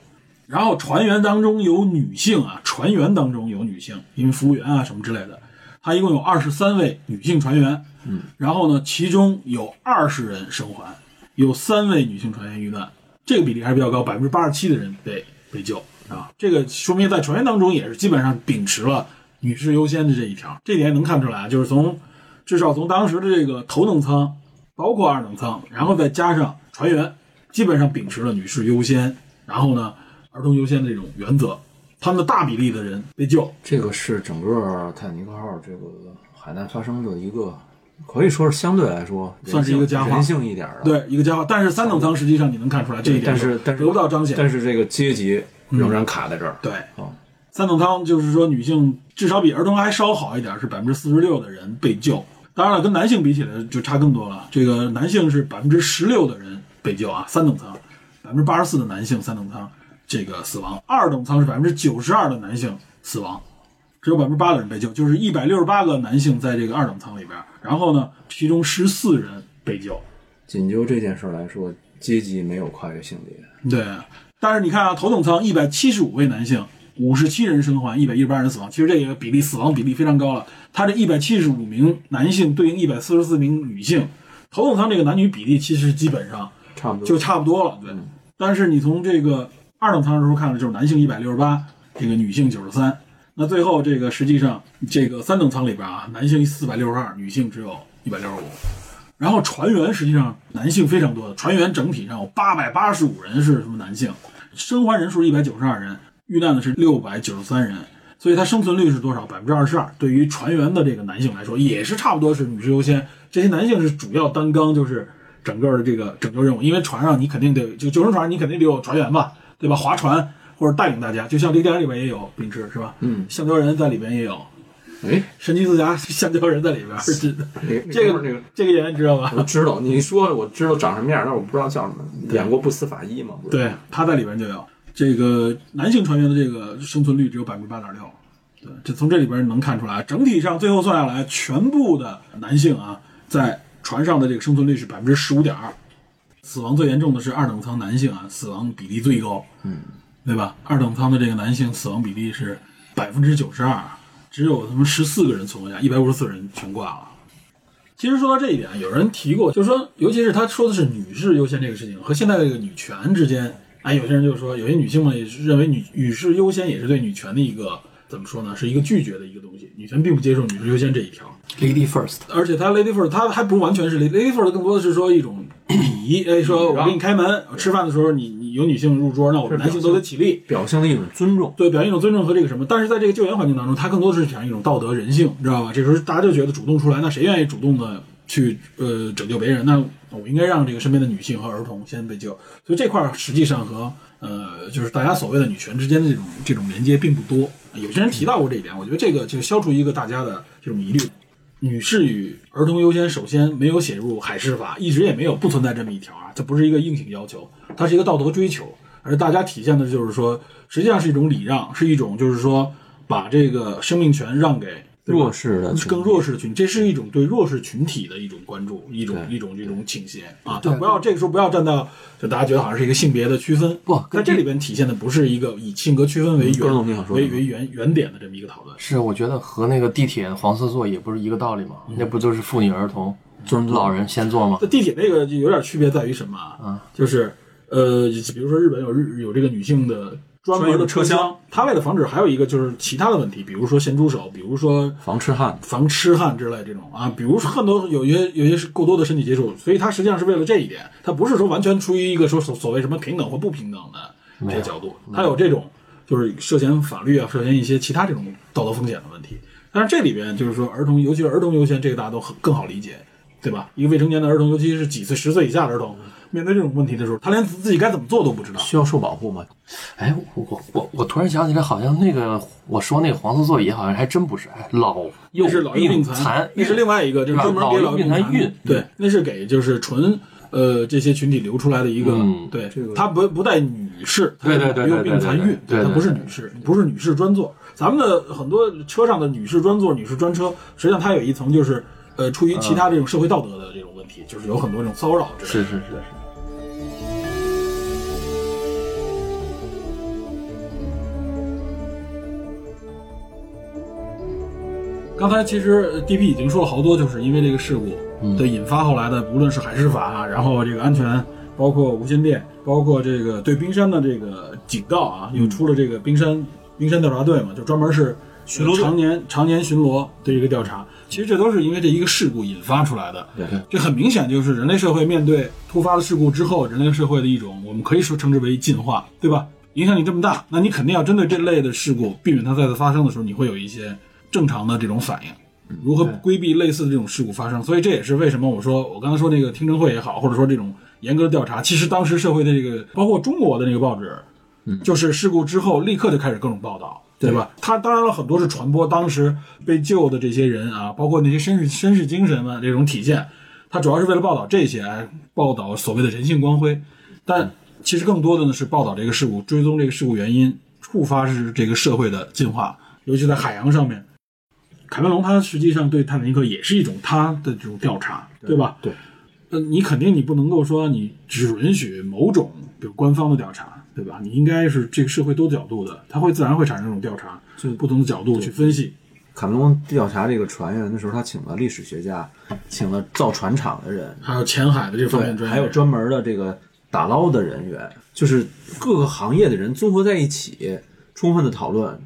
[SPEAKER 2] 然后船员当中有女性啊，船员当中有女性，因为服务员啊什么之类的，他一共有二十三位女性船员。嗯，然后呢，其中有二十人生还，有三位女性船员遇难，这个比例还是比较高，百分之八十七的人被被救啊。这个说明在船员当中也是基本上秉持了女士优先的这一条，这点能看出来啊，就是从至少从当时的这个头等舱，包括二等舱，然后再加上船员，基本上秉持了女士优先，然后呢儿童优先的这种原则，他们的大比例的人被救。
[SPEAKER 5] 这个是整个泰坦尼克号这个海难发生的一个，可以说是相对来说
[SPEAKER 2] 算是一个
[SPEAKER 5] 人性
[SPEAKER 2] 佳话
[SPEAKER 5] 人性一点儿的。
[SPEAKER 2] 对，一个家伙，但是三等舱实际上你能看出来这一
[SPEAKER 5] 对，
[SPEAKER 2] 点，
[SPEAKER 5] 但是但是
[SPEAKER 2] 得不到彰显。嗯
[SPEAKER 5] 但是这个阶级仍然卡在这儿。
[SPEAKER 2] 对，
[SPEAKER 5] 哦
[SPEAKER 2] 三等舱就是说女性至少比儿童还稍好一点，是百分之四十六的人被救。当然了，跟男性比起来就差更多了。这个男性是百分之十六的人被救啊，三等舱，百分之八十四的男性三等舱这个死亡，二等舱是百分之九十二的男性死亡，只有百分之八的人被救，就是一百六十八个男性在这个二等舱里边，然后呢，其中十四人被救。
[SPEAKER 5] 仅就这件事儿来说，阶级没有跨越性别。
[SPEAKER 2] 对，但是你看啊，头等舱一百七十五位男性，五十七人生还，一百一十八人死亡，其实这个比例死亡比例非常高了。他这一百七十五名男性对应一百四十四名女性，头等舱这个男女比例其实基本上
[SPEAKER 5] 差不多
[SPEAKER 2] 就差不多了。对，但是你从这个二等舱的时候看了，就是男性一百六十八，这个女性九十三。那最后这个实际上这个三等舱里边啊，男性四百六十二，女性只有一百六十五。然后船员实际上男性非常多的，船员整体上有八百八十五人是什么男性，生还人数一百九十二人，遇难的是六百九十三人，所以它生存率是多少？百分之二十二。对于船员的这个男性来说，也是差不多是女士优先。这些男性是主要担纲，就是整个的这个拯救任务，因为船上你肯定得就救生船上你肯定得有船员吧，对吧？划船或者带领大家，就像这个电影里边也有秉持是吧？嗯，橡胶人在里边也有，
[SPEAKER 5] 哎，
[SPEAKER 2] 神奇四侠 [LAUGHS] 橡胶人在里边是真的。
[SPEAKER 5] 这
[SPEAKER 2] 哎这
[SPEAKER 5] 这
[SPEAKER 2] 个
[SPEAKER 5] 个。
[SPEAKER 2] 这个演员知道吧？
[SPEAKER 5] 我知道，你说我知道长什么样，但我不知道叫什么。演过不死法医吗？不是，
[SPEAKER 2] 对，他在里边就有这个男性船员的这个生存率只有百分之八点六，对，这从这里边能看出来，整体上最后算下来，全部的男性啊，在船上的这个生存率是百分之十五点二，死亡最严重的是二等舱男性啊，死亡比例最高，嗯，对吧？二等舱的这个男性死亡比例是百分之九十二，只有他们十四个人存活下，一百五十四人全挂了。其实说到这一点，啊有人提过，就是说，尤其是他说的是女士优先这个事情和现在这个女权之间，哎，有些人就说，有些女性们也是认为女女士优先也是对女权的一个怎么说呢，是一个拒绝的一个东西，女权并不接受女士优先这一条。
[SPEAKER 4] ，Lady First，
[SPEAKER 2] 而且他 lady first，他还不完全是 lady lady first，更多的是说一种礼仪，哎，说我给你开门，吃饭的时候你你有女性入桌，那我们男性都得起立，
[SPEAKER 5] 表象的一种尊重。
[SPEAKER 2] 对，表现一种尊重和这个什么，但是在这个救援环境当中，它更多的是表现一种道德人性，知道吧？这时候大家就觉得主动出来，那谁愿意主动的去呃拯救别人？那我应该让这个身边的女性和儿童先被救，所以这块儿实际上和呃就是大家所谓的女权之间的这种这种连接并不多。有些人提到过这一点，我觉得这个就消除一个大家的这种疑虑。女士与儿童优先，首先没有写入海事法，一直也没有不存在这么一条啊，这不是一个硬性要求，它是一个道德追求，而大家体现的就是说，实际上是一种礼让，是一种就是说把这个生命权让给对吧
[SPEAKER 5] 弱势的
[SPEAKER 2] 更弱势的群体，这是一种对弱势群体的一种关注，一种一种这种倾斜啊，但不要这个时候不要站到就大家觉得好像是一个性别的区分，
[SPEAKER 4] 不
[SPEAKER 2] 在这里边体现的不是一个以性格区分为
[SPEAKER 5] 高总你
[SPEAKER 2] 原
[SPEAKER 5] 想说什
[SPEAKER 2] 为
[SPEAKER 5] 么
[SPEAKER 2] 为原原点的这么一个讨论。
[SPEAKER 4] 是我觉得和那个地铁黄色座椅不是一个道理吗？那不就是妇女儿童、老人先坐吗
[SPEAKER 2] 那？地铁那个就有点区别在于什么啊？就是呃，比如说日本有日有这个女性的专门的车
[SPEAKER 5] 专
[SPEAKER 2] 厢，它为了防止还有一个就是其他的问题，比如说咸猪手，比如说
[SPEAKER 5] 防痴汉，
[SPEAKER 2] 防痴汉之类这种啊，比如说很多有些有些是过多的身体接触，所以它实际上是为了这一点，它不是说完全出于一个说所所谓什么平等或不平等的这个角度，
[SPEAKER 5] 嗯
[SPEAKER 2] 它有这种就是涉嫌法律啊，涉嫌一些其他这种道德风险的问题。但是这里边就是说儿童，尤其是儿童优先，这个大家都很更好理解，对吧？一个未成年的儿童，尤其是几岁十岁以下的儿童，面对这种问题的时候，他连自自己该怎么做都不知道。
[SPEAKER 5] 需要受保护吗？
[SPEAKER 4] 哎，我我我我突然想起来，好像那个我说那个黄色座椅好像还真不是，哎，老幼
[SPEAKER 2] 那是老幼病
[SPEAKER 4] 残
[SPEAKER 2] 残，，那是另外一
[SPEAKER 5] 嗯
[SPEAKER 2] 个，就是专门给
[SPEAKER 4] 老幼
[SPEAKER 2] 病
[SPEAKER 4] 病残孕
[SPEAKER 2] 对，那是给就是纯呃这些群体留出来的一个，
[SPEAKER 4] 嗯
[SPEAKER 2] 对，它不不带女士，它
[SPEAKER 4] 对对对对
[SPEAKER 2] 老幼病残
[SPEAKER 4] 对对
[SPEAKER 2] 孕，
[SPEAKER 4] 对对
[SPEAKER 2] 它不是女士，不是女士专座。咱们的很多车上的女士专座、女士专车，实际上它有一层就是呃出于
[SPEAKER 4] 嗯
[SPEAKER 2] 其他这种社会道德的这种问题，就是有很多这种骚扰之类的。
[SPEAKER 4] 是是是是。
[SPEAKER 2] 刚才其实呃 DP 已经说了好多，就是因为这个事故的引发后来的，无论是海事法啊，然后这个安全，包括无线电，包括这个对冰山的这个警告啊，又出了这个冰山冰山调查队嘛，就专门是巡逻常年常年巡逻的一个调查。其实这都是因为这一个事故引发出来的。
[SPEAKER 5] 对，
[SPEAKER 2] 这很明显就是人类社会面对突发的事故之后，人类社会的一种，我们可以说称之为进化，对吧？影响你这么大，那你肯定要针对这类的事故，避免它再次发生的时候，你会有一些正常的这种反应。如何规避类似的这种事故发生？所以这也是为什么我说我刚才说那个听证会也好，或者说这种严格的调查，其实当时社会的这个，包括中国的那个报纸，就是事故之后立刻就开始各种报道，对吧？他当然了，很多是传播当时被救的这些人啊，包括那些绅士绅士精神的这种体现，他主要是为了报道这些，哎报道所谓的人性光辉。但其实更多的呢是报道这个事故，追踪这个事故原因，触发是这个社会的进化，尤其在海洋上面。凯文龙他实际上对泰坦尼克也是一种他的这种调查，对吧？
[SPEAKER 5] 对，
[SPEAKER 2] 呃，你肯定你不能够说你只允许某种，比如官方的调查，对吧？你应该是这个社会多角度的，它会自然会产生这种调查，
[SPEAKER 5] 就
[SPEAKER 2] 不同的角度去分析。
[SPEAKER 5] 卡梅隆调查这个船员的时候，他请了历史学家，请了造船厂的人，
[SPEAKER 2] 还有前海的这方面
[SPEAKER 5] 对，
[SPEAKER 2] 专业，
[SPEAKER 5] 还有专门的这个打捞的人员，就是各个行业的人综合在一起，充分的讨论、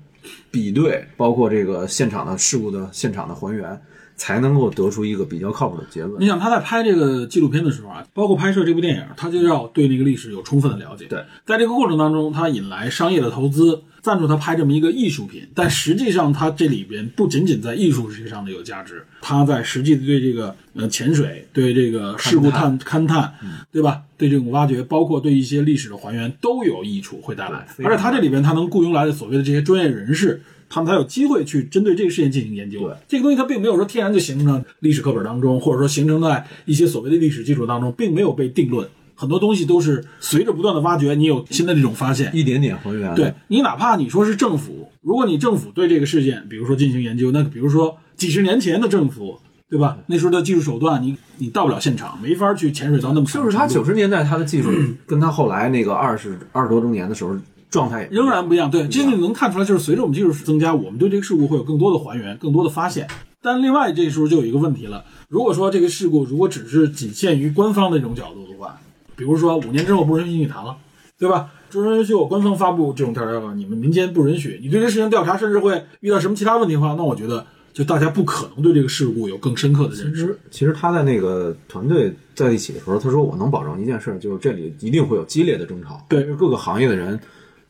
[SPEAKER 5] 比对，包括这个现场的事故的现场的还原，才能够得出一个比较靠谱的结
[SPEAKER 2] 你
[SPEAKER 5] 论。
[SPEAKER 2] 想他在拍这个纪录片的时候啊，包括拍摄这部电影，他就要对那个历史有充分的了解。
[SPEAKER 5] 对，
[SPEAKER 2] 在这个过程当中，他引来商业的投资，赞助他拍这么一个艺术品，但实际上他这里边不仅仅在艺术学上的有价值，他在实际的对这个呃潜水、对这个事故探勘探，对吧？对这种挖掘，包括对一些历史的还原都有益处，会带来。
[SPEAKER 5] 对非常
[SPEAKER 2] 而且他这里边他能雇佣来的所谓的这些专业人士。他们才有机会去针对这个事件进行研究。
[SPEAKER 5] 对
[SPEAKER 2] 这个东西它并没有说天然就形成在历史课本当中，或者说形成在一些所谓的历史基础当中，并没有被定论。很多东西都是随着不断的挖掘，你有新的这种发现。
[SPEAKER 5] 一点点还原。
[SPEAKER 2] 对，你哪怕你说是政府，如果你政府对这个事件，比如说进行研究，那比如说几十年前的政府，对吧？那时候的技术手段，你你到不了现场，没法去潜水到那么深。
[SPEAKER 5] 就是他九十年代他的技术，
[SPEAKER 2] [CLEARS THROAT]
[SPEAKER 5] 跟他后来那个二十二十多周年的时候状态也
[SPEAKER 2] 仍然不一样。对，这个能看出来，就是随着我们技术增加，我们对这个事故会有更多的还原，更多的发现。但另外，这时候就有一个问题了：如果说这个事故如果只是仅限于官方的这种角度的话，比如说五年之后不允许你谈了，对吧？不允许我官方发布这种调查报告，你们民间不允许，你对这事情调查，甚至会遇到什么其他问题的话，那我觉得就大家不可能对这个事故有更深刻的认
[SPEAKER 5] 其
[SPEAKER 2] 识。
[SPEAKER 5] 实，其实他在那个团队在一起的时候，他说：“我能保证一件事，就是这里一定会有激烈的争吵，
[SPEAKER 2] 对嗯
[SPEAKER 5] 就是各个行业的人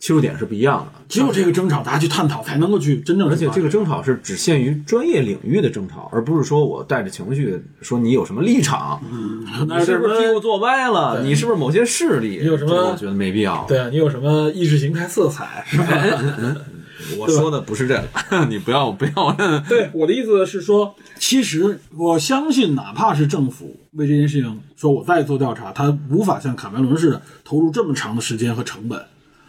[SPEAKER 5] 切入点是不一样的，
[SPEAKER 2] 只有这个争吵，大家去探讨，才能够去真正
[SPEAKER 5] 而且这
[SPEAKER 2] 个
[SPEAKER 5] 个争吵是只限于专业领域的争吵，而不是说我带着情绪说你有什么立场，
[SPEAKER 2] 嗯那
[SPEAKER 5] 你
[SPEAKER 2] 是
[SPEAKER 5] 是不是屁股坐歪了，你是不是某些势力，
[SPEAKER 2] 你有什么
[SPEAKER 5] 这个我觉得没必要。
[SPEAKER 2] 对啊，你有什么意识形态色彩
[SPEAKER 5] [LAUGHS]
[SPEAKER 2] 是吧？
[SPEAKER 5] 我说的不是这
[SPEAKER 2] [LAUGHS]
[SPEAKER 5] 个，你不要不要。
[SPEAKER 2] 对，我的意思是说，其实我相信，哪怕是政府为这件事情说我再做调查，他无法像卡梅伦似的投入这么长的时间和成本。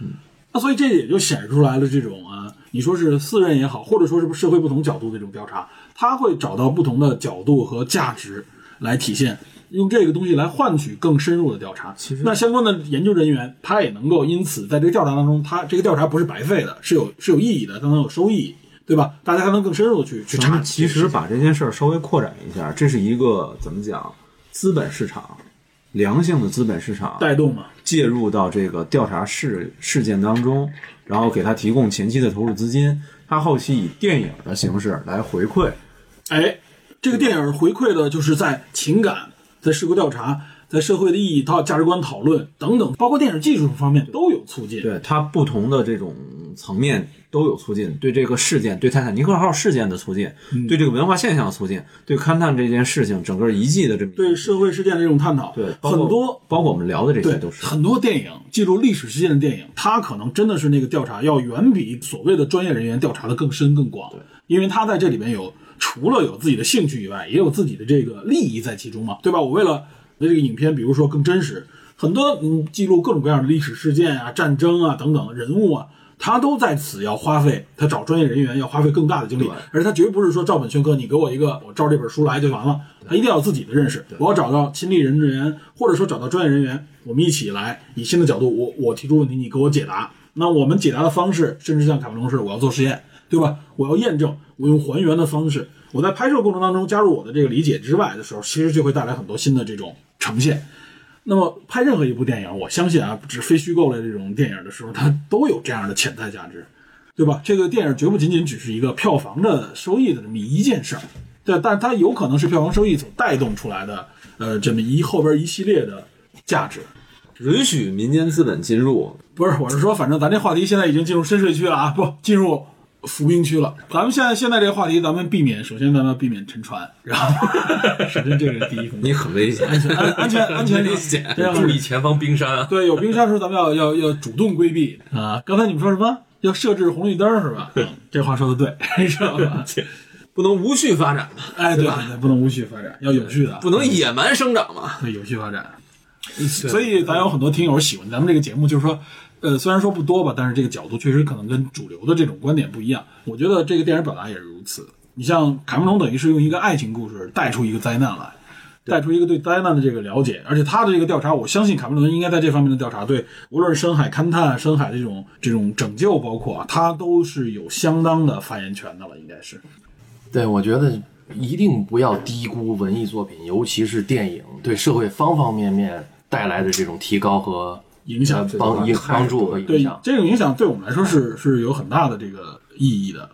[SPEAKER 2] 嗯，那所以这也就显示出来了这种啊，你说是私人也好，或者说是社会不同角度的这种调查，他会找到不同的角度和价值来体现。用这个东西来换取更深入的调查，其实那相关的研究人员他也能够因此在这个调查当中，他这个调查不是白费的，是有是有意义的，它能有收益，对吧？大家还能更深入的去去
[SPEAKER 5] 咱
[SPEAKER 2] 查。
[SPEAKER 5] 们其实把这件事儿稍微扩展一下，这是一个怎么讲？资本市场，良性的资本市场
[SPEAKER 2] 带动嘛，
[SPEAKER 5] 介入到这个调查事事件当中，然后给他提供前期的投入资金，他后期以电影的形式来回馈。
[SPEAKER 2] 哎，这个电影回馈的就是在情感、在事故调查、在社会的意义到价值观讨论等等，包括电影技术方面都有促进。
[SPEAKER 5] 对它不同的这种层面都有促进，对这个事件，对泰坦尼克号事件的促进，对这个文化现象的促进，对勘探这件事情整个遗迹的这么一个
[SPEAKER 2] 对社会事件的这种探讨，
[SPEAKER 5] 对包括
[SPEAKER 2] 很多
[SPEAKER 5] 包括我们聊的这些
[SPEAKER 2] 对
[SPEAKER 5] 都是。
[SPEAKER 2] 很多电影记录历史事件的电影，它可能真的是那个调查要远比所谓的专业人员调查的更深更广，因为他在这里面有除了有自己的兴趣以外，也有自己的这个利益在其中嘛，对吧？我为了这个影片，比如说更真实，很多嗯记录各种各样的历史事件啊、战争啊等等人物啊。他都在此要花费，他找专业人员要花费更大的精力，而他绝不是说照本宣科，你给我一个，我照这本书来就完了。他一定要有自己的认识，我要找到亲历人员，或者说找到专业人员，我们一起来以新的角度，我我提出问题，你给我解答。那我们解答的方式，甚至像卡梅隆似的，我要做实验，对吧？我要验证，我用还原的方式，我在拍摄过程当中加入我的这个理解之外的时候，其实就会带来很多新的这种呈现。那么拍任何一部电影，我相信啊，不止非虚构类这种电影的时候，它都有这样的潜在价值，对吧？这个电影绝不仅仅只是一个票房的收益的这么一件事儿，对，但它有可能是票房收益所带动出来的，呃，这么一后边一系列的价值。
[SPEAKER 5] 允许民间资本进入，
[SPEAKER 2] 不是，我是说，反正咱这话题现在已经进入深水区了啊，不进入浮冰区了。咱们现在现在这个话题，咱们避免，首先咱们要避免沉船，然后 [LAUGHS] 首先这个是第一风险，
[SPEAKER 5] 你很危险。
[SPEAKER 2] 安安
[SPEAKER 5] [LAUGHS]
[SPEAKER 2] 全安全危险，这样
[SPEAKER 4] 注意前方冰山啊！
[SPEAKER 2] 对，有冰山的时候，咱们要要要主动规避啊。刚才你们说什么？要设置红绿灯是吧？嗯这话说的对， [LAUGHS] 知道吧？
[SPEAKER 5] 不能无序发展嘛，
[SPEAKER 2] 哎，对对对，不能无序发展，要有序的，
[SPEAKER 5] 不能野蛮生长嘛。
[SPEAKER 2] 对有序发展。所以咱有很多听友喜欢咱们这个节目，就是说，呃，虽然说不多吧，但是这个角度确实可能跟主流的这种观点不一样。我觉得这个电影表达也是如此。你像卡梅隆，等于是用一个爱情故事带出一个灾难来，带出一个对灾难的这个了解，而且他的这个调查，我相信卡梅伦应该在这方面的调查，对无论是深海勘探、深海这种这种拯救，包括啊，他都是有相当的发言权的了，应该是。
[SPEAKER 4] 对，我觉得一定不要低估文艺作品，尤其是电影对社会方方面面带来的这种提高和
[SPEAKER 2] 影响
[SPEAKER 4] 呃帮
[SPEAKER 5] 这个
[SPEAKER 4] 帮助和影
[SPEAKER 2] 对
[SPEAKER 4] 响。
[SPEAKER 2] 这种影响对我们来说是 [CLEARS THROAT] 是有很大的这个意义的。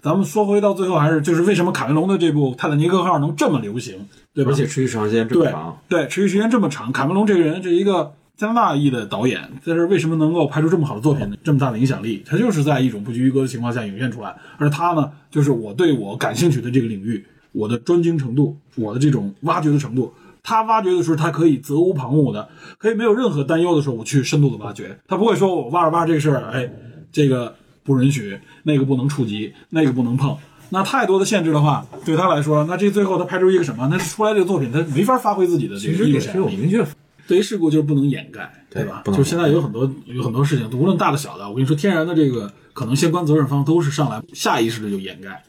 [SPEAKER 2] 咱们说回到最后，还是就是为什么卡梅隆的这部《泰坦尼克号》能这么流行，对吧？
[SPEAKER 5] 而且持续时间这么
[SPEAKER 2] 对
[SPEAKER 5] 长，
[SPEAKER 2] 对，持续时间这么长，卡梅隆这个人是一个加拿大裔的导演，在这为什么能够拍出这么好的作品，这么大的影响力？他就是在一种不拘一格的情况下涌现出来，而他呢，就是我对我感兴趣的这个领域，我的专精程度，我的这种挖掘的程度。他挖掘的时候，他可以责无旁骛的，可以没有任何担忧的时候，我去深度的挖掘。他不会说我挖着挖着这个事儿，哎，这个不允许，那个不能触及，那个不能碰。那太多的限制的话，对他来说，那这最后他拍出一个什么？那出来这个作品，他没法发挥自己的这
[SPEAKER 5] 其
[SPEAKER 2] 个
[SPEAKER 5] 实
[SPEAKER 2] 艺
[SPEAKER 5] 也
[SPEAKER 2] 术潜
[SPEAKER 5] 是有
[SPEAKER 2] 力。
[SPEAKER 5] 明确
[SPEAKER 2] 对于事故就是不能掩盖，对吧？
[SPEAKER 5] 不能
[SPEAKER 2] 就现在有很多有很多事情，无论大的小的，我跟你说，天然的这个可能相关责任方都是上来下意识的就掩盖。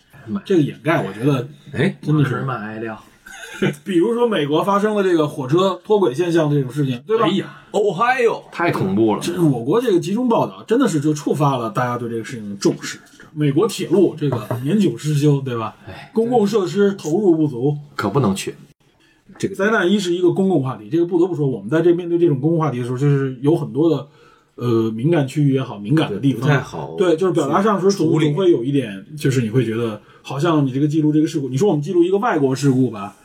[SPEAKER 2] 这个掩盖，我觉得
[SPEAKER 5] 哎，
[SPEAKER 2] 真的
[SPEAKER 4] 是
[SPEAKER 2] 是，
[SPEAKER 4] 买料。
[SPEAKER 2] 比如说美国发生了这个火车脱轨现象这种事情，对吧？
[SPEAKER 4] 哎呀，
[SPEAKER 5] 哦嗨哟，
[SPEAKER 4] 太恐怖了！
[SPEAKER 2] 这是我国这个集中报道，真的是就触发了大家对这个事情的重视。美国铁路这个年久失修，对吧？公共设施投入不足，
[SPEAKER 4] 可不能去。
[SPEAKER 5] 这个
[SPEAKER 2] 灾难一是一个公共话题，这个不得不说，我们在这面对这种公共话题的时候，就是有很多的呃敏感区域也好，敏感的地
[SPEAKER 5] 不
[SPEAKER 2] 方
[SPEAKER 5] 太好
[SPEAKER 2] 对，就是表达上说总
[SPEAKER 5] 处理
[SPEAKER 2] 总会有一点，就是你会觉得好像你这个记录这个事故，你说我们记录一个外国事故吧，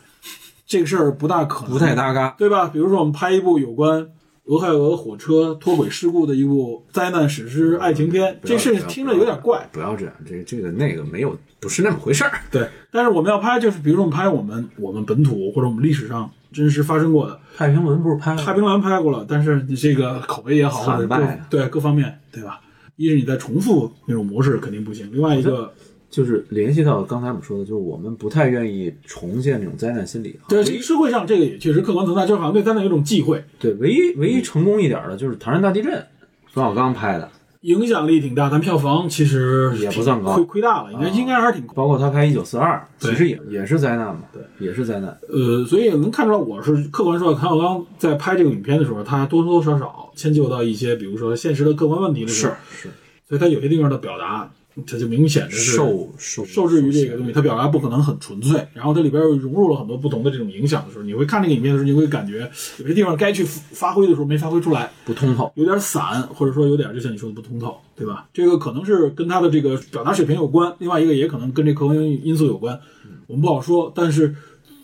[SPEAKER 2] 这个事儿不大可能，
[SPEAKER 5] 不太搭嘎。
[SPEAKER 2] 对吧？比如说我们拍一部有关俄亥俄火车脱轨事故的一部灾难史诗爱情片，
[SPEAKER 5] 不要
[SPEAKER 2] 这事
[SPEAKER 5] 嗯不要
[SPEAKER 2] 听着有点怪，
[SPEAKER 5] 不要这样，这这个那个没有，不是那么回事儿。
[SPEAKER 2] 对。但是我们要拍，就是比如说我们拍我们我们本土或者我们历史上真实发生过的，
[SPEAKER 5] 太平轮不是拍了
[SPEAKER 2] 太平轮拍过了，但是你这个口碑也好，或者
[SPEAKER 5] 惨败啊
[SPEAKER 2] 各对各方面，对吧？一是你在重复那种模式肯定不行，另外一个
[SPEAKER 5] 就是联系到刚才我们说的，就是我们不太愿意重现这种灾难心理。啊
[SPEAKER 2] 对
[SPEAKER 5] 唯一
[SPEAKER 2] 啊社会上这个也确实客观存在，就是好像对灾难有一种忌讳，
[SPEAKER 5] 对，唯一唯一成功一点的就是唐山大地震，冯小刚拍的，
[SPEAKER 2] 影响力挺大，但票房其实
[SPEAKER 5] 也不算高啊
[SPEAKER 2] 亏亏大了，应该应该还是挺
[SPEAKER 5] 包括他拍《一九四二》，
[SPEAKER 2] 对
[SPEAKER 5] 其实也也是灾难嘛，对，也是灾难。
[SPEAKER 2] 呃，所以能看出来，我是客观说，唐小刚在拍这个影片的时候，他多多少少迁就到一些，比如说现实的客观问题的时候，
[SPEAKER 5] 是，
[SPEAKER 2] 所以他有些地方的表达，他就明显的是
[SPEAKER 5] 受受
[SPEAKER 2] 受制于这个东西，他表达不可能很纯粹。然后它里边又融入了很多不同的这种影响的时候，你会看这个影片的时候，你会感觉有些地方该去发挥的时候没发挥出来，
[SPEAKER 5] 不通透。
[SPEAKER 2] 有点散，或者说有点就像你说的不通透，对吧？这个可能是跟他的这个表达水平有关，另外一个也可能跟这客观因素有关，我们不好说。但是，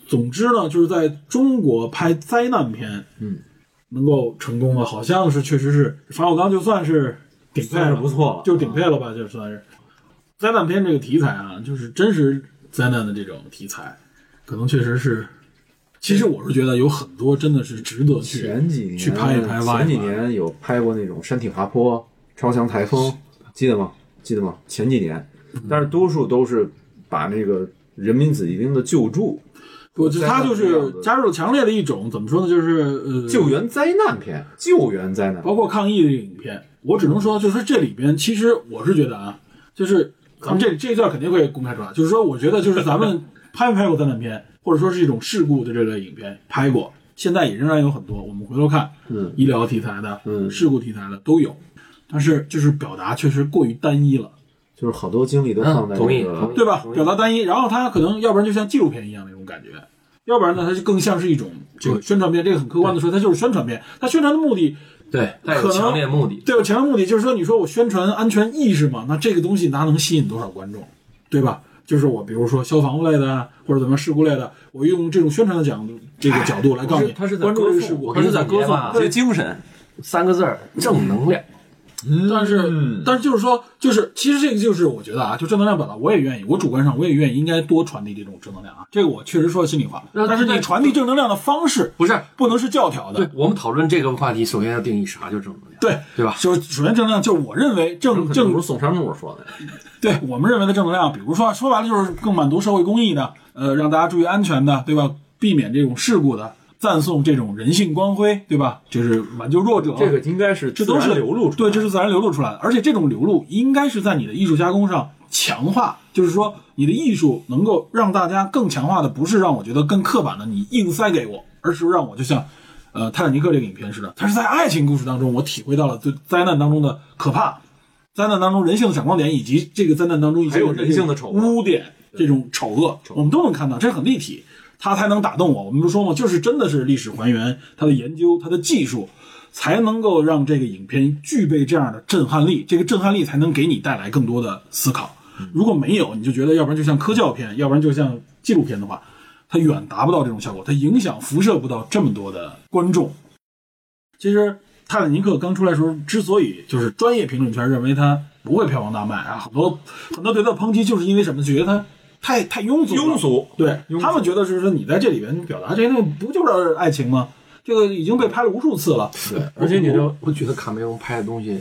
[SPEAKER 2] 总之呢，就是在中国拍灾难片，
[SPEAKER 5] 嗯，
[SPEAKER 2] 能够成功的，好像是确实是冯小刚就算是顶配
[SPEAKER 5] 算
[SPEAKER 2] 了，
[SPEAKER 5] 是不错了
[SPEAKER 2] 就顶配了吧，就算是灾难片这个题材啊，就是真实灾难的这种题材，可能确实是。其实我是觉得有很多真的是值得去
[SPEAKER 5] 前几年
[SPEAKER 2] 去拍一拍，挖一挖
[SPEAKER 5] 前几年有拍过那种山体滑坡、超强台风，记得吗？记得吗？前几年，
[SPEAKER 2] 嗯
[SPEAKER 5] 但是多数都是把那个人民子弟兵的救助、
[SPEAKER 2] 我觉得他就
[SPEAKER 5] 灾难
[SPEAKER 2] 是
[SPEAKER 5] 片
[SPEAKER 2] 加入了强烈的一种怎么说呢，就是呃，
[SPEAKER 5] 救援灾难片、救援灾难，
[SPEAKER 2] 包括抗议的影片。我只能说，就是这里边，其实我是觉得啊，就是咱们这这一段肯定会公开出来，就是说，我觉得就是咱们拍没拍过灾难片， [LAUGHS] 或者说是一种事故的这类影片拍过，现在也仍然有很多，我们回头看，
[SPEAKER 5] 嗯
[SPEAKER 2] 医疗题材的，
[SPEAKER 5] 嗯
[SPEAKER 2] 事故题材的都有，但是就是表达确实过于单一了。
[SPEAKER 5] 就是好多精力都放在
[SPEAKER 4] 嗯同意
[SPEAKER 5] 这个
[SPEAKER 4] 同意
[SPEAKER 2] 对吧？表达单一，然后它可能要不然就像纪录片一样那种感觉，要不然呢，它就更像是一种这
[SPEAKER 5] 嗯
[SPEAKER 2] 个宣传片。这个很客观的说，它就是宣传片。它宣传的目的，
[SPEAKER 4] 对，带有
[SPEAKER 2] 可能
[SPEAKER 4] 强烈目的。
[SPEAKER 2] 对吧？强调目的就是说，你说我宣传安全意识嘛，那这个东西它能吸引多少观众，对吧？就是我比如说消防类的啊或者怎么样事故类的，我用这种宣传的角度这个角度来告诉你，
[SPEAKER 5] 他是在
[SPEAKER 2] 关注这
[SPEAKER 5] 歌
[SPEAKER 2] 个
[SPEAKER 5] 颂
[SPEAKER 2] 事故
[SPEAKER 4] 我，跟你讲别吧，
[SPEAKER 5] 这精神，
[SPEAKER 4] 三个字儿正能量。
[SPEAKER 2] 但是、
[SPEAKER 5] 嗯
[SPEAKER 2] 但是就是说，就是其实这个就是我觉得啊，就正能量表达，我也愿意，我主观上我也愿意，应该多传递这种正能量啊。这个我确实说心里话，
[SPEAKER 4] 那
[SPEAKER 2] 但是你
[SPEAKER 4] 那
[SPEAKER 2] 传递正能量的方式
[SPEAKER 4] 不是
[SPEAKER 2] 不能是教条的
[SPEAKER 4] 对，，我们讨论这个话题，首先要定义啥叫正能量。
[SPEAKER 2] 对
[SPEAKER 4] 对吧
[SPEAKER 2] 就是首先正能量，就是我认为正
[SPEAKER 5] 正
[SPEAKER 2] 正哦
[SPEAKER 5] 如宋山木说的，
[SPEAKER 2] 对我们认为的正能量，比如说说白了就是更满足社会公益的，呃，让大家注意安全的，对吧？避免这种事故的，赞颂这种人性光辉，对吧？就是挽救弱者，
[SPEAKER 5] 这个应该是
[SPEAKER 2] 这都
[SPEAKER 5] 自
[SPEAKER 2] 是
[SPEAKER 5] 然流露出来
[SPEAKER 2] 对，这是自然流露出来的。而且这种流露应该是在你的艺术加工上强化，就是说你的艺术能够让大家更强化的，不是让我觉得更刻板的你硬塞给我，而是让我就像，呃，《泰坦尼克》这个影片似的，它是在爱情故事当中，我体会到了对灾难当中的可怕，灾难当中人性的闪光点，以及这个灾难当中一些
[SPEAKER 5] 还有人性的丑恶
[SPEAKER 2] 污点、这种丑恶，我们都能看到，这很立体，它才能打动我。我们不说嘛，就是真的是历史还原，它的研究，它的技术，才能够让这个影片具备这样的震撼力，这个震撼力才能给你带来更多的思考。如果没有，你就觉得要不然就像科教片，要不然就像纪录片的话，它远达不到这种效果，它影响辐射不到这么多的观众。其实《泰坦尼克》刚出来的时候，之所以就是专业评论圈认为它不会票房大卖啊，很多很多对它的抨击，就是因为什么？就觉得它太太庸俗了，
[SPEAKER 5] 庸俗
[SPEAKER 2] 对
[SPEAKER 5] 庸俗
[SPEAKER 2] 他们觉得是说你在这里边表达这些东西，不就是爱情吗？这个已经被拍了无数次了，
[SPEAKER 5] 对，而且你就
[SPEAKER 4] 我我觉得卡梅隆拍的东西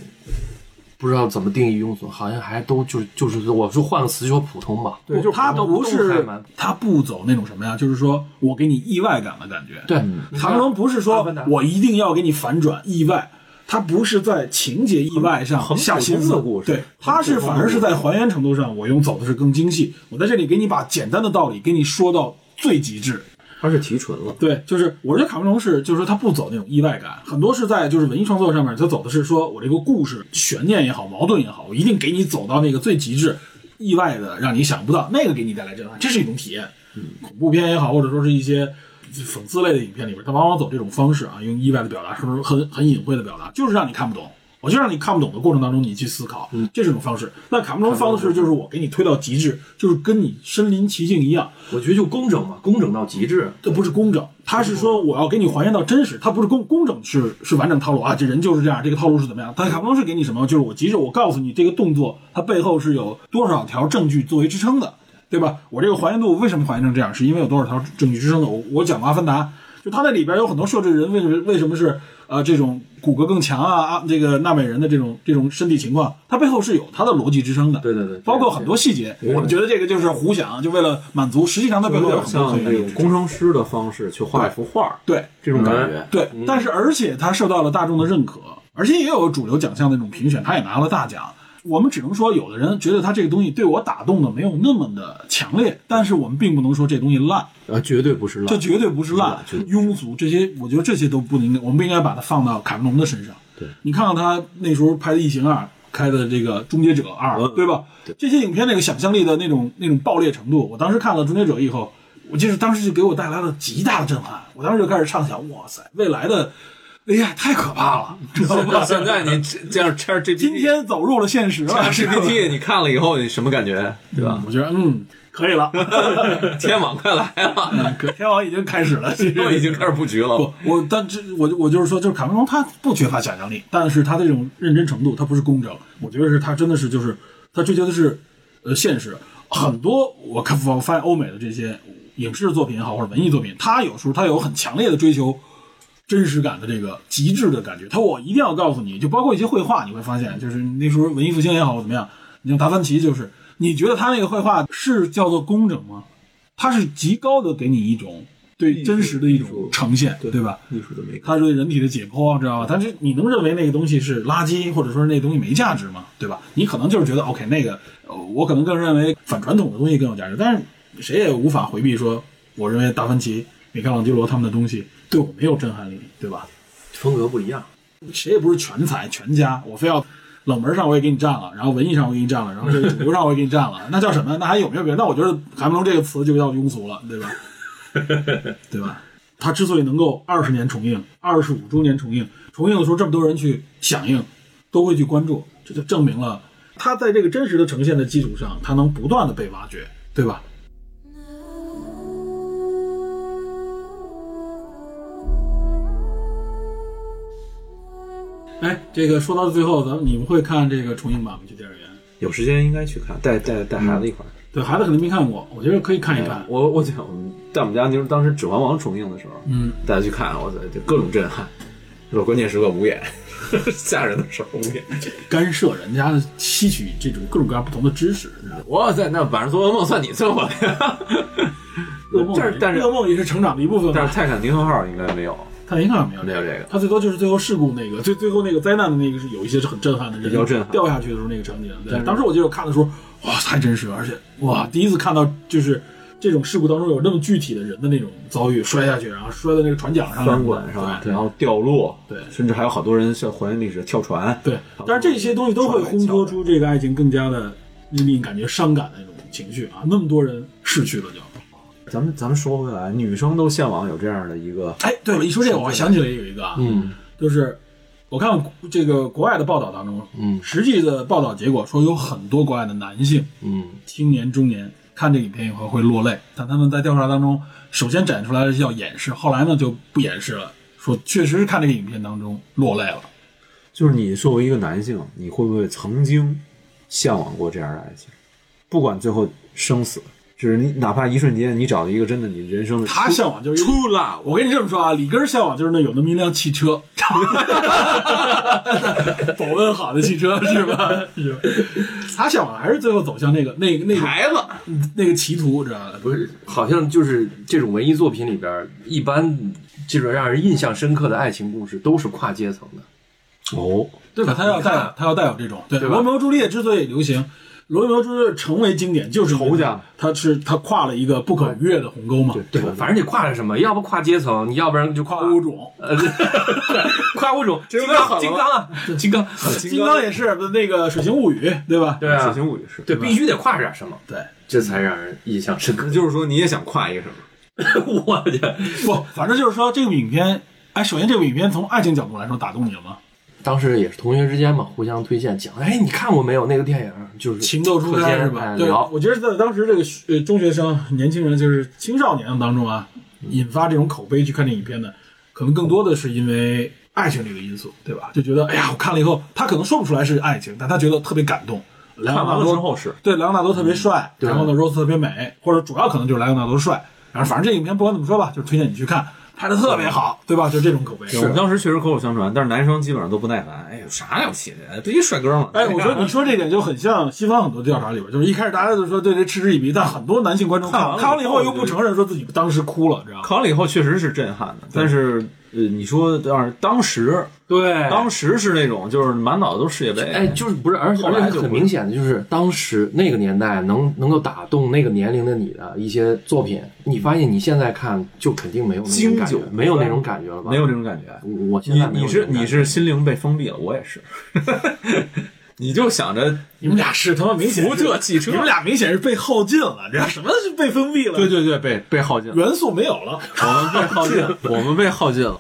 [SPEAKER 4] 不知道怎么定义庸俗，好像还都就就是我说换个词就说普通吧，
[SPEAKER 2] 不
[SPEAKER 4] 就
[SPEAKER 2] 他
[SPEAKER 4] 都
[SPEAKER 2] 不
[SPEAKER 4] 开
[SPEAKER 2] 是
[SPEAKER 4] 门
[SPEAKER 2] 他不走那种什么呀，就是说我给你意外感的感觉。
[SPEAKER 4] 对，
[SPEAKER 2] 唐龙不是
[SPEAKER 4] 阿
[SPEAKER 2] 说
[SPEAKER 4] 凡达
[SPEAKER 2] 我一定要给你反转意外，他不是在情节意外上
[SPEAKER 5] 很
[SPEAKER 2] 下心思
[SPEAKER 5] 普通的故事
[SPEAKER 2] 对，他是反而是在还原程度上，我用走的是更精细。我在这里给你把简单的道理给你说到最极致。
[SPEAKER 5] 他是提纯了，
[SPEAKER 2] 对，就是我觉得卡梅隆是，就是说他不走那种意外感，很多是在就是文艺创作上面，他走的是说我这个故事悬念也好，矛盾也好，我一定给你走到那个最极致，意外的让你想不到，那个给你带来震撼，这是一种体验。恐怖片也好，或者说是一些讽刺类的影片里边，他往往走这种方式啊，用意外的表达，是不是很很隐晦的表达，就是让你看不懂。我就让你看不懂的过程当中，你去思考，这是一种方式。那卡梅隆方式就是我给你推到极致，就是跟你身临其境一样，
[SPEAKER 4] 我觉得就工整嘛，工整到极致。
[SPEAKER 2] 这呃不是工整，他是说我要给你还原到真实，他不是工工整是是完整套路啊，这人就是这样，这个套路是怎么样？但卡梅隆是给你什么？就是我急着我告诉你这个动作，它背后是有多少条证据作为支撑的，对吧？我这个还原度为什么还原成这样？是因为有多少条证据支撑的？我我讲过阿凡达，就它那里边有很多设置人为什么为什么是呃这种骨骼更强啊啊这个纳美人的这种这种身体情况，它背后是有它的逻辑支撑的。
[SPEAKER 4] 对对对
[SPEAKER 2] 包括很多细节，我觉得这个就是胡想，就为了满足，实际上它背
[SPEAKER 5] 有
[SPEAKER 2] 后有
[SPEAKER 5] 点
[SPEAKER 2] 很多
[SPEAKER 5] 像
[SPEAKER 2] 很
[SPEAKER 5] 那种工程师的方式去画一幅画，
[SPEAKER 2] 对。
[SPEAKER 5] 这种感觉。
[SPEAKER 2] 对，但是而且他受到了大众的认可，而且也有主流奖项的那种评选，他也拿了大奖。我们只能说，有的人觉得他这个东西对我打动的没有那么的强烈，但是我们并不能说这东西烂，
[SPEAKER 5] 啊，绝对不是
[SPEAKER 2] 这
[SPEAKER 5] 烂。
[SPEAKER 2] 绝对不是烂
[SPEAKER 5] 绝对、
[SPEAKER 2] 庸俗，这些我觉得这些都不应该，我们不应该把它放到卡梅隆的身上。对，你看看他那时候拍的《异形二》，开的这个《终结者二》，
[SPEAKER 5] 嗯
[SPEAKER 2] 对吧？这些影片那个想象力的那种那种爆裂程度，我当时看了《终结者》以后，我就是当时就给我带来了极大的震撼，我当时就开始畅想，哇塞，未来的。哎呀，太可怕了，知道
[SPEAKER 4] [LAUGHS]
[SPEAKER 2] 吗？
[SPEAKER 5] 现在你这这样 Chat
[SPEAKER 2] 今
[SPEAKER 5] GPT
[SPEAKER 2] 天走入了现实了
[SPEAKER 5] [LAUGHS] Chat，GPT 你看了以后你什么感觉？对吧？
[SPEAKER 2] 我觉得嗯，可以了，
[SPEAKER 5] [LAUGHS]
[SPEAKER 2] 嗯
[SPEAKER 5] 天网快来了，
[SPEAKER 2] 天王已经开始
[SPEAKER 5] [LAUGHS]
[SPEAKER 2] 了，其实
[SPEAKER 5] 都已经开始布局了
[SPEAKER 2] 不。，我但这我就我就是说，就是卡梅隆他不缺乏想象力，但是他这种认真程度，他不是工整，我觉得是他真的是就是他追求的是呃现实。很多我看我发现欧美的这些影视作品也好，或者文艺作品，他有时候他有很强烈的追求真实感的这个极致的感觉。他我一定要告诉你，就包括一些绘画，你会发现，就是那时候文艺复兴也好怎么样，你像达芬奇就是，你觉得他那个绘画是叫做工整吗？它是极高的给你一种对真实的一
[SPEAKER 5] 艺术
[SPEAKER 2] 种呈现，对吧？
[SPEAKER 5] 艺术的美感，
[SPEAKER 2] 它是对人体的解剖，知道吧？但是你能认为那个东西是垃圾，或者说那东西没价值吗？对吧？你可能就是觉得 OK，那个呃我可能更认为反传统的东西更有价值，但是谁也无法回避说，我认为达芬奇、米开朗基罗他们的东西对我没有震撼力，对吧？
[SPEAKER 4] 风格不一样，
[SPEAKER 2] 谁也不是全才全家，我非要冷门上我也给你占了，然后文艺上我也给你占了，然后这个主流上我也给你占了，那叫什么？那还有没有别的？那我觉得卡梅隆这个词就叫庸俗了，对吧？对吧？他之所以能够二十年重映、二十五周年重映，重映的时候这么多人去响应，都会去关注，这就证明了他在这个真实的呈现的基础上，他能不断的被挖掘，对吧？哎，这个说到最后，咱们你们会看这个重映版吗？去电影院？
[SPEAKER 5] 有时间应该去看，带带带孩子一块儿。
[SPEAKER 2] 对孩子可能没看过，我觉得可以看一看。
[SPEAKER 5] 我我我们带我们家妞儿当时《指环王》重映的时候，
[SPEAKER 2] 嗯，
[SPEAKER 5] 大家去看，我操，就各种震撼。说关键时刻五眼， [LAUGHS] 吓人的时候五眼，
[SPEAKER 2] 干涉人家吸取这种各种各样不同的知识，你知道吗
[SPEAKER 5] 哇塞，那晚上做噩梦算你算我的。
[SPEAKER 2] 噩梦啊
[SPEAKER 5] 但是但是
[SPEAKER 2] 噩梦也是成长的一部分嘛。
[SPEAKER 5] 但是泰坦尼克号应该没有，
[SPEAKER 2] 他一看没有
[SPEAKER 5] 没有这个
[SPEAKER 2] 他最多就是最后事故那个，最最后那个灾难的那个是有一些是很震撼的，人
[SPEAKER 5] 比较震撼
[SPEAKER 2] 掉下去的时候那个场景。对，当时我记得我看的时候，哇，太真实了，而且哇，第一次看到就是这种事故当中有那么具体的人的那种遭遇，摔下去，然后摔到那个船桨上，
[SPEAKER 5] 翻滚是吧？
[SPEAKER 2] 对
[SPEAKER 5] 然后掉落，
[SPEAKER 2] 对
[SPEAKER 5] 甚至还有好多人像还原历史跳船，
[SPEAKER 2] 对，但是这些东西都会烘托出这个爱情更加的令你感觉伤感的那种情绪啊，那么多人逝去了就。
[SPEAKER 5] 咱们咱们说回来，女生都向往有这样的一个，
[SPEAKER 2] 哎，对了，一说这个，我还想起来有一个啊，
[SPEAKER 4] 嗯，
[SPEAKER 2] 就是我看这个国外的报道当中，
[SPEAKER 4] 嗯
[SPEAKER 2] 实际的报道结果说有很多国外的男性
[SPEAKER 4] 嗯，
[SPEAKER 2] 青年中年看这个影片以后会落泪，但他们在调查当中，首先展出来的是要掩饰，后来呢就不掩饰了，说确实是看这个影片当中落泪了。
[SPEAKER 5] 就是你作为一个男性，你会不会曾经向往过这样的爱情？不管最后生死，就是你哪怕一瞬间，你找一个真的你人生的
[SPEAKER 2] 他向往就是
[SPEAKER 5] 出了，
[SPEAKER 2] 我跟你这么说啊，里根儿向往就是那有那么一辆汽车，保温好的汽车是吧？是吧他向往还是最后走向那个那个那个
[SPEAKER 4] 孩子
[SPEAKER 2] 那个歧途，知道吧？
[SPEAKER 4] 不是，好像就是这种文艺作品里边儿，一般这种让人印象深刻的爱情故事都是跨阶层的。
[SPEAKER 5] 哦，
[SPEAKER 2] 对吧？他要
[SPEAKER 4] 你
[SPEAKER 2] 带
[SPEAKER 4] 看
[SPEAKER 2] 有他要带有这种对。
[SPEAKER 4] 对吧
[SPEAKER 2] 罗密欧朱丽叶之所以流行，罗密欧朱丽叶成为经典，就是因为
[SPEAKER 5] 仇家，
[SPEAKER 2] 他是他跨了一个不可逾越的鸿沟嘛，
[SPEAKER 4] 对，反正你跨了什么，要不跨阶层，你要不然就跨
[SPEAKER 2] 跨物种。
[SPEAKER 4] 呃， [LAUGHS] 跨物种，金刚，金刚啊，金刚，
[SPEAKER 2] 金刚也是那个《水形物语》，对吧？
[SPEAKER 4] 对啊
[SPEAKER 5] 水，形物语是
[SPEAKER 4] 对，必须得跨点什么，
[SPEAKER 2] 对，
[SPEAKER 4] 这才让人印象深刻。
[SPEAKER 5] 那就是说你也想跨一个什么？
[SPEAKER 4] 我去，
[SPEAKER 2] 不，反正就是说这部影片，哎，首先这部影片从爱情角度来说打动你了吗？
[SPEAKER 4] 当时也是同学之间嘛，互相推荐，讲，哎，你看过没有那个电影？就是
[SPEAKER 2] 情窦初
[SPEAKER 4] 课
[SPEAKER 2] 开
[SPEAKER 4] 间
[SPEAKER 2] 是吧？
[SPEAKER 4] 哎
[SPEAKER 2] 对，
[SPEAKER 4] 聊
[SPEAKER 2] 我觉得在当时这个呃中学生、年轻人，就是青少年当中啊，引发这种口碑去看这影片的，可能更多的是因为爱情这个因素，对吧？就觉得哎呀，我看了以后，他可能说不出来是爱情，但他觉得特别感动。莱昂
[SPEAKER 5] 看
[SPEAKER 2] 纳
[SPEAKER 5] 完了
[SPEAKER 2] 多
[SPEAKER 5] 之后是
[SPEAKER 2] 对莱昂纳多特别帅，然后呢，罗斯特别美，或者主要可能就是莱昂纳多帅。然后反正这影片不管怎么说吧，就是推荐你去看，拍的特别好，对吧？就这种口碑。
[SPEAKER 5] 我们当时确实口口相传，但是男生基本上都不耐烦。哎呦，啥了不起的，不一帅哥吗？
[SPEAKER 2] 哎，我说你说这点就很像西方很多调查里边，就是一开始大家都说对这嗤之以鼻，但很多男性观众看
[SPEAKER 5] 看完了
[SPEAKER 2] 看完了以后又不承认说自己当时哭了，知道吗？
[SPEAKER 5] 考完了以后确实是震撼的，但是呃，你说当时当时
[SPEAKER 4] 对，
[SPEAKER 5] 当时是那种就是满脑子都是世界杯，
[SPEAKER 4] 哎，就是不是，而且
[SPEAKER 5] 后来
[SPEAKER 4] 而
[SPEAKER 5] 就
[SPEAKER 4] 且
[SPEAKER 5] 不
[SPEAKER 4] 很明显的就是，当时那个年代能能够打动那个年龄的你的一些作品，你发现你现在看就肯定没有那种感觉
[SPEAKER 5] 经久，
[SPEAKER 4] 没有那种感觉了吧？
[SPEAKER 5] 没有这种感觉。
[SPEAKER 4] 我，我现
[SPEAKER 5] 你
[SPEAKER 4] 在
[SPEAKER 5] 你
[SPEAKER 4] 没有那种
[SPEAKER 5] 是
[SPEAKER 4] 感觉
[SPEAKER 5] 你是心灵被封闭了，我也是。 [LAUGHS] 你就想着
[SPEAKER 2] 你们俩是他妈明显是
[SPEAKER 5] 福特汽车
[SPEAKER 2] 你们俩明显是被耗尽了，这什么是被封闭了？
[SPEAKER 5] 对，对对，被被耗尽了，
[SPEAKER 2] 元素没有了。
[SPEAKER 5] 我们被耗尽了，我们被耗尽了。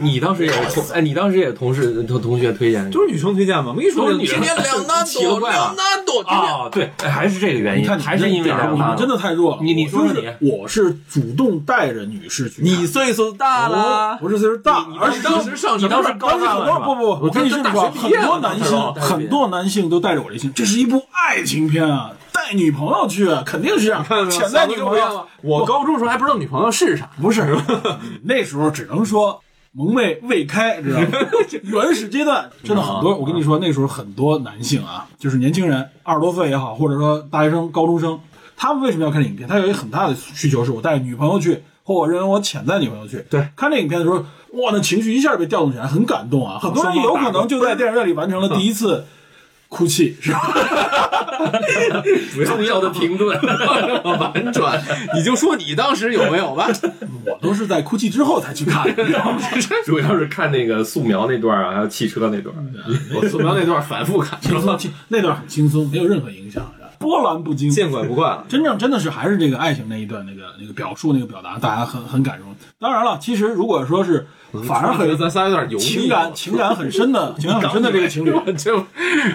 [SPEAKER 4] 你当时也有同哎，你当时也同事同同学推荐你
[SPEAKER 5] 就是女生推荐嘛，我跟你说，
[SPEAKER 4] 都是女生
[SPEAKER 5] 天天两难
[SPEAKER 4] 奇了
[SPEAKER 5] 多，
[SPEAKER 4] 怪了
[SPEAKER 5] 两难多，天天
[SPEAKER 4] 啊、对，哎还是这个原
[SPEAKER 2] 你
[SPEAKER 4] 因，
[SPEAKER 2] 看你
[SPEAKER 4] 还是因为
[SPEAKER 2] 这点儿
[SPEAKER 4] 两
[SPEAKER 2] 你们真的太弱了。
[SPEAKER 4] 你你
[SPEAKER 2] 我
[SPEAKER 4] 说
[SPEAKER 2] 就
[SPEAKER 4] 说
[SPEAKER 2] 是我是主动带着女士去看，
[SPEAKER 5] 你岁数大
[SPEAKER 2] 我
[SPEAKER 5] 了，
[SPEAKER 2] 不是岁数大，而是
[SPEAKER 5] 当时上什么
[SPEAKER 4] 你当时高
[SPEAKER 2] 当时
[SPEAKER 4] 大
[SPEAKER 2] 很
[SPEAKER 4] 了
[SPEAKER 2] 多
[SPEAKER 4] 是吧
[SPEAKER 2] 不不，我跟你说，
[SPEAKER 5] 大学
[SPEAKER 2] 很
[SPEAKER 5] 毕业
[SPEAKER 2] 多
[SPEAKER 5] 了
[SPEAKER 2] 男
[SPEAKER 5] 大
[SPEAKER 2] 性
[SPEAKER 5] 佬，
[SPEAKER 2] 很多男性都带着我这性，这是一部爱情片啊，带女朋友去肯定是啊
[SPEAKER 5] 看
[SPEAKER 2] 潜在女朋友。
[SPEAKER 5] 我高中时候还不知道女朋友是啥，
[SPEAKER 2] 不是，那时候只能说萌妹未开，知道吗？原始阶段真的很多，我跟你说，那时候很多男性啊，就是年轻人，二十多岁也好，或者说大学生、高中生，他们为什么要看这影片？他有一个很大的需求，是我带女朋友去，或我认为我潜在女朋友去。
[SPEAKER 5] 对，
[SPEAKER 2] 看这影片的时候，哇，那情绪一下被调动起来，很感动啊！很多人有可能就在电影院里完成了第一次哭泣，是吧？
[SPEAKER 4] 重要的评论，
[SPEAKER 5] 婉转，你就说你当时有没有吧？
[SPEAKER 2] 我都是在哭泣之后才去看的，你知道吗？
[SPEAKER 4] [LAUGHS] 主要是看那个素描那段啊，还有汽车那段，
[SPEAKER 5] 我素描那段反复看，
[SPEAKER 2] 轻松，轻那段很轻松，没有任何影响，是吧波澜不惊，
[SPEAKER 5] 见怪不怪了。
[SPEAKER 2] 真正真的是还是这个爱情那一段那个那个表述那个表达，大家很很感动。当然了，其实如果说是反而
[SPEAKER 5] 我觉得
[SPEAKER 2] 很
[SPEAKER 5] 咱仨有点油腻，
[SPEAKER 2] 情
[SPEAKER 5] [LAUGHS]
[SPEAKER 2] 感情感很深的情感很深的这个情侣，
[SPEAKER 5] 我就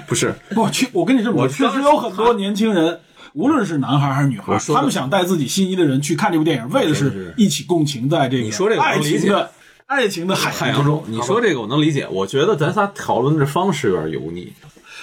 [SPEAKER 5] 不是
[SPEAKER 2] 不去，我跟你这么说，
[SPEAKER 5] 我
[SPEAKER 2] 确
[SPEAKER 5] 当
[SPEAKER 2] 实
[SPEAKER 5] 时
[SPEAKER 2] 有很多年轻人。无论是男孩还是女孩，
[SPEAKER 5] 说
[SPEAKER 2] 他
[SPEAKER 5] 的
[SPEAKER 2] 们想带自己心仪的人去看这部电影，为的是一起共情在这个
[SPEAKER 5] 你说这个我
[SPEAKER 2] 爱
[SPEAKER 5] 能理
[SPEAKER 2] 情
[SPEAKER 5] 解
[SPEAKER 2] 的爱情的海
[SPEAKER 5] 海
[SPEAKER 2] 洋之
[SPEAKER 5] 洋
[SPEAKER 2] 中
[SPEAKER 5] 中。，你说这个我能理解，我觉得咱仨讨论的方式有点油腻。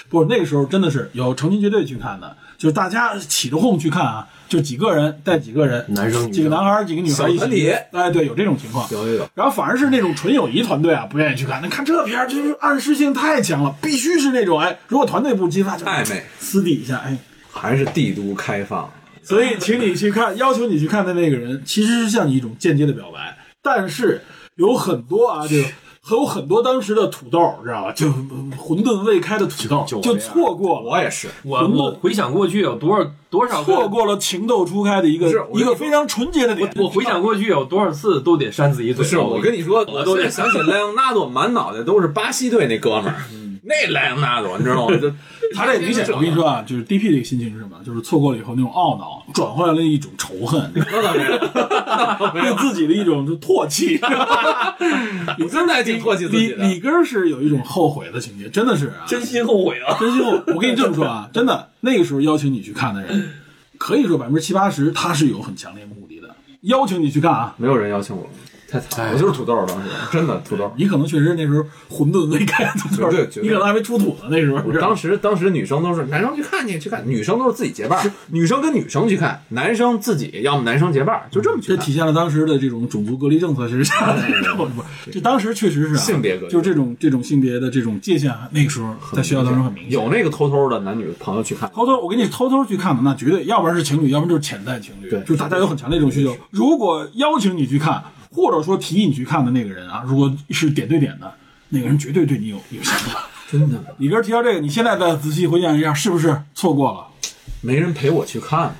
[SPEAKER 2] 不是那个时候真的是有成群结队去看的，就是大家起着哄去看啊，就几个人带几个人，
[SPEAKER 4] 男生女
[SPEAKER 2] 几个
[SPEAKER 4] 生
[SPEAKER 2] 男孩儿几个女孩儿一
[SPEAKER 5] 小
[SPEAKER 2] 起，
[SPEAKER 5] 团体
[SPEAKER 2] 哎，对，有这种情况。
[SPEAKER 5] 有有有，
[SPEAKER 2] 然后反而是那种纯友谊团队啊，不愿意去看。那看这片儿就是暗示性太强了，必须是那种哎，如果团队不激发，就
[SPEAKER 5] 暧昧
[SPEAKER 2] 私底下哎。
[SPEAKER 5] 还是帝都开放，
[SPEAKER 2] 所以，请你去看，要求你去看的那个人，其实是向你一种间接的表白。但是有很多啊，这个还有很多当时的土豆，知道吧？就混沌未开的土豆，
[SPEAKER 5] 就
[SPEAKER 2] 就
[SPEAKER 5] 我这样
[SPEAKER 2] 错过了。
[SPEAKER 5] 我也是，
[SPEAKER 4] [LAUGHS] 我我回想过去有多少多少个
[SPEAKER 2] 错过了情窦初开的一个
[SPEAKER 5] 是我
[SPEAKER 2] 一
[SPEAKER 5] 跟你
[SPEAKER 2] 个
[SPEAKER 5] 说
[SPEAKER 2] 非常纯洁的点。
[SPEAKER 4] 我回想过去有多少次都得扇自己
[SPEAKER 5] 不
[SPEAKER 4] 嘴。
[SPEAKER 5] 是我跟你说，我都得想起莱昂纳多，满脑袋都是巴西队那哥们儿，那莱昂纳多，你知道吗？就
[SPEAKER 2] 他这明显，我跟你说啊，就是 DP 这个心情是什么？就是错过了以后那种懊恼，转换了一种仇恨， [LAUGHS] 对自己的一种就唾弃。
[SPEAKER 5] 我真的还挺唾弃自己
[SPEAKER 2] 里
[SPEAKER 5] 的。
[SPEAKER 2] 里根儿是有一种后悔的情节，真的是啊，真
[SPEAKER 4] 心后悔啊！
[SPEAKER 2] 心后悔。我跟你这么说啊，真的，那个时候邀请你去看的人，可以说百分之七八十他是有很强烈目的的，邀请你去看啊。
[SPEAKER 5] 没有人邀请我，太惨了，我就是土豆儿当时，真的土豆儿。
[SPEAKER 2] 你可能确实那时候混沌未开，
[SPEAKER 5] 对对绝对
[SPEAKER 2] 你可能还没出土呢，那时候。
[SPEAKER 5] 我当时当时女生都是男生去看去去看，女生都是自己结伴儿，女生跟女生去看，男生自己要么男生结伴儿，就这么去
[SPEAKER 2] 这
[SPEAKER 5] 看。
[SPEAKER 2] 体现了当时的这种种族隔离政策其实下 [LAUGHS] 的这种，这当时确实是啊
[SPEAKER 5] 性别隔离
[SPEAKER 2] 就是这种这种性别的这种界限啊，那个时候在学校当中很明显。
[SPEAKER 5] 有那个偷偷的男女朋友去看，
[SPEAKER 2] 偷偷，我给你偷偷去看的，那绝对，要不然是情侣，要不然就是潜在情侣，
[SPEAKER 5] 对
[SPEAKER 2] 就是大家有很强的一种需求。如果邀请你去看，或者说提议你去看的那个人啊，如果是点对点的，那个人绝对对你有有想法。
[SPEAKER 5] 真的
[SPEAKER 2] 李哥提到这个，你现在再仔细回想一下，是不是错过了？
[SPEAKER 5] 没人陪我去看，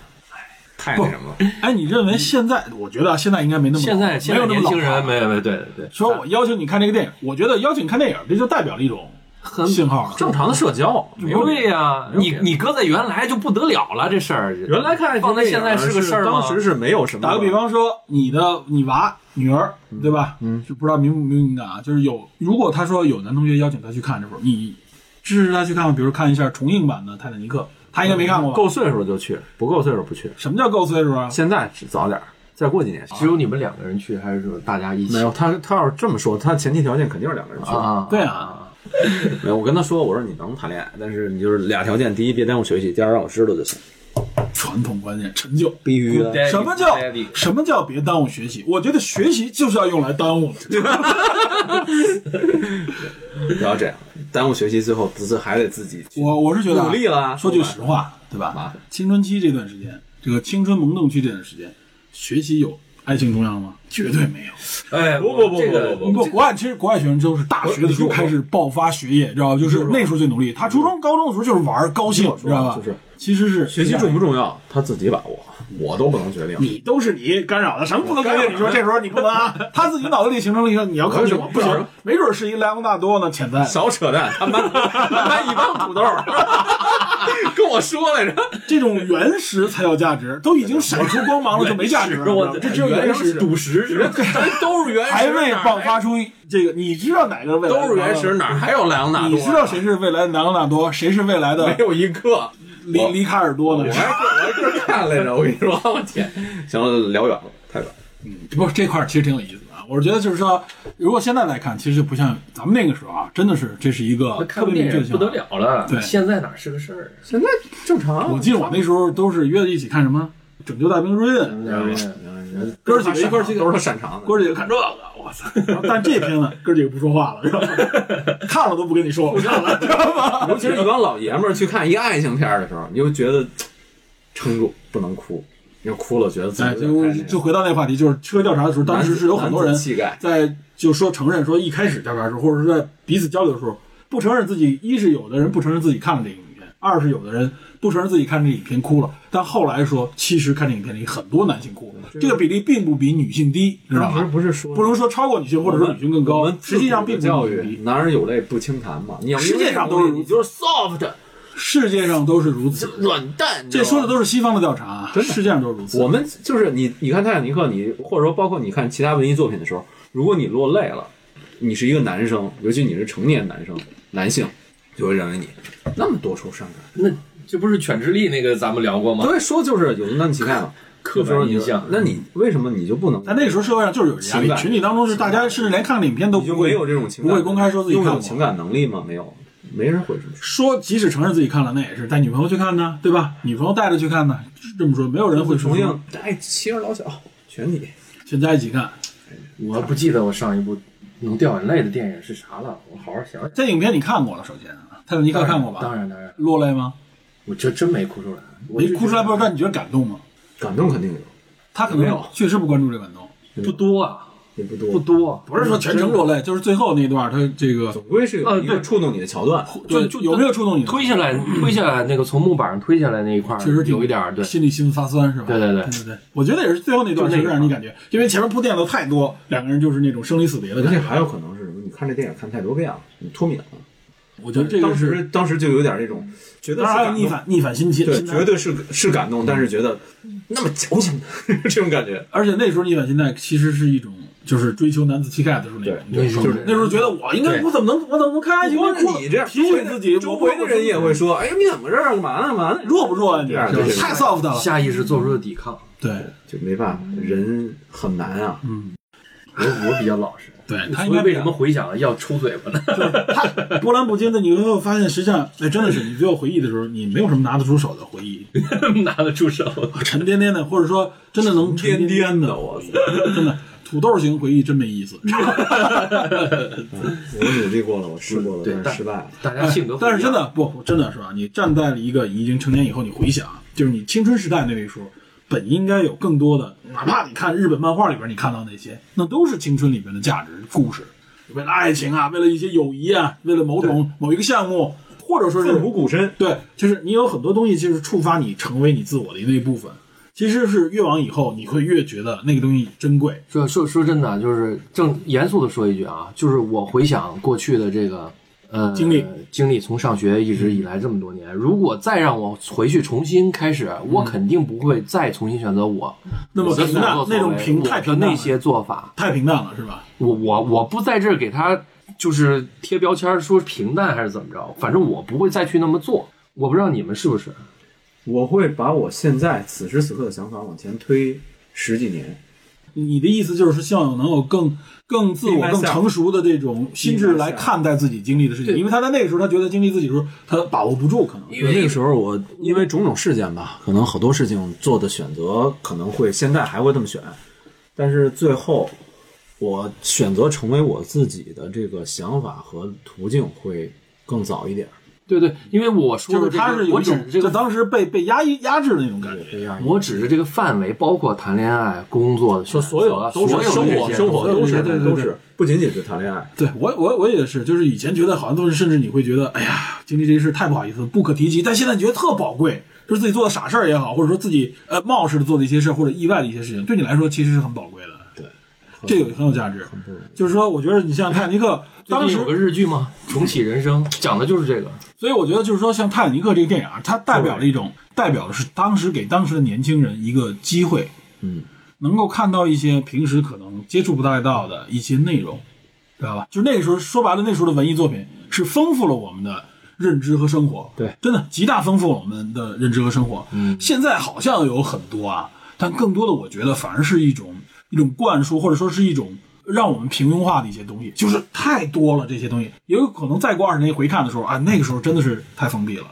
[SPEAKER 5] 太那什么了。
[SPEAKER 2] 哎，你认为现在？我觉得啊现在应该没那么
[SPEAKER 4] 现在
[SPEAKER 2] 没
[SPEAKER 4] 现
[SPEAKER 2] 有
[SPEAKER 4] 在
[SPEAKER 2] 那么
[SPEAKER 4] 年
[SPEAKER 2] 老
[SPEAKER 4] 轻
[SPEAKER 2] 套
[SPEAKER 4] 人
[SPEAKER 2] 了
[SPEAKER 4] 没有没有对对对，
[SPEAKER 2] 说我邀请你看这个电影，我觉得邀请你看电影，这就代表了一种
[SPEAKER 4] 很
[SPEAKER 2] 信号了。
[SPEAKER 5] 正常的社交，没有
[SPEAKER 4] 对呀、你你搁在原来就不得了了，这事儿
[SPEAKER 5] 原来看
[SPEAKER 4] 放在现在
[SPEAKER 5] 是
[SPEAKER 4] 个事儿吗？
[SPEAKER 5] 当时是没有什么。
[SPEAKER 2] 打个比，方说，你的你娃女儿，对吧？嗯，就不知道敏不敏感啊？就是有，如果他说有男同学邀请他去看这会儿，你支持他去看吗？比如看一下重映版的《泰坦尼克》，他应该没看过吧？
[SPEAKER 5] 够岁数就去，不够岁数不去。
[SPEAKER 2] 什么叫够岁数啊？
[SPEAKER 5] 现在早点儿，再过几年。
[SPEAKER 4] 只有你们两个人去，还是说大家一起？
[SPEAKER 5] 没有他，他要是这么说，他前提条件肯定是两个人去。
[SPEAKER 4] 啊，
[SPEAKER 2] 对啊，
[SPEAKER 5] 没有，我跟他说，我说你能谈恋爱，但是你就是俩条件：第一，别耽误学习；第二，让我知道就行。
[SPEAKER 2] 传统观念陈旧。
[SPEAKER 5] 必须的。
[SPEAKER 4] Daddy，
[SPEAKER 2] 什么叫
[SPEAKER 4] Daddy
[SPEAKER 2] 什么叫别耽误学习？我觉得学习就是要用来耽误的。
[SPEAKER 5] 不要这样，耽误学习最后不是还得自己去
[SPEAKER 2] 我我是觉得啊
[SPEAKER 5] 努力了
[SPEAKER 2] 说句实话，对吧
[SPEAKER 5] 嘛？
[SPEAKER 2] 青春期这段时间，这个青春萌动期这段时间，学习有爱情重要吗？绝对没有。
[SPEAKER 4] 哎，
[SPEAKER 5] 不不不
[SPEAKER 4] 这个
[SPEAKER 5] 不不不
[SPEAKER 2] 不，国外其实国外学生都是大学的时候开始爆发学业，知道吧？就是那时候最努力。他初中、高中的时候就是玩儿高兴，知道吧？
[SPEAKER 5] 就是
[SPEAKER 2] 其实是
[SPEAKER 5] 学习重不重要，他自己把握，我都不能决定。
[SPEAKER 2] 你都是你干扰的，什么不能决定？你说这时候你不能啊？ [LAUGHS] 他自己脑子里形成了一个你要考什么
[SPEAKER 5] 我
[SPEAKER 2] 不
[SPEAKER 5] 不
[SPEAKER 2] 行
[SPEAKER 5] 行，
[SPEAKER 2] 没准是一莱昂纳多呢潜在。
[SPEAKER 5] 少扯淡，他妈他妈一帮土豆儿，跟我说来着。
[SPEAKER 2] 这种原石才有价值，都已经闪出光芒了就没价值了，
[SPEAKER 4] 我
[SPEAKER 2] 这只有 [LAUGHS] 原石。
[SPEAKER 4] 赌石是吧？
[SPEAKER 5] 都是原
[SPEAKER 2] 还未爆发出这个，你知道哪个未来
[SPEAKER 5] 都是原石，
[SPEAKER 2] 的
[SPEAKER 5] 哪儿还有莱昂
[SPEAKER 2] 莱昂纳多？
[SPEAKER 5] 纳多啊？
[SPEAKER 2] 你知道谁是未来的莱昂纳多，谁是未来的
[SPEAKER 5] 没有一个。
[SPEAKER 2] 里
[SPEAKER 5] 我
[SPEAKER 2] 里卡尔多呢
[SPEAKER 5] 我？还我还这儿看来着，我跟你说，我天，行了，聊远了，太远了。
[SPEAKER 2] 不，这块儿其实挺有意思的啊。我是觉得就是说，如果现在来看，其实就不像咱们那个时候啊，真的是这是一个特
[SPEAKER 4] 看
[SPEAKER 2] 别
[SPEAKER 4] 电
[SPEAKER 2] 明确的
[SPEAKER 4] 影
[SPEAKER 2] 信
[SPEAKER 4] 不
[SPEAKER 2] 号
[SPEAKER 4] 得。了了，
[SPEAKER 2] 对
[SPEAKER 4] 现在哪是个事儿？
[SPEAKER 5] 现在正常
[SPEAKER 2] 我记得我那时候都是约着一起看什么《拯救大兵瑞恩》，
[SPEAKER 5] [LAUGHS] 哥几个一块儿去，都是他擅长的。
[SPEAKER 2] 哥儿几个看这个，我操！但这片子哥儿几个不说话了，
[SPEAKER 5] [LAUGHS]
[SPEAKER 2] 是吧？看了都不跟你说，我看了，知道吗？
[SPEAKER 5] 尤其是一帮老爷们儿去看一个爱情片儿的时候，你就觉得嘖撑住，不能哭，你要哭了觉得自己
[SPEAKER 2] 哎，就
[SPEAKER 5] 有点太那个
[SPEAKER 2] 就回到那个话题，就是车调查的时候，当时是有很多人
[SPEAKER 5] 男子气概
[SPEAKER 2] 在就说承认说一开始调查的时候，或者是在彼此交流的时候，不承认自己，一是有的人不承认自己看了这个影片，二是有的人不承认自己看这个影片哭了，但后来说其实看这个影片里很多男性哭，这个比例并不比女性低，知道
[SPEAKER 5] 当时
[SPEAKER 2] 吗？
[SPEAKER 5] 不是说
[SPEAKER 2] 不能说超过女性，或者说女性更
[SPEAKER 5] 我
[SPEAKER 2] 高
[SPEAKER 5] 们，
[SPEAKER 2] 实际上并不
[SPEAKER 5] 教
[SPEAKER 2] 比女性
[SPEAKER 5] 育
[SPEAKER 2] 低，
[SPEAKER 5] 男人有泪不轻弹嘛。你要
[SPEAKER 2] 世界上都是
[SPEAKER 5] 你就是 soft
[SPEAKER 2] 世界上都是如此。
[SPEAKER 5] 软蛋。
[SPEAKER 2] 这说的
[SPEAKER 5] 都。
[SPEAKER 2] 都是西方的调查啊，
[SPEAKER 5] 真的
[SPEAKER 2] 世界上都是如此。
[SPEAKER 5] 我们就是你，你看《泰坦尼克》，你或者说包括你看其他文艺作品的时候，如果你落泪了，你是一个男生，尤其你是成年男生，男性就会认为你那么多愁善感。
[SPEAKER 4] 那这不是犬之力那个咱们聊过吗？
[SPEAKER 5] 所以说就是有那你期待嘛，
[SPEAKER 4] 刻
[SPEAKER 5] 就说
[SPEAKER 4] 板
[SPEAKER 5] 你
[SPEAKER 4] 印象
[SPEAKER 5] 那你为什么你就不能？
[SPEAKER 2] 但那个时候社会上就是有压
[SPEAKER 5] 情
[SPEAKER 2] 力，
[SPEAKER 5] 感
[SPEAKER 2] 群体当中是大家甚至连看影片都
[SPEAKER 5] 你就
[SPEAKER 2] 不会
[SPEAKER 5] 没有这种情感，
[SPEAKER 2] 不会公开说自己
[SPEAKER 5] 拥
[SPEAKER 2] 看
[SPEAKER 5] 有
[SPEAKER 2] 过
[SPEAKER 5] 情感能力吗？没有，没人会这么说。
[SPEAKER 2] 说，即使承认自己看了，那也是带女朋友去看呢，对吧？女朋友带着去看呢，这么说没有人会
[SPEAKER 5] 重
[SPEAKER 2] 说
[SPEAKER 5] 映，哎，妻儿老小，全体
[SPEAKER 2] 全家一起看。
[SPEAKER 4] 我不记得我上一部能掉眼泪的电影是啥了，我好好想想。
[SPEAKER 2] 这影片你看过了，首先啊，泰坦尼克看过吧？
[SPEAKER 4] 当然当然，
[SPEAKER 2] 落泪吗？
[SPEAKER 4] 我这真没哭出来，我
[SPEAKER 2] 没哭出来不知道，
[SPEAKER 4] 不
[SPEAKER 2] 但你觉得感动吗？
[SPEAKER 5] 感动肯定有，
[SPEAKER 2] 他可
[SPEAKER 5] 没
[SPEAKER 2] 能
[SPEAKER 5] 有
[SPEAKER 2] 确实不关注这感动，
[SPEAKER 4] 不多啊，
[SPEAKER 5] 也不多，
[SPEAKER 4] 不多。
[SPEAKER 2] 不是说全程落泪，就是最后那段他这个
[SPEAKER 5] 总归是有一
[SPEAKER 4] 呃
[SPEAKER 5] 个
[SPEAKER 4] 对
[SPEAKER 5] 触动你的桥段。
[SPEAKER 4] 就
[SPEAKER 2] 对
[SPEAKER 4] 就
[SPEAKER 2] 有没有触动你呢？
[SPEAKER 4] 嗯推下来，推下来那个从木板上推下来那一块儿，
[SPEAKER 2] 嗯确实挺
[SPEAKER 4] 有一点儿对。
[SPEAKER 2] 心里心发酸是吧？
[SPEAKER 4] 对对对
[SPEAKER 2] 对对对，我觉得也是最后那段确实让你感觉，因为前面铺垫的太多，两个人就是那种生离死别的
[SPEAKER 5] 而
[SPEAKER 2] 感
[SPEAKER 5] 且
[SPEAKER 2] 觉。
[SPEAKER 5] 还有可能是什么？你看这电影看太多遍了，你脱敏了。
[SPEAKER 2] 我觉得这个
[SPEAKER 5] 当
[SPEAKER 2] 是，
[SPEAKER 5] 时当时就有点那种觉得
[SPEAKER 2] 当然
[SPEAKER 5] 是
[SPEAKER 2] 还
[SPEAKER 5] 感
[SPEAKER 6] 啊
[SPEAKER 2] 有
[SPEAKER 5] 动
[SPEAKER 2] 逆，反逆反心切，
[SPEAKER 5] 对，
[SPEAKER 2] 心态
[SPEAKER 5] 绝。对是是感动，但是觉得那么矫情 [LAUGHS] 的这种感觉，
[SPEAKER 2] 而且那时候逆反心态其实是一种就是追求男子气概的时候那种，
[SPEAKER 5] 对
[SPEAKER 2] 就是
[SPEAKER 5] 就是
[SPEAKER 2] 那时候觉得我应该我怎么能我怎么能开心？
[SPEAKER 5] 光是
[SPEAKER 2] 我
[SPEAKER 5] 你这样，
[SPEAKER 2] 提醒自己，
[SPEAKER 5] 周
[SPEAKER 2] 我
[SPEAKER 5] 围的人也
[SPEAKER 2] 我
[SPEAKER 5] 会说：“哎呦，你怎么这儿干嘛呢？干嘛呢？”
[SPEAKER 2] 弱不弱啊？你
[SPEAKER 5] 对对对
[SPEAKER 2] 太 soft 了。
[SPEAKER 4] 下意识做出的抵抗，
[SPEAKER 2] 对，
[SPEAKER 5] 就没办法，人很难啊。
[SPEAKER 2] 嗯，
[SPEAKER 4] 我我比较老实，
[SPEAKER 2] 对他应
[SPEAKER 4] 所以
[SPEAKER 2] 该
[SPEAKER 4] 为什么回想要抽嘴巴呢？ [LAUGHS]
[SPEAKER 2] 他波澜不惊的，你会发现，实际上，哎，真的是你最后回忆的时候，你没有什么拿得出手的回忆，
[SPEAKER 4] 拿得出手，
[SPEAKER 2] 沉甸甸的，或者说真的能沉甸甸的，我操，真的土豆型回忆真没
[SPEAKER 5] [LAUGHS]
[SPEAKER 2] 意思。
[SPEAKER 6] 我努力过了，我试过了，
[SPEAKER 4] 对
[SPEAKER 6] 但
[SPEAKER 4] 但
[SPEAKER 6] 是失败了。
[SPEAKER 4] 大家性格不一
[SPEAKER 2] 但
[SPEAKER 4] 样
[SPEAKER 2] 是真的啊不，真的是吧？你站在了一个你已经成年以后，你回想，就是你青春时代那位数，本应该有更多的，哪怕你看日本漫画里边你看到那些，那都是青春里边的价值故事，为了爱情啊，为了一些友谊啊，为了某种某一个项目，或者说是
[SPEAKER 6] 奋不顾身，
[SPEAKER 2] 对，就是你有很多东西，就是触发你成为你自我的那一部分。其实是越往以后，你会越觉得那个东西珍贵。
[SPEAKER 4] 说说说真的，啊就是正严肃的说一句啊，就是我回想过去的这个呃
[SPEAKER 2] 经历
[SPEAKER 4] 经历，从上学一直以来这么多年，如果再让我回去重新开始，我肯定不会再重新选择我
[SPEAKER 2] 嗯那么
[SPEAKER 4] 我的
[SPEAKER 2] 平
[SPEAKER 4] 所
[SPEAKER 2] 淡
[SPEAKER 4] 作，所
[SPEAKER 2] 那种
[SPEAKER 4] 为
[SPEAKER 2] 平
[SPEAKER 4] 我
[SPEAKER 2] 太
[SPEAKER 4] 的
[SPEAKER 2] 平淡
[SPEAKER 4] 那
[SPEAKER 2] 了，
[SPEAKER 4] 些做法，
[SPEAKER 2] 太平淡了，是吧？
[SPEAKER 4] 我我我不在这儿给他就是贴标签儿说平淡还是怎么着，反正我不会再去那么做。我不知道你们是不是，
[SPEAKER 6] 我会把我现在此时此刻的想法往前推十几年。
[SPEAKER 2] 你的意思就是希望能有更更自我、
[SPEAKER 6] Be myself
[SPEAKER 2] 更成熟的这种心智
[SPEAKER 6] Be myself
[SPEAKER 2] 来看待自己经历的事情，
[SPEAKER 4] 对
[SPEAKER 2] 因为他在那个时候，他觉得经历自己的时候，他把握不住，可能
[SPEAKER 6] 因为那个时候我因为种种事件吧，可能好多事情做的选择可能会现在还会这么选，但是最后我选择成为我自己的这个想法和途径会更早一点。
[SPEAKER 4] 对对，因为我说
[SPEAKER 2] 就
[SPEAKER 4] 的
[SPEAKER 2] 是
[SPEAKER 4] 这个，
[SPEAKER 2] 他是有
[SPEAKER 4] 我
[SPEAKER 2] 一
[SPEAKER 4] 指
[SPEAKER 2] 种
[SPEAKER 4] 的这
[SPEAKER 2] 就
[SPEAKER 4] 个
[SPEAKER 2] 当时被被压抑压制的那种感觉。
[SPEAKER 6] 这样
[SPEAKER 4] 我指着这个范围，包括谈恋爱、工作的选择，
[SPEAKER 6] 说
[SPEAKER 4] 啊
[SPEAKER 6] 所有都是
[SPEAKER 4] 所有
[SPEAKER 6] 生
[SPEAKER 4] 这
[SPEAKER 6] 活，
[SPEAKER 4] 些
[SPEAKER 6] 生活都是
[SPEAKER 4] 对对对
[SPEAKER 6] 都
[SPEAKER 4] 对
[SPEAKER 6] 是，不仅仅是谈恋爱。
[SPEAKER 2] 对我我我也是，就是以前觉得好像都是，甚至你会觉得，哎呀，经历这些事太不好意思，不可提及。但现在觉得特宝贵，就是自己做的傻事儿也好，或者说自己呃冒失的做的一些事儿，或者意外的一些事情，对你来说其实是很宝贵的。对，这有很有价值。就是说，我觉得你像泰坦尼克，
[SPEAKER 4] 当
[SPEAKER 2] 当
[SPEAKER 4] 时
[SPEAKER 2] 时
[SPEAKER 4] 有个日剧嘛，《重启人生》， [LAUGHS] 讲的就是这个。
[SPEAKER 2] 所以我觉得就是说，像《泰坦尼克》这个电影啊，它代表了一种，代表的是当时给当时的年轻人一个机会，
[SPEAKER 6] 嗯，
[SPEAKER 2] 能够看到一些平时可能接触不太到的一些内容，知道吧？就是那个时候，说白了，那时候的文艺作品是丰富了我们的认知和生活，
[SPEAKER 6] 对，
[SPEAKER 2] 真的极大丰富了我们的认知和生活。嗯，现在好像有很多啊，但更多的我觉得反而是一种一种灌输，或者说是一种让我们平庸化的一些东西，就是太多了这些东西，也有可能再过二十年回看的时候啊，那个时候真的是太封闭了，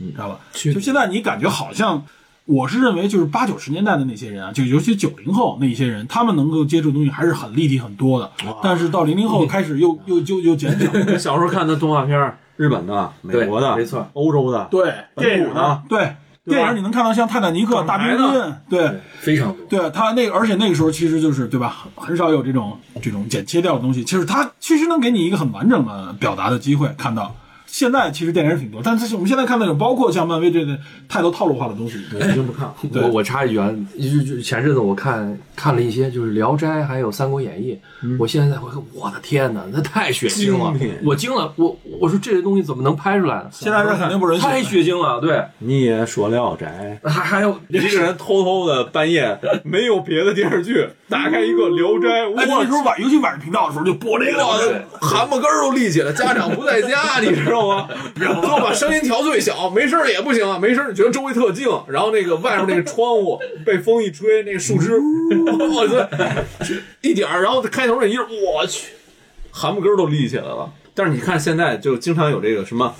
[SPEAKER 2] 嗯、知道吧？就现在你感觉好像。我是认为，就是八九十年代的那些人啊，就尤其九零后那一些人，他们能够接触的东西还是很立体很多的。但是到零零后开始又、又又又减少。
[SPEAKER 5] 小时候看的动画片儿，
[SPEAKER 6] 日本的、美
[SPEAKER 4] 对
[SPEAKER 6] 国的、
[SPEAKER 4] 没错
[SPEAKER 6] 欧洲的，
[SPEAKER 2] [LAUGHS] 对
[SPEAKER 6] 本土的，
[SPEAKER 2] 对，
[SPEAKER 6] 对吧
[SPEAKER 2] 电影你能看到像《泰坦尼克》《大兵
[SPEAKER 6] 港
[SPEAKER 2] 瑞恩》，对
[SPEAKER 4] 非常多，
[SPEAKER 2] 对，他那个而且那个时候其实就是对吧，很少有这种这种剪切掉的东西，其实它其实能给你一个很完整的表达的机会看到。现在其实电影挺多，但是我们现在看到有包括像漫威这类太多套路化的东西，
[SPEAKER 6] 已经不看了。
[SPEAKER 2] 对
[SPEAKER 4] 我我插一句啊，就就前阵子我看看了一些就是《聊斋》还有《三国演义》，
[SPEAKER 6] 嗯
[SPEAKER 4] 我现在我看我的天哪，那太血腥了
[SPEAKER 6] 精品，
[SPEAKER 4] 我惊了，我我说这些东西怎么能拍出来呢？
[SPEAKER 2] 现在是肯定不允许的
[SPEAKER 4] 太血腥了， [LAUGHS] 对，
[SPEAKER 6] 你也说《聊斋
[SPEAKER 4] 还还有
[SPEAKER 5] 一个人偷偷的半夜没有别的电视剧，打开一个《聊斋》，
[SPEAKER 2] 哎，那时
[SPEAKER 5] 我
[SPEAKER 2] 候晚，尤其晚上频道的时候就播这个东
[SPEAKER 5] 我
[SPEAKER 2] 西，
[SPEAKER 5] 的汗毛根儿都立起来，家长不在家，你知道吗？然后把声音调最小，没事儿也不行啊，没事儿你觉得周围特静，然后那个外面那个窗户被风一吹，那个树枝，我操，一点儿，然后开头那一阵儿，我去，汗毛根儿都立起来了。
[SPEAKER 6] 但是你看现在就经常有这个什么，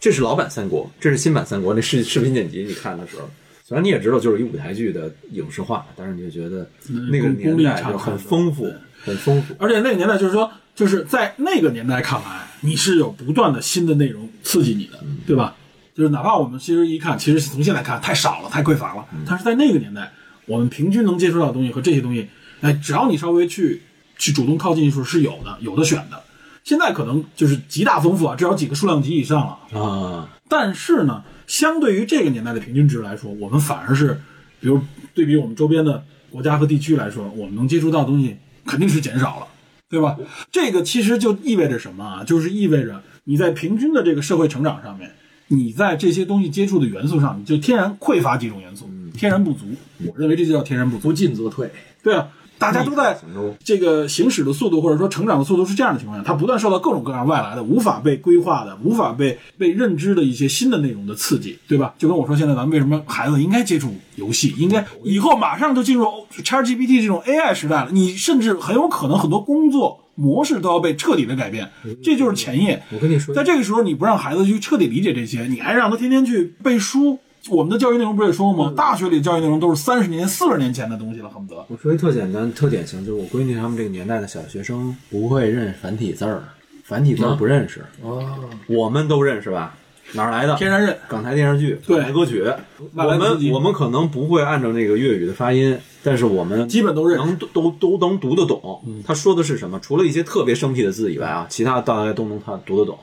[SPEAKER 6] 这是老版三国，这是新版三国，那视视频剪辑你看的时候，虽然你也知道就是一舞台剧的影视化，但是你就觉得那个
[SPEAKER 2] 嗯功功
[SPEAKER 6] 年
[SPEAKER 2] 力
[SPEAKER 6] 代
[SPEAKER 2] 差
[SPEAKER 6] 就很
[SPEAKER 2] 很多
[SPEAKER 6] 丰富，很丰富。
[SPEAKER 2] 而且那个年代就是说，就是在那个年代看来，你是有不断的新的内容刺激你的，对吧？就是哪怕我们其实一看，其实从现在看太少了，太匮乏了，但是在那个年代，我们平均能接触到的东西和这些东西，哎，只要你稍微去去主动靠近的时候是有的，有的选的。现在可能就是极大丰富啊，至少几个数量级以上了。
[SPEAKER 6] 啊，
[SPEAKER 2] 但是呢，相对于这个年代的平均值来说，我们反而是，比如对比我们周边的国家和地区来说，我们能接触到的东西肯定是减少了，对吧？这个其实就意味着什么啊？就是意味着你在平均的这个社会成长上面，你在这些东西接触的元素嗯上，你就天然匮乏几种元素，天然不足。我认为这就叫天然不足。
[SPEAKER 4] 不进则退，
[SPEAKER 2] 对啊，大家都在这个行驶的速度或者说成长的速度是这样的情况下，它不断受到各种各样外来的、无法被规划的、无法被被认知的一些新的内容的刺激，对吧？就跟我说，现在咱们为什么孩子应该接触游戏，应该以后马上就进入 ChatGPT 这种 AI 时代了，你甚至很有可能很多工作。模式都要被彻底的改变，这就是前夜。
[SPEAKER 5] 我跟你说，
[SPEAKER 2] 在这个时候，你不让孩子去彻底理解这些，你还让他天天去背书。我们的教育内容不是也说
[SPEAKER 5] 嗯
[SPEAKER 2] 吗？大学里的教育内容都是三十年、四十年前的东西了，恨不得。
[SPEAKER 5] 我说一特简单、特典型，就是我闺女他们这个年代的小学生不会认繁体字儿，繁体字
[SPEAKER 2] 啊
[SPEAKER 5] 儿不认识。
[SPEAKER 4] 哦，
[SPEAKER 5] 我们都认识吧？哪儿来的？
[SPEAKER 2] 天然认，
[SPEAKER 5] 港台电视剧、
[SPEAKER 2] 对
[SPEAKER 5] 港台歌曲。
[SPEAKER 2] 外
[SPEAKER 5] 我
[SPEAKER 2] 来词
[SPEAKER 5] 们
[SPEAKER 2] 集
[SPEAKER 5] 我们可能不会按照那个粤语的发音，但是我们
[SPEAKER 2] 基本都认识嗯
[SPEAKER 5] 能都都都能读得懂。他说的是什么？除了一些特别生僻的字以外啊，其他大概都能他读得懂。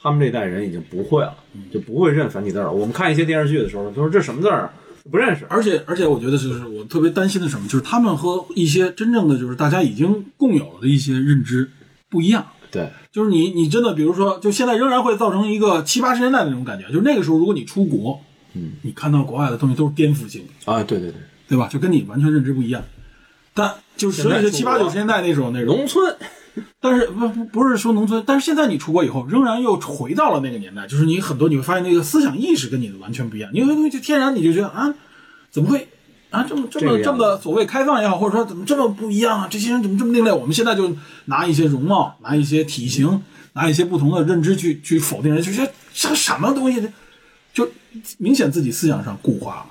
[SPEAKER 5] 他们这代人已经不会了，
[SPEAKER 2] 嗯
[SPEAKER 5] 就不会认繁体字儿了。我们看一些电视剧的时候，都说这什么字儿啊不认识。
[SPEAKER 2] 而且而且，我觉得就是我特别担心的是什么，就是他们和一些真正的就是大家已经共有的一些认知不一样。
[SPEAKER 5] 对，
[SPEAKER 2] 就是你你真的比如说，就现在仍然会造成一个七八十年代的那种感觉，就是那个时候如果你出国，嗯，你看到国外的东西都是颠覆性的。
[SPEAKER 5] 啊，对对对，
[SPEAKER 2] 对吧？就跟你完全认知不一样。但就是所以就七八九十年代那种那种，
[SPEAKER 5] 农村
[SPEAKER 2] 但是不不不是说农村，但是现在你出国以后，仍然又回到了那个年代，就是你很多你会发现那个思想意识跟你的完全不一样，你有些东西就天然你就觉得啊，怎么会啊这么这
[SPEAKER 5] 这
[SPEAKER 2] 么
[SPEAKER 5] 个样子
[SPEAKER 2] 这么的所谓开放也好，或者说怎么这么不一样啊？这些人怎么这么另类？我们现在就拿一些容貌，拿一些体型，拿一些不同的认知去去否定人，就觉得这什么东西，就明显自己思想上固化了。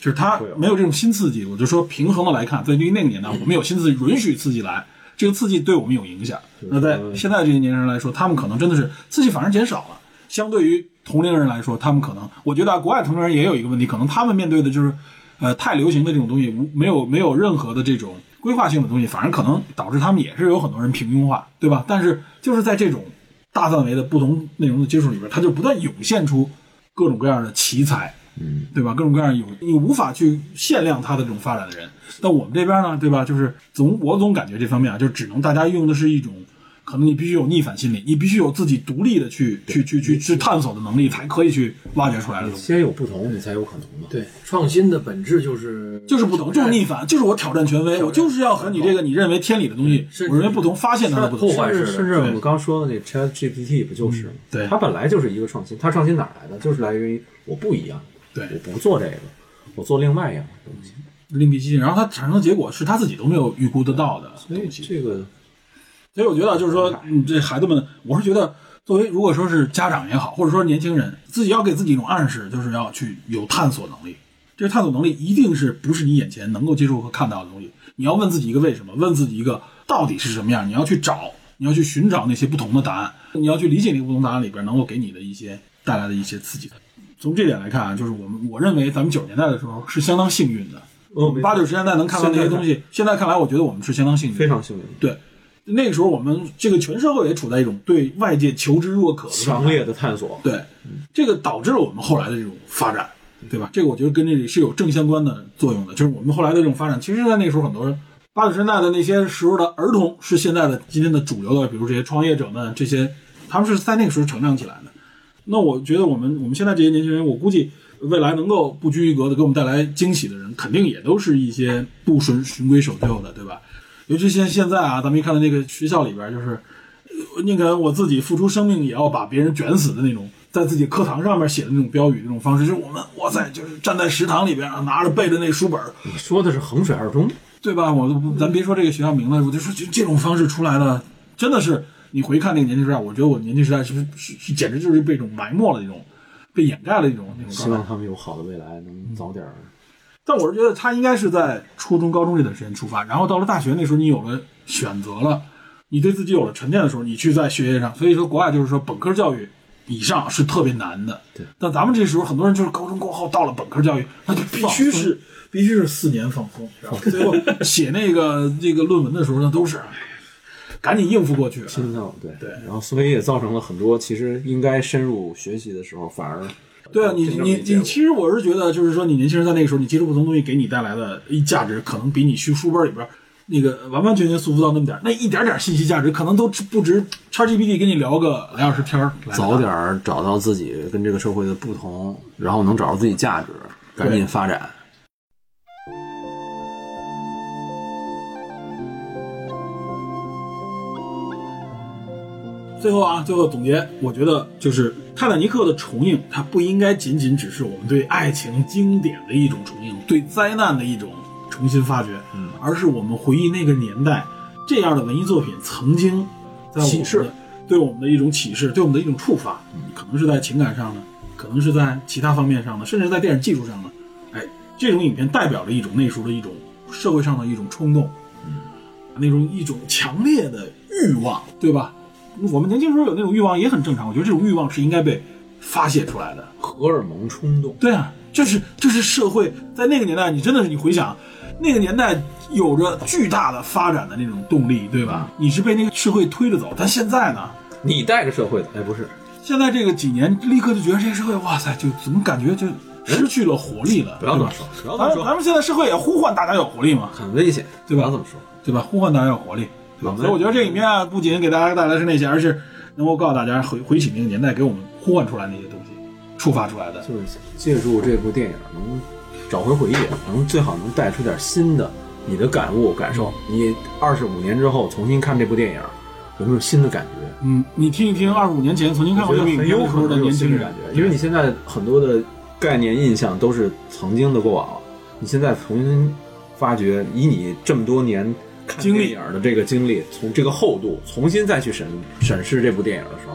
[SPEAKER 2] 就是他没有嗯这种新刺激，我就说平衡的来看，在于那个年代，我们有新刺激，允许刺激来，这个刺激对我们有影响。那在现在这些年轻人来说，他们可能真的是刺激反而减少了，相对于同龄人来说，他们可能，我觉得啊，国外同龄人也有一个问题，可能他们面对的就是，呃，太流行的这种东西，无没有没有任何的这种规划性的东西，反而可能导致他们也是有很多人平庸化，对吧？但是就是在这种大范围的不同内容的接触里边，它就不断涌现出各种各样的奇才，嗯，对吧？各种各样有你无法去限量它的这种发展的人。但我们这边呢，对吧？就是总我总感觉这方面啊，就只能大家用的是一种，可能你必须有逆反心理，你必须有自己独立的去去去去去探索的能力，才可以去挖掘出来的东西。
[SPEAKER 5] 先有不同，你才有可能嘛。
[SPEAKER 4] 对，创新的本质就是
[SPEAKER 2] 就是不同，就是逆反，就是我挑战权威，我就是要和你这个你认为天理的东西
[SPEAKER 4] 是，
[SPEAKER 2] 我认为不同，发现它的不同
[SPEAKER 4] 破。坏式的
[SPEAKER 5] 甚至我们刚说的那 Chat GPT 不就是吗？
[SPEAKER 2] 对
[SPEAKER 5] 它本来就是一个创新，它创新哪儿来的？就是来源于我不一样，
[SPEAKER 2] 对
[SPEAKER 5] 我不做这个，我做另外一样的东西。
[SPEAKER 2] 另辟蹊径，然后它产生的结果是他自己都没有预估得到的。
[SPEAKER 5] 所以这个
[SPEAKER 2] 所以我觉得就是说，嗯，这孩子们，我是觉得，作为如果说是家长也好，或者说年轻人，自己要给自己一种暗示，就是要去有探索能力。这个探索能力一定是不是你眼前能够接触和看到的东西？你要问自己一个为什么，问自己一个到底是什么样，你要去找，你要去寻找那些不同的答案，你要去理解那个不同答案里边能够给你的一些带来的一些刺激。从这点来看啊，就是我们我认为咱们九十年代的时候是相当幸运的，我们八九十年代能看到那些东西，哦现在看来我觉得我们是相当幸运的，
[SPEAKER 5] 非常幸运，
[SPEAKER 2] 对，那个时候我们这个全社会也处在一种对外界求知若渴的状态
[SPEAKER 5] 强烈的探索。
[SPEAKER 2] 对，这个导致了我们后来的这种发展，对吧？这个我觉得跟这里是有正相关的作用的，就是我们后来的这种发展，其实，在那个时候很多人。八九十年代的那些时候的儿童是现在的今天的主流的，比如这些创业者们，这些他们是在那个时候成长起来的。那我觉得我们我们现在这些年轻人，我估计未来能够不拘一格的给我们带来惊喜的人，肯定也都是一些不循循规守旧的，对吧？尤其现现在啊，咱们一看到那个学校里边，就是呃宁肯我自己付出生命也要把别人卷死的那种，在自己课堂上面写的那种标语，那种方式，就是我们哇塞，就是站在食堂里边啊，拿着背着那书本儿，
[SPEAKER 5] 你说的是衡水二中，
[SPEAKER 2] 对吧？我都不咱别说这个学校名字，我就说就这种方式出来的，真的是你回看那个年轻时代，我觉得我年轻时代是不是是是简直就是被一种埋没了一种，被掩盖了一种那种
[SPEAKER 5] 希
[SPEAKER 2] 状态
[SPEAKER 5] 望。他们有好的未来，能早点儿。
[SPEAKER 2] 但我是觉得他应该是在初中、高中这段时间出发，然后到了大学那时候，你有了选择了，你对自己有了沉淀的时候，你去在学业上，所以说国外就是说本科教育以上是特别难的。对，但咱们这时候很多人就是高中过后到了本科教育，那就必须是必须是四年放松，是吧？最后写那个这个论文的时候呢，都是哎赶紧应付过去。
[SPEAKER 5] 现在我对
[SPEAKER 2] 对
[SPEAKER 5] 然后所以也造成了很多其实应该深入学习的时候，反而呃
[SPEAKER 2] 对啊，你
[SPEAKER 5] 真正
[SPEAKER 2] 你
[SPEAKER 5] 理解
[SPEAKER 2] 你，
[SPEAKER 5] 我
[SPEAKER 2] 其实我是觉得，就是说，你年轻人在那个时候，你接触不同东西给你带来的一价值，可能比你去书本里边儿那个完完全全束缚到那么点儿，那一点点信息价值，可能都值不值 ChatGPT 跟你聊个俩小时天儿来得大
[SPEAKER 5] 早点儿找到自己跟这个社会的不同，然后能找到自己价值，赶紧发展。
[SPEAKER 2] 最后啊，最后总结，我觉得就是《泰坦尼克》的重映，它不应该仅仅只是我们对爱情经典的一种重映，对灾难的一种重新发掘，嗯，而是我们回忆那个年代这样的文艺作品曾经在我们
[SPEAKER 5] 启示
[SPEAKER 2] 的对我们的一种启示，对我们的一种触发，可能是在情感上的，可能是在其他方面上的，甚至在电影技术上的。哎，这种影片代表了一种那时候的一种社会上的一种冲动，那种一种强烈的欲望，对吧？我们年轻时候有那种欲望也很正常，我觉得这种欲望是应该被发泄出来的。
[SPEAKER 5] 荷尔蒙冲动，
[SPEAKER 2] 对啊，这是这是社会在那个年代，你真的是你回想，那个年代有着巨大的发展的那种动力，对吧？你是被那个社会推着走，但现在呢？
[SPEAKER 5] 你带着社会的，哎，不是，
[SPEAKER 2] 现在这个几年，立刻就觉得这个社会，哇塞，就怎么感觉就失去了活力了，
[SPEAKER 5] 哎不要这
[SPEAKER 2] 对吧
[SPEAKER 5] 么说，不要这
[SPEAKER 2] 咱们
[SPEAKER 5] 么
[SPEAKER 2] 咱
[SPEAKER 5] 说，
[SPEAKER 2] 们现在社会也呼唤大家有活力嘛，
[SPEAKER 5] 很危险，
[SPEAKER 2] 对吧
[SPEAKER 5] 不要这么说，
[SPEAKER 2] 对吧？呼唤大家有活力，对吧？所以我觉得这里面啊，不仅给大家带来的是那些，而是能够告诉大家回回起那个年代给我们呼唤出来那些东西，触发出来的。
[SPEAKER 5] 就是借助这部电影能找回回忆，能最好能带出点新的你的感悟感受。你二十五年之后重新看这部电影，有没有新的感觉？
[SPEAKER 2] 嗯，你听一听二十五年前曾经看
[SPEAKER 5] 我
[SPEAKER 2] 过
[SPEAKER 5] 觉
[SPEAKER 2] 这
[SPEAKER 5] 得
[SPEAKER 2] 个影片的
[SPEAKER 5] 很有
[SPEAKER 2] 时
[SPEAKER 5] 可
[SPEAKER 2] 候的
[SPEAKER 5] 能有
[SPEAKER 2] 年
[SPEAKER 5] 新
[SPEAKER 2] 轻
[SPEAKER 5] 的
[SPEAKER 2] 人
[SPEAKER 5] 感，觉，因为你现在很多的概念印象都是曾经的过往，你现在重新发掘，以你这么多年看
[SPEAKER 2] 经历
[SPEAKER 5] 电影的这个经历，从这个厚度重新再去审审视这部电影的时候，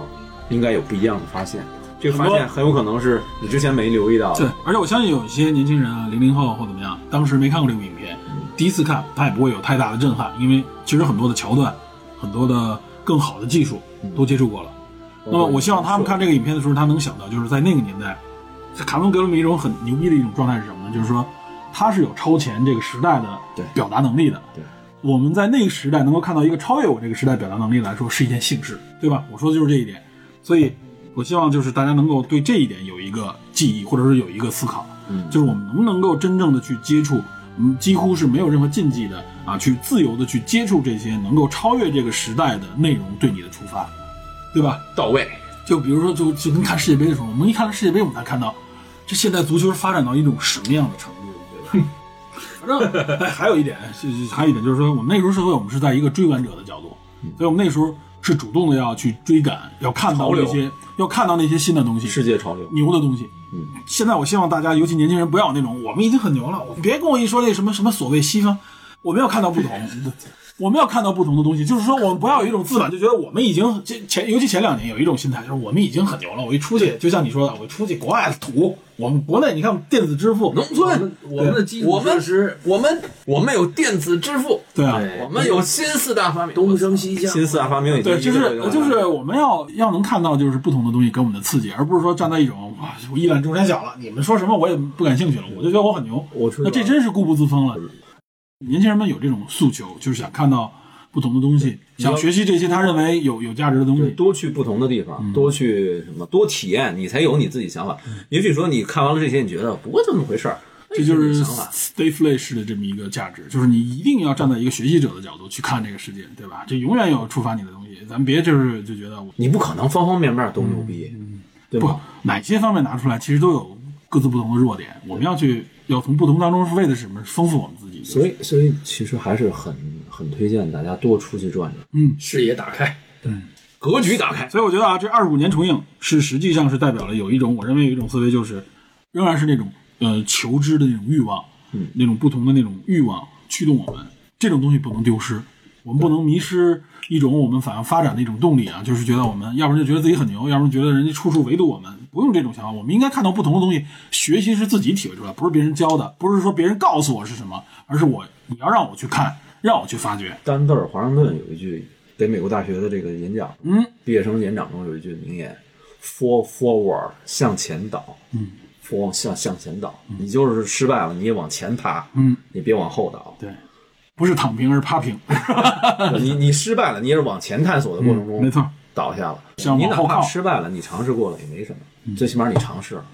[SPEAKER 5] 应该有不一样的发现。这个发
[SPEAKER 2] 很多
[SPEAKER 5] 现很有可能是你之前没留意到
[SPEAKER 2] 对
[SPEAKER 5] 的。，
[SPEAKER 2] 而且我相信有一些年轻人啊，零零后或怎么样，当时没看过这部影片，第一次看他也不会有太大的震撼，因为其实很多的桥段，很多的更好的技术
[SPEAKER 5] 嗯
[SPEAKER 2] 都接触过了。那么我希望他们看这个影片的时候，他能想到，就是在那个年代，卡梅隆给了我们一种很牛逼的一种状态是什么呢？就是说，他是有超前这个时代的
[SPEAKER 5] 对
[SPEAKER 2] 表达能力的。
[SPEAKER 5] 对
[SPEAKER 2] 我们在那个时代能够看到一个超越我这个时代表达能力来说，是一件幸事，对吧？我说的就是这一点，所以我希望就是大家能够对这一点有一个记忆，或者是有一个思考，
[SPEAKER 5] 嗯
[SPEAKER 2] 就是我们能不能够真正的去接触，嗯，几乎是没有任何禁忌的啊，去自由的去接触这些能够超越这个时代的内容对你的触发，对吧？
[SPEAKER 5] 到位，
[SPEAKER 2] 就比如说就，就跟看世界杯的时候，我们一看了世界杯，我们才看到，这现在足球发展到一种什么样的程度，对吧？反正哎，还有一点，是是还有一点就是说，我们那时候社会，我们是在一个追赶者的角度，所以我们那时候是主动的要去追赶，要看到那
[SPEAKER 5] 潮
[SPEAKER 2] 些，要看到那些新的东西，
[SPEAKER 5] 世界潮流。
[SPEAKER 2] 牛的东西。嗯，现在我希望大家，尤其年轻人，不要有那种我们已经很牛了，我别跟我一说那什么什么所谓西方，我们要看到不同，我们要看到不同的东西。就是说，我们不要有一种自满，就觉得我们已经这前，尤其前两年有一种心态，就是我们已经很牛了。我一出去，就像你说的，我一出去国外土，我们国内你看电子支付，
[SPEAKER 4] 农村，我们的基础设施，我们我们有电子支付，
[SPEAKER 2] 对啊，
[SPEAKER 7] 对
[SPEAKER 4] 我们有新四大发明，
[SPEAKER 7] 东升西降，
[SPEAKER 5] 哎新四大发明已经
[SPEAKER 2] 对，就
[SPEAKER 5] 一
[SPEAKER 2] 是
[SPEAKER 5] 个一个地
[SPEAKER 2] 就
[SPEAKER 5] 来
[SPEAKER 2] 是
[SPEAKER 5] 了
[SPEAKER 2] 我们要要能看到就是不同的东西给我们的刺激，而不是说站在一种哇我一览众山小了，你们说什么我也不感兴趣了，我就觉得我很牛，
[SPEAKER 5] 我知道
[SPEAKER 2] 那这真是固步自封了。年轻人们有这种诉求，就是想看到不同的东西，想学习这些他认为有有价值的东
[SPEAKER 5] 就是
[SPEAKER 2] 西。
[SPEAKER 5] 多去不同的地方，多去什么，多体验，你才有你自己想法。也许说你看完了这些，你觉得不过就那么回事儿，
[SPEAKER 2] 这就
[SPEAKER 5] 那你
[SPEAKER 2] 是
[SPEAKER 5] 自己想法。
[SPEAKER 2] stayfly 式的这么一个价值，就是你一定要站在一个学习者的角度去看这个世界，对吧？这永远有触发你的东西，咱别就是就觉得我
[SPEAKER 5] 你不可能方方面面都牛逼，对
[SPEAKER 2] 不
[SPEAKER 5] 吧？
[SPEAKER 2] 哪些方面拿出来，其实都有各自不同的弱点。我们要去要从不同当中是为的什么？丰富我们自己。
[SPEAKER 5] 所以，所以其实还是很很推荐大家多出去转转，
[SPEAKER 7] 视野打开，
[SPEAKER 5] 格局打开。
[SPEAKER 2] 所以我觉得啊，这二十五年重映是实际上是代表了有一种，我认为有一种思维就是，仍然是那种呃求知的那种欲望，嗯，那种不同的那种欲望驱动我们，这种东西不能丢失，我们不能迷失一种我们反向发展的一种动力啊，就是觉得我们要不然就觉得自己很牛，要不然觉得人家处处围堵我们，不用这种想法，我们应该看到不同的东西，学习是自己体会出来，不是别人教的，不是说别人告诉我是什么，而是我你要让我去看，让我去发掘，
[SPEAKER 5] 丹泽尔华盛顿有一句给美国大学的这个演讲，嗯，毕业生演讲中有一句名言：“For forward，向前倒。”嗯。for 向向前倒，你就是失败了，你也往前爬，嗯，你别往后倒，
[SPEAKER 2] 对，不是躺平而是趴 [LAUGHS] 平，
[SPEAKER 5] [LAUGHS] 你你失败了，你也是往前探索的过程中，
[SPEAKER 2] 嗯没错。
[SPEAKER 5] 倒下了。
[SPEAKER 2] 向
[SPEAKER 5] 你
[SPEAKER 2] 往
[SPEAKER 5] 哪
[SPEAKER 2] 后
[SPEAKER 5] 怕
[SPEAKER 2] 靠嗯
[SPEAKER 5] 失败了，你尝试过了也没什么，最起码你尝试了。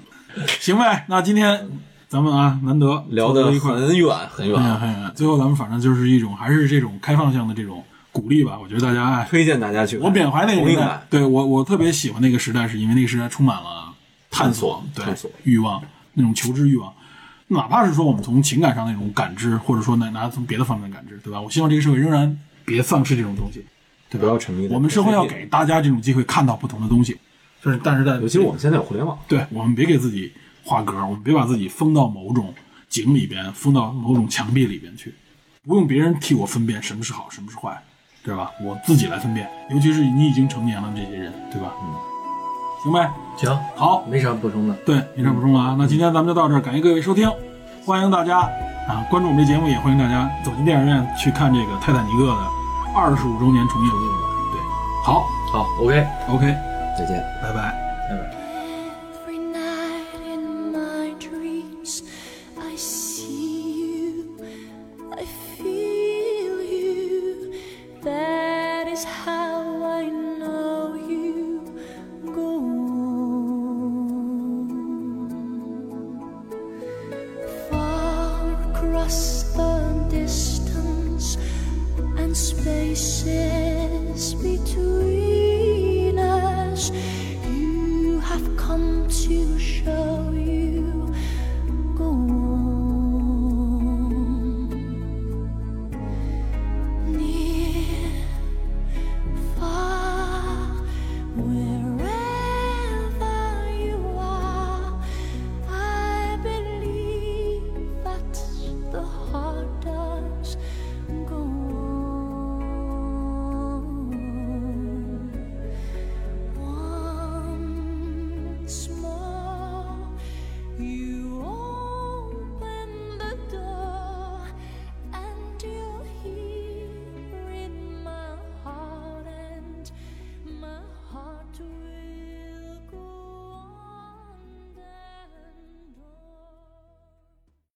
[SPEAKER 2] 行呗，那今天咱们啊，难得
[SPEAKER 5] 聊
[SPEAKER 2] 得
[SPEAKER 5] 得
[SPEAKER 2] 一块儿，
[SPEAKER 5] 很远很
[SPEAKER 2] 哎呀
[SPEAKER 5] 远，
[SPEAKER 2] 哎呀，最后咱们反正就是一种还是这种开放向的这种鼓励吧。我觉得大家哎，
[SPEAKER 5] 推荐大家去看。
[SPEAKER 2] 我缅怀那个
[SPEAKER 5] 同
[SPEAKER 2] 年
[SPEAKER 5] 意
[SPEAKER 2] 代
[SPEAKER 5] 感，，
[SPEAKER 2] 对我我特别喜欢那个时代，是因为那个时代充满了探索、对
[SPEAKER 5] 探索
[SPEAKER 2] 欲望那种求知欲望。哪怕是说我们从情感上那种感知，或者说呢，拿从别的方面的感知，对吧？我希望这个社会仍然别丧失这种东西，
[SPEAKER 6] 不要沉迷在
[SPEAKER 2] 我们
[SPEAKER 6] 是
[SPEAKER 2] 社会要给大家这种机会看到不同的东西，就是但是在
[SPEAKER 6] 尤其我们现在有互联网，
[SPEAKER 2] 对我们别给自己画格，我们别把自己封到某种井里边，封到某种墙壁里边去，不用别人替我分辨什么是好，什么是坏，对吧？我自己来分辨，尤其是你已经成年了这些人，对吧？嗯，行呗，
[SPEAKER 4] 行，
[SPEAKER 2] 好，
[SPEAKER 4] 没啥补充的。
[SPEAKER 2] 对，没啥补充了啊。那今天咱们就到这儿，感谢各位收听，欢迎大家啊关注我们这节目，也欢迎大家走进电影院去看这个《泰坦尼克》的二十五周年重映。对，好
[SPEAKER 4] 好，OK。
[SPEAKER 2] ，OK，
[SPEAKER 6] 再见。
[SPEAKER 2] 拜拜。
[SPEAKER 8] Every night in my dreams, I see you, I feel you. That is how I know you. Go on. Far across the distance and spaces between us, you have come to show.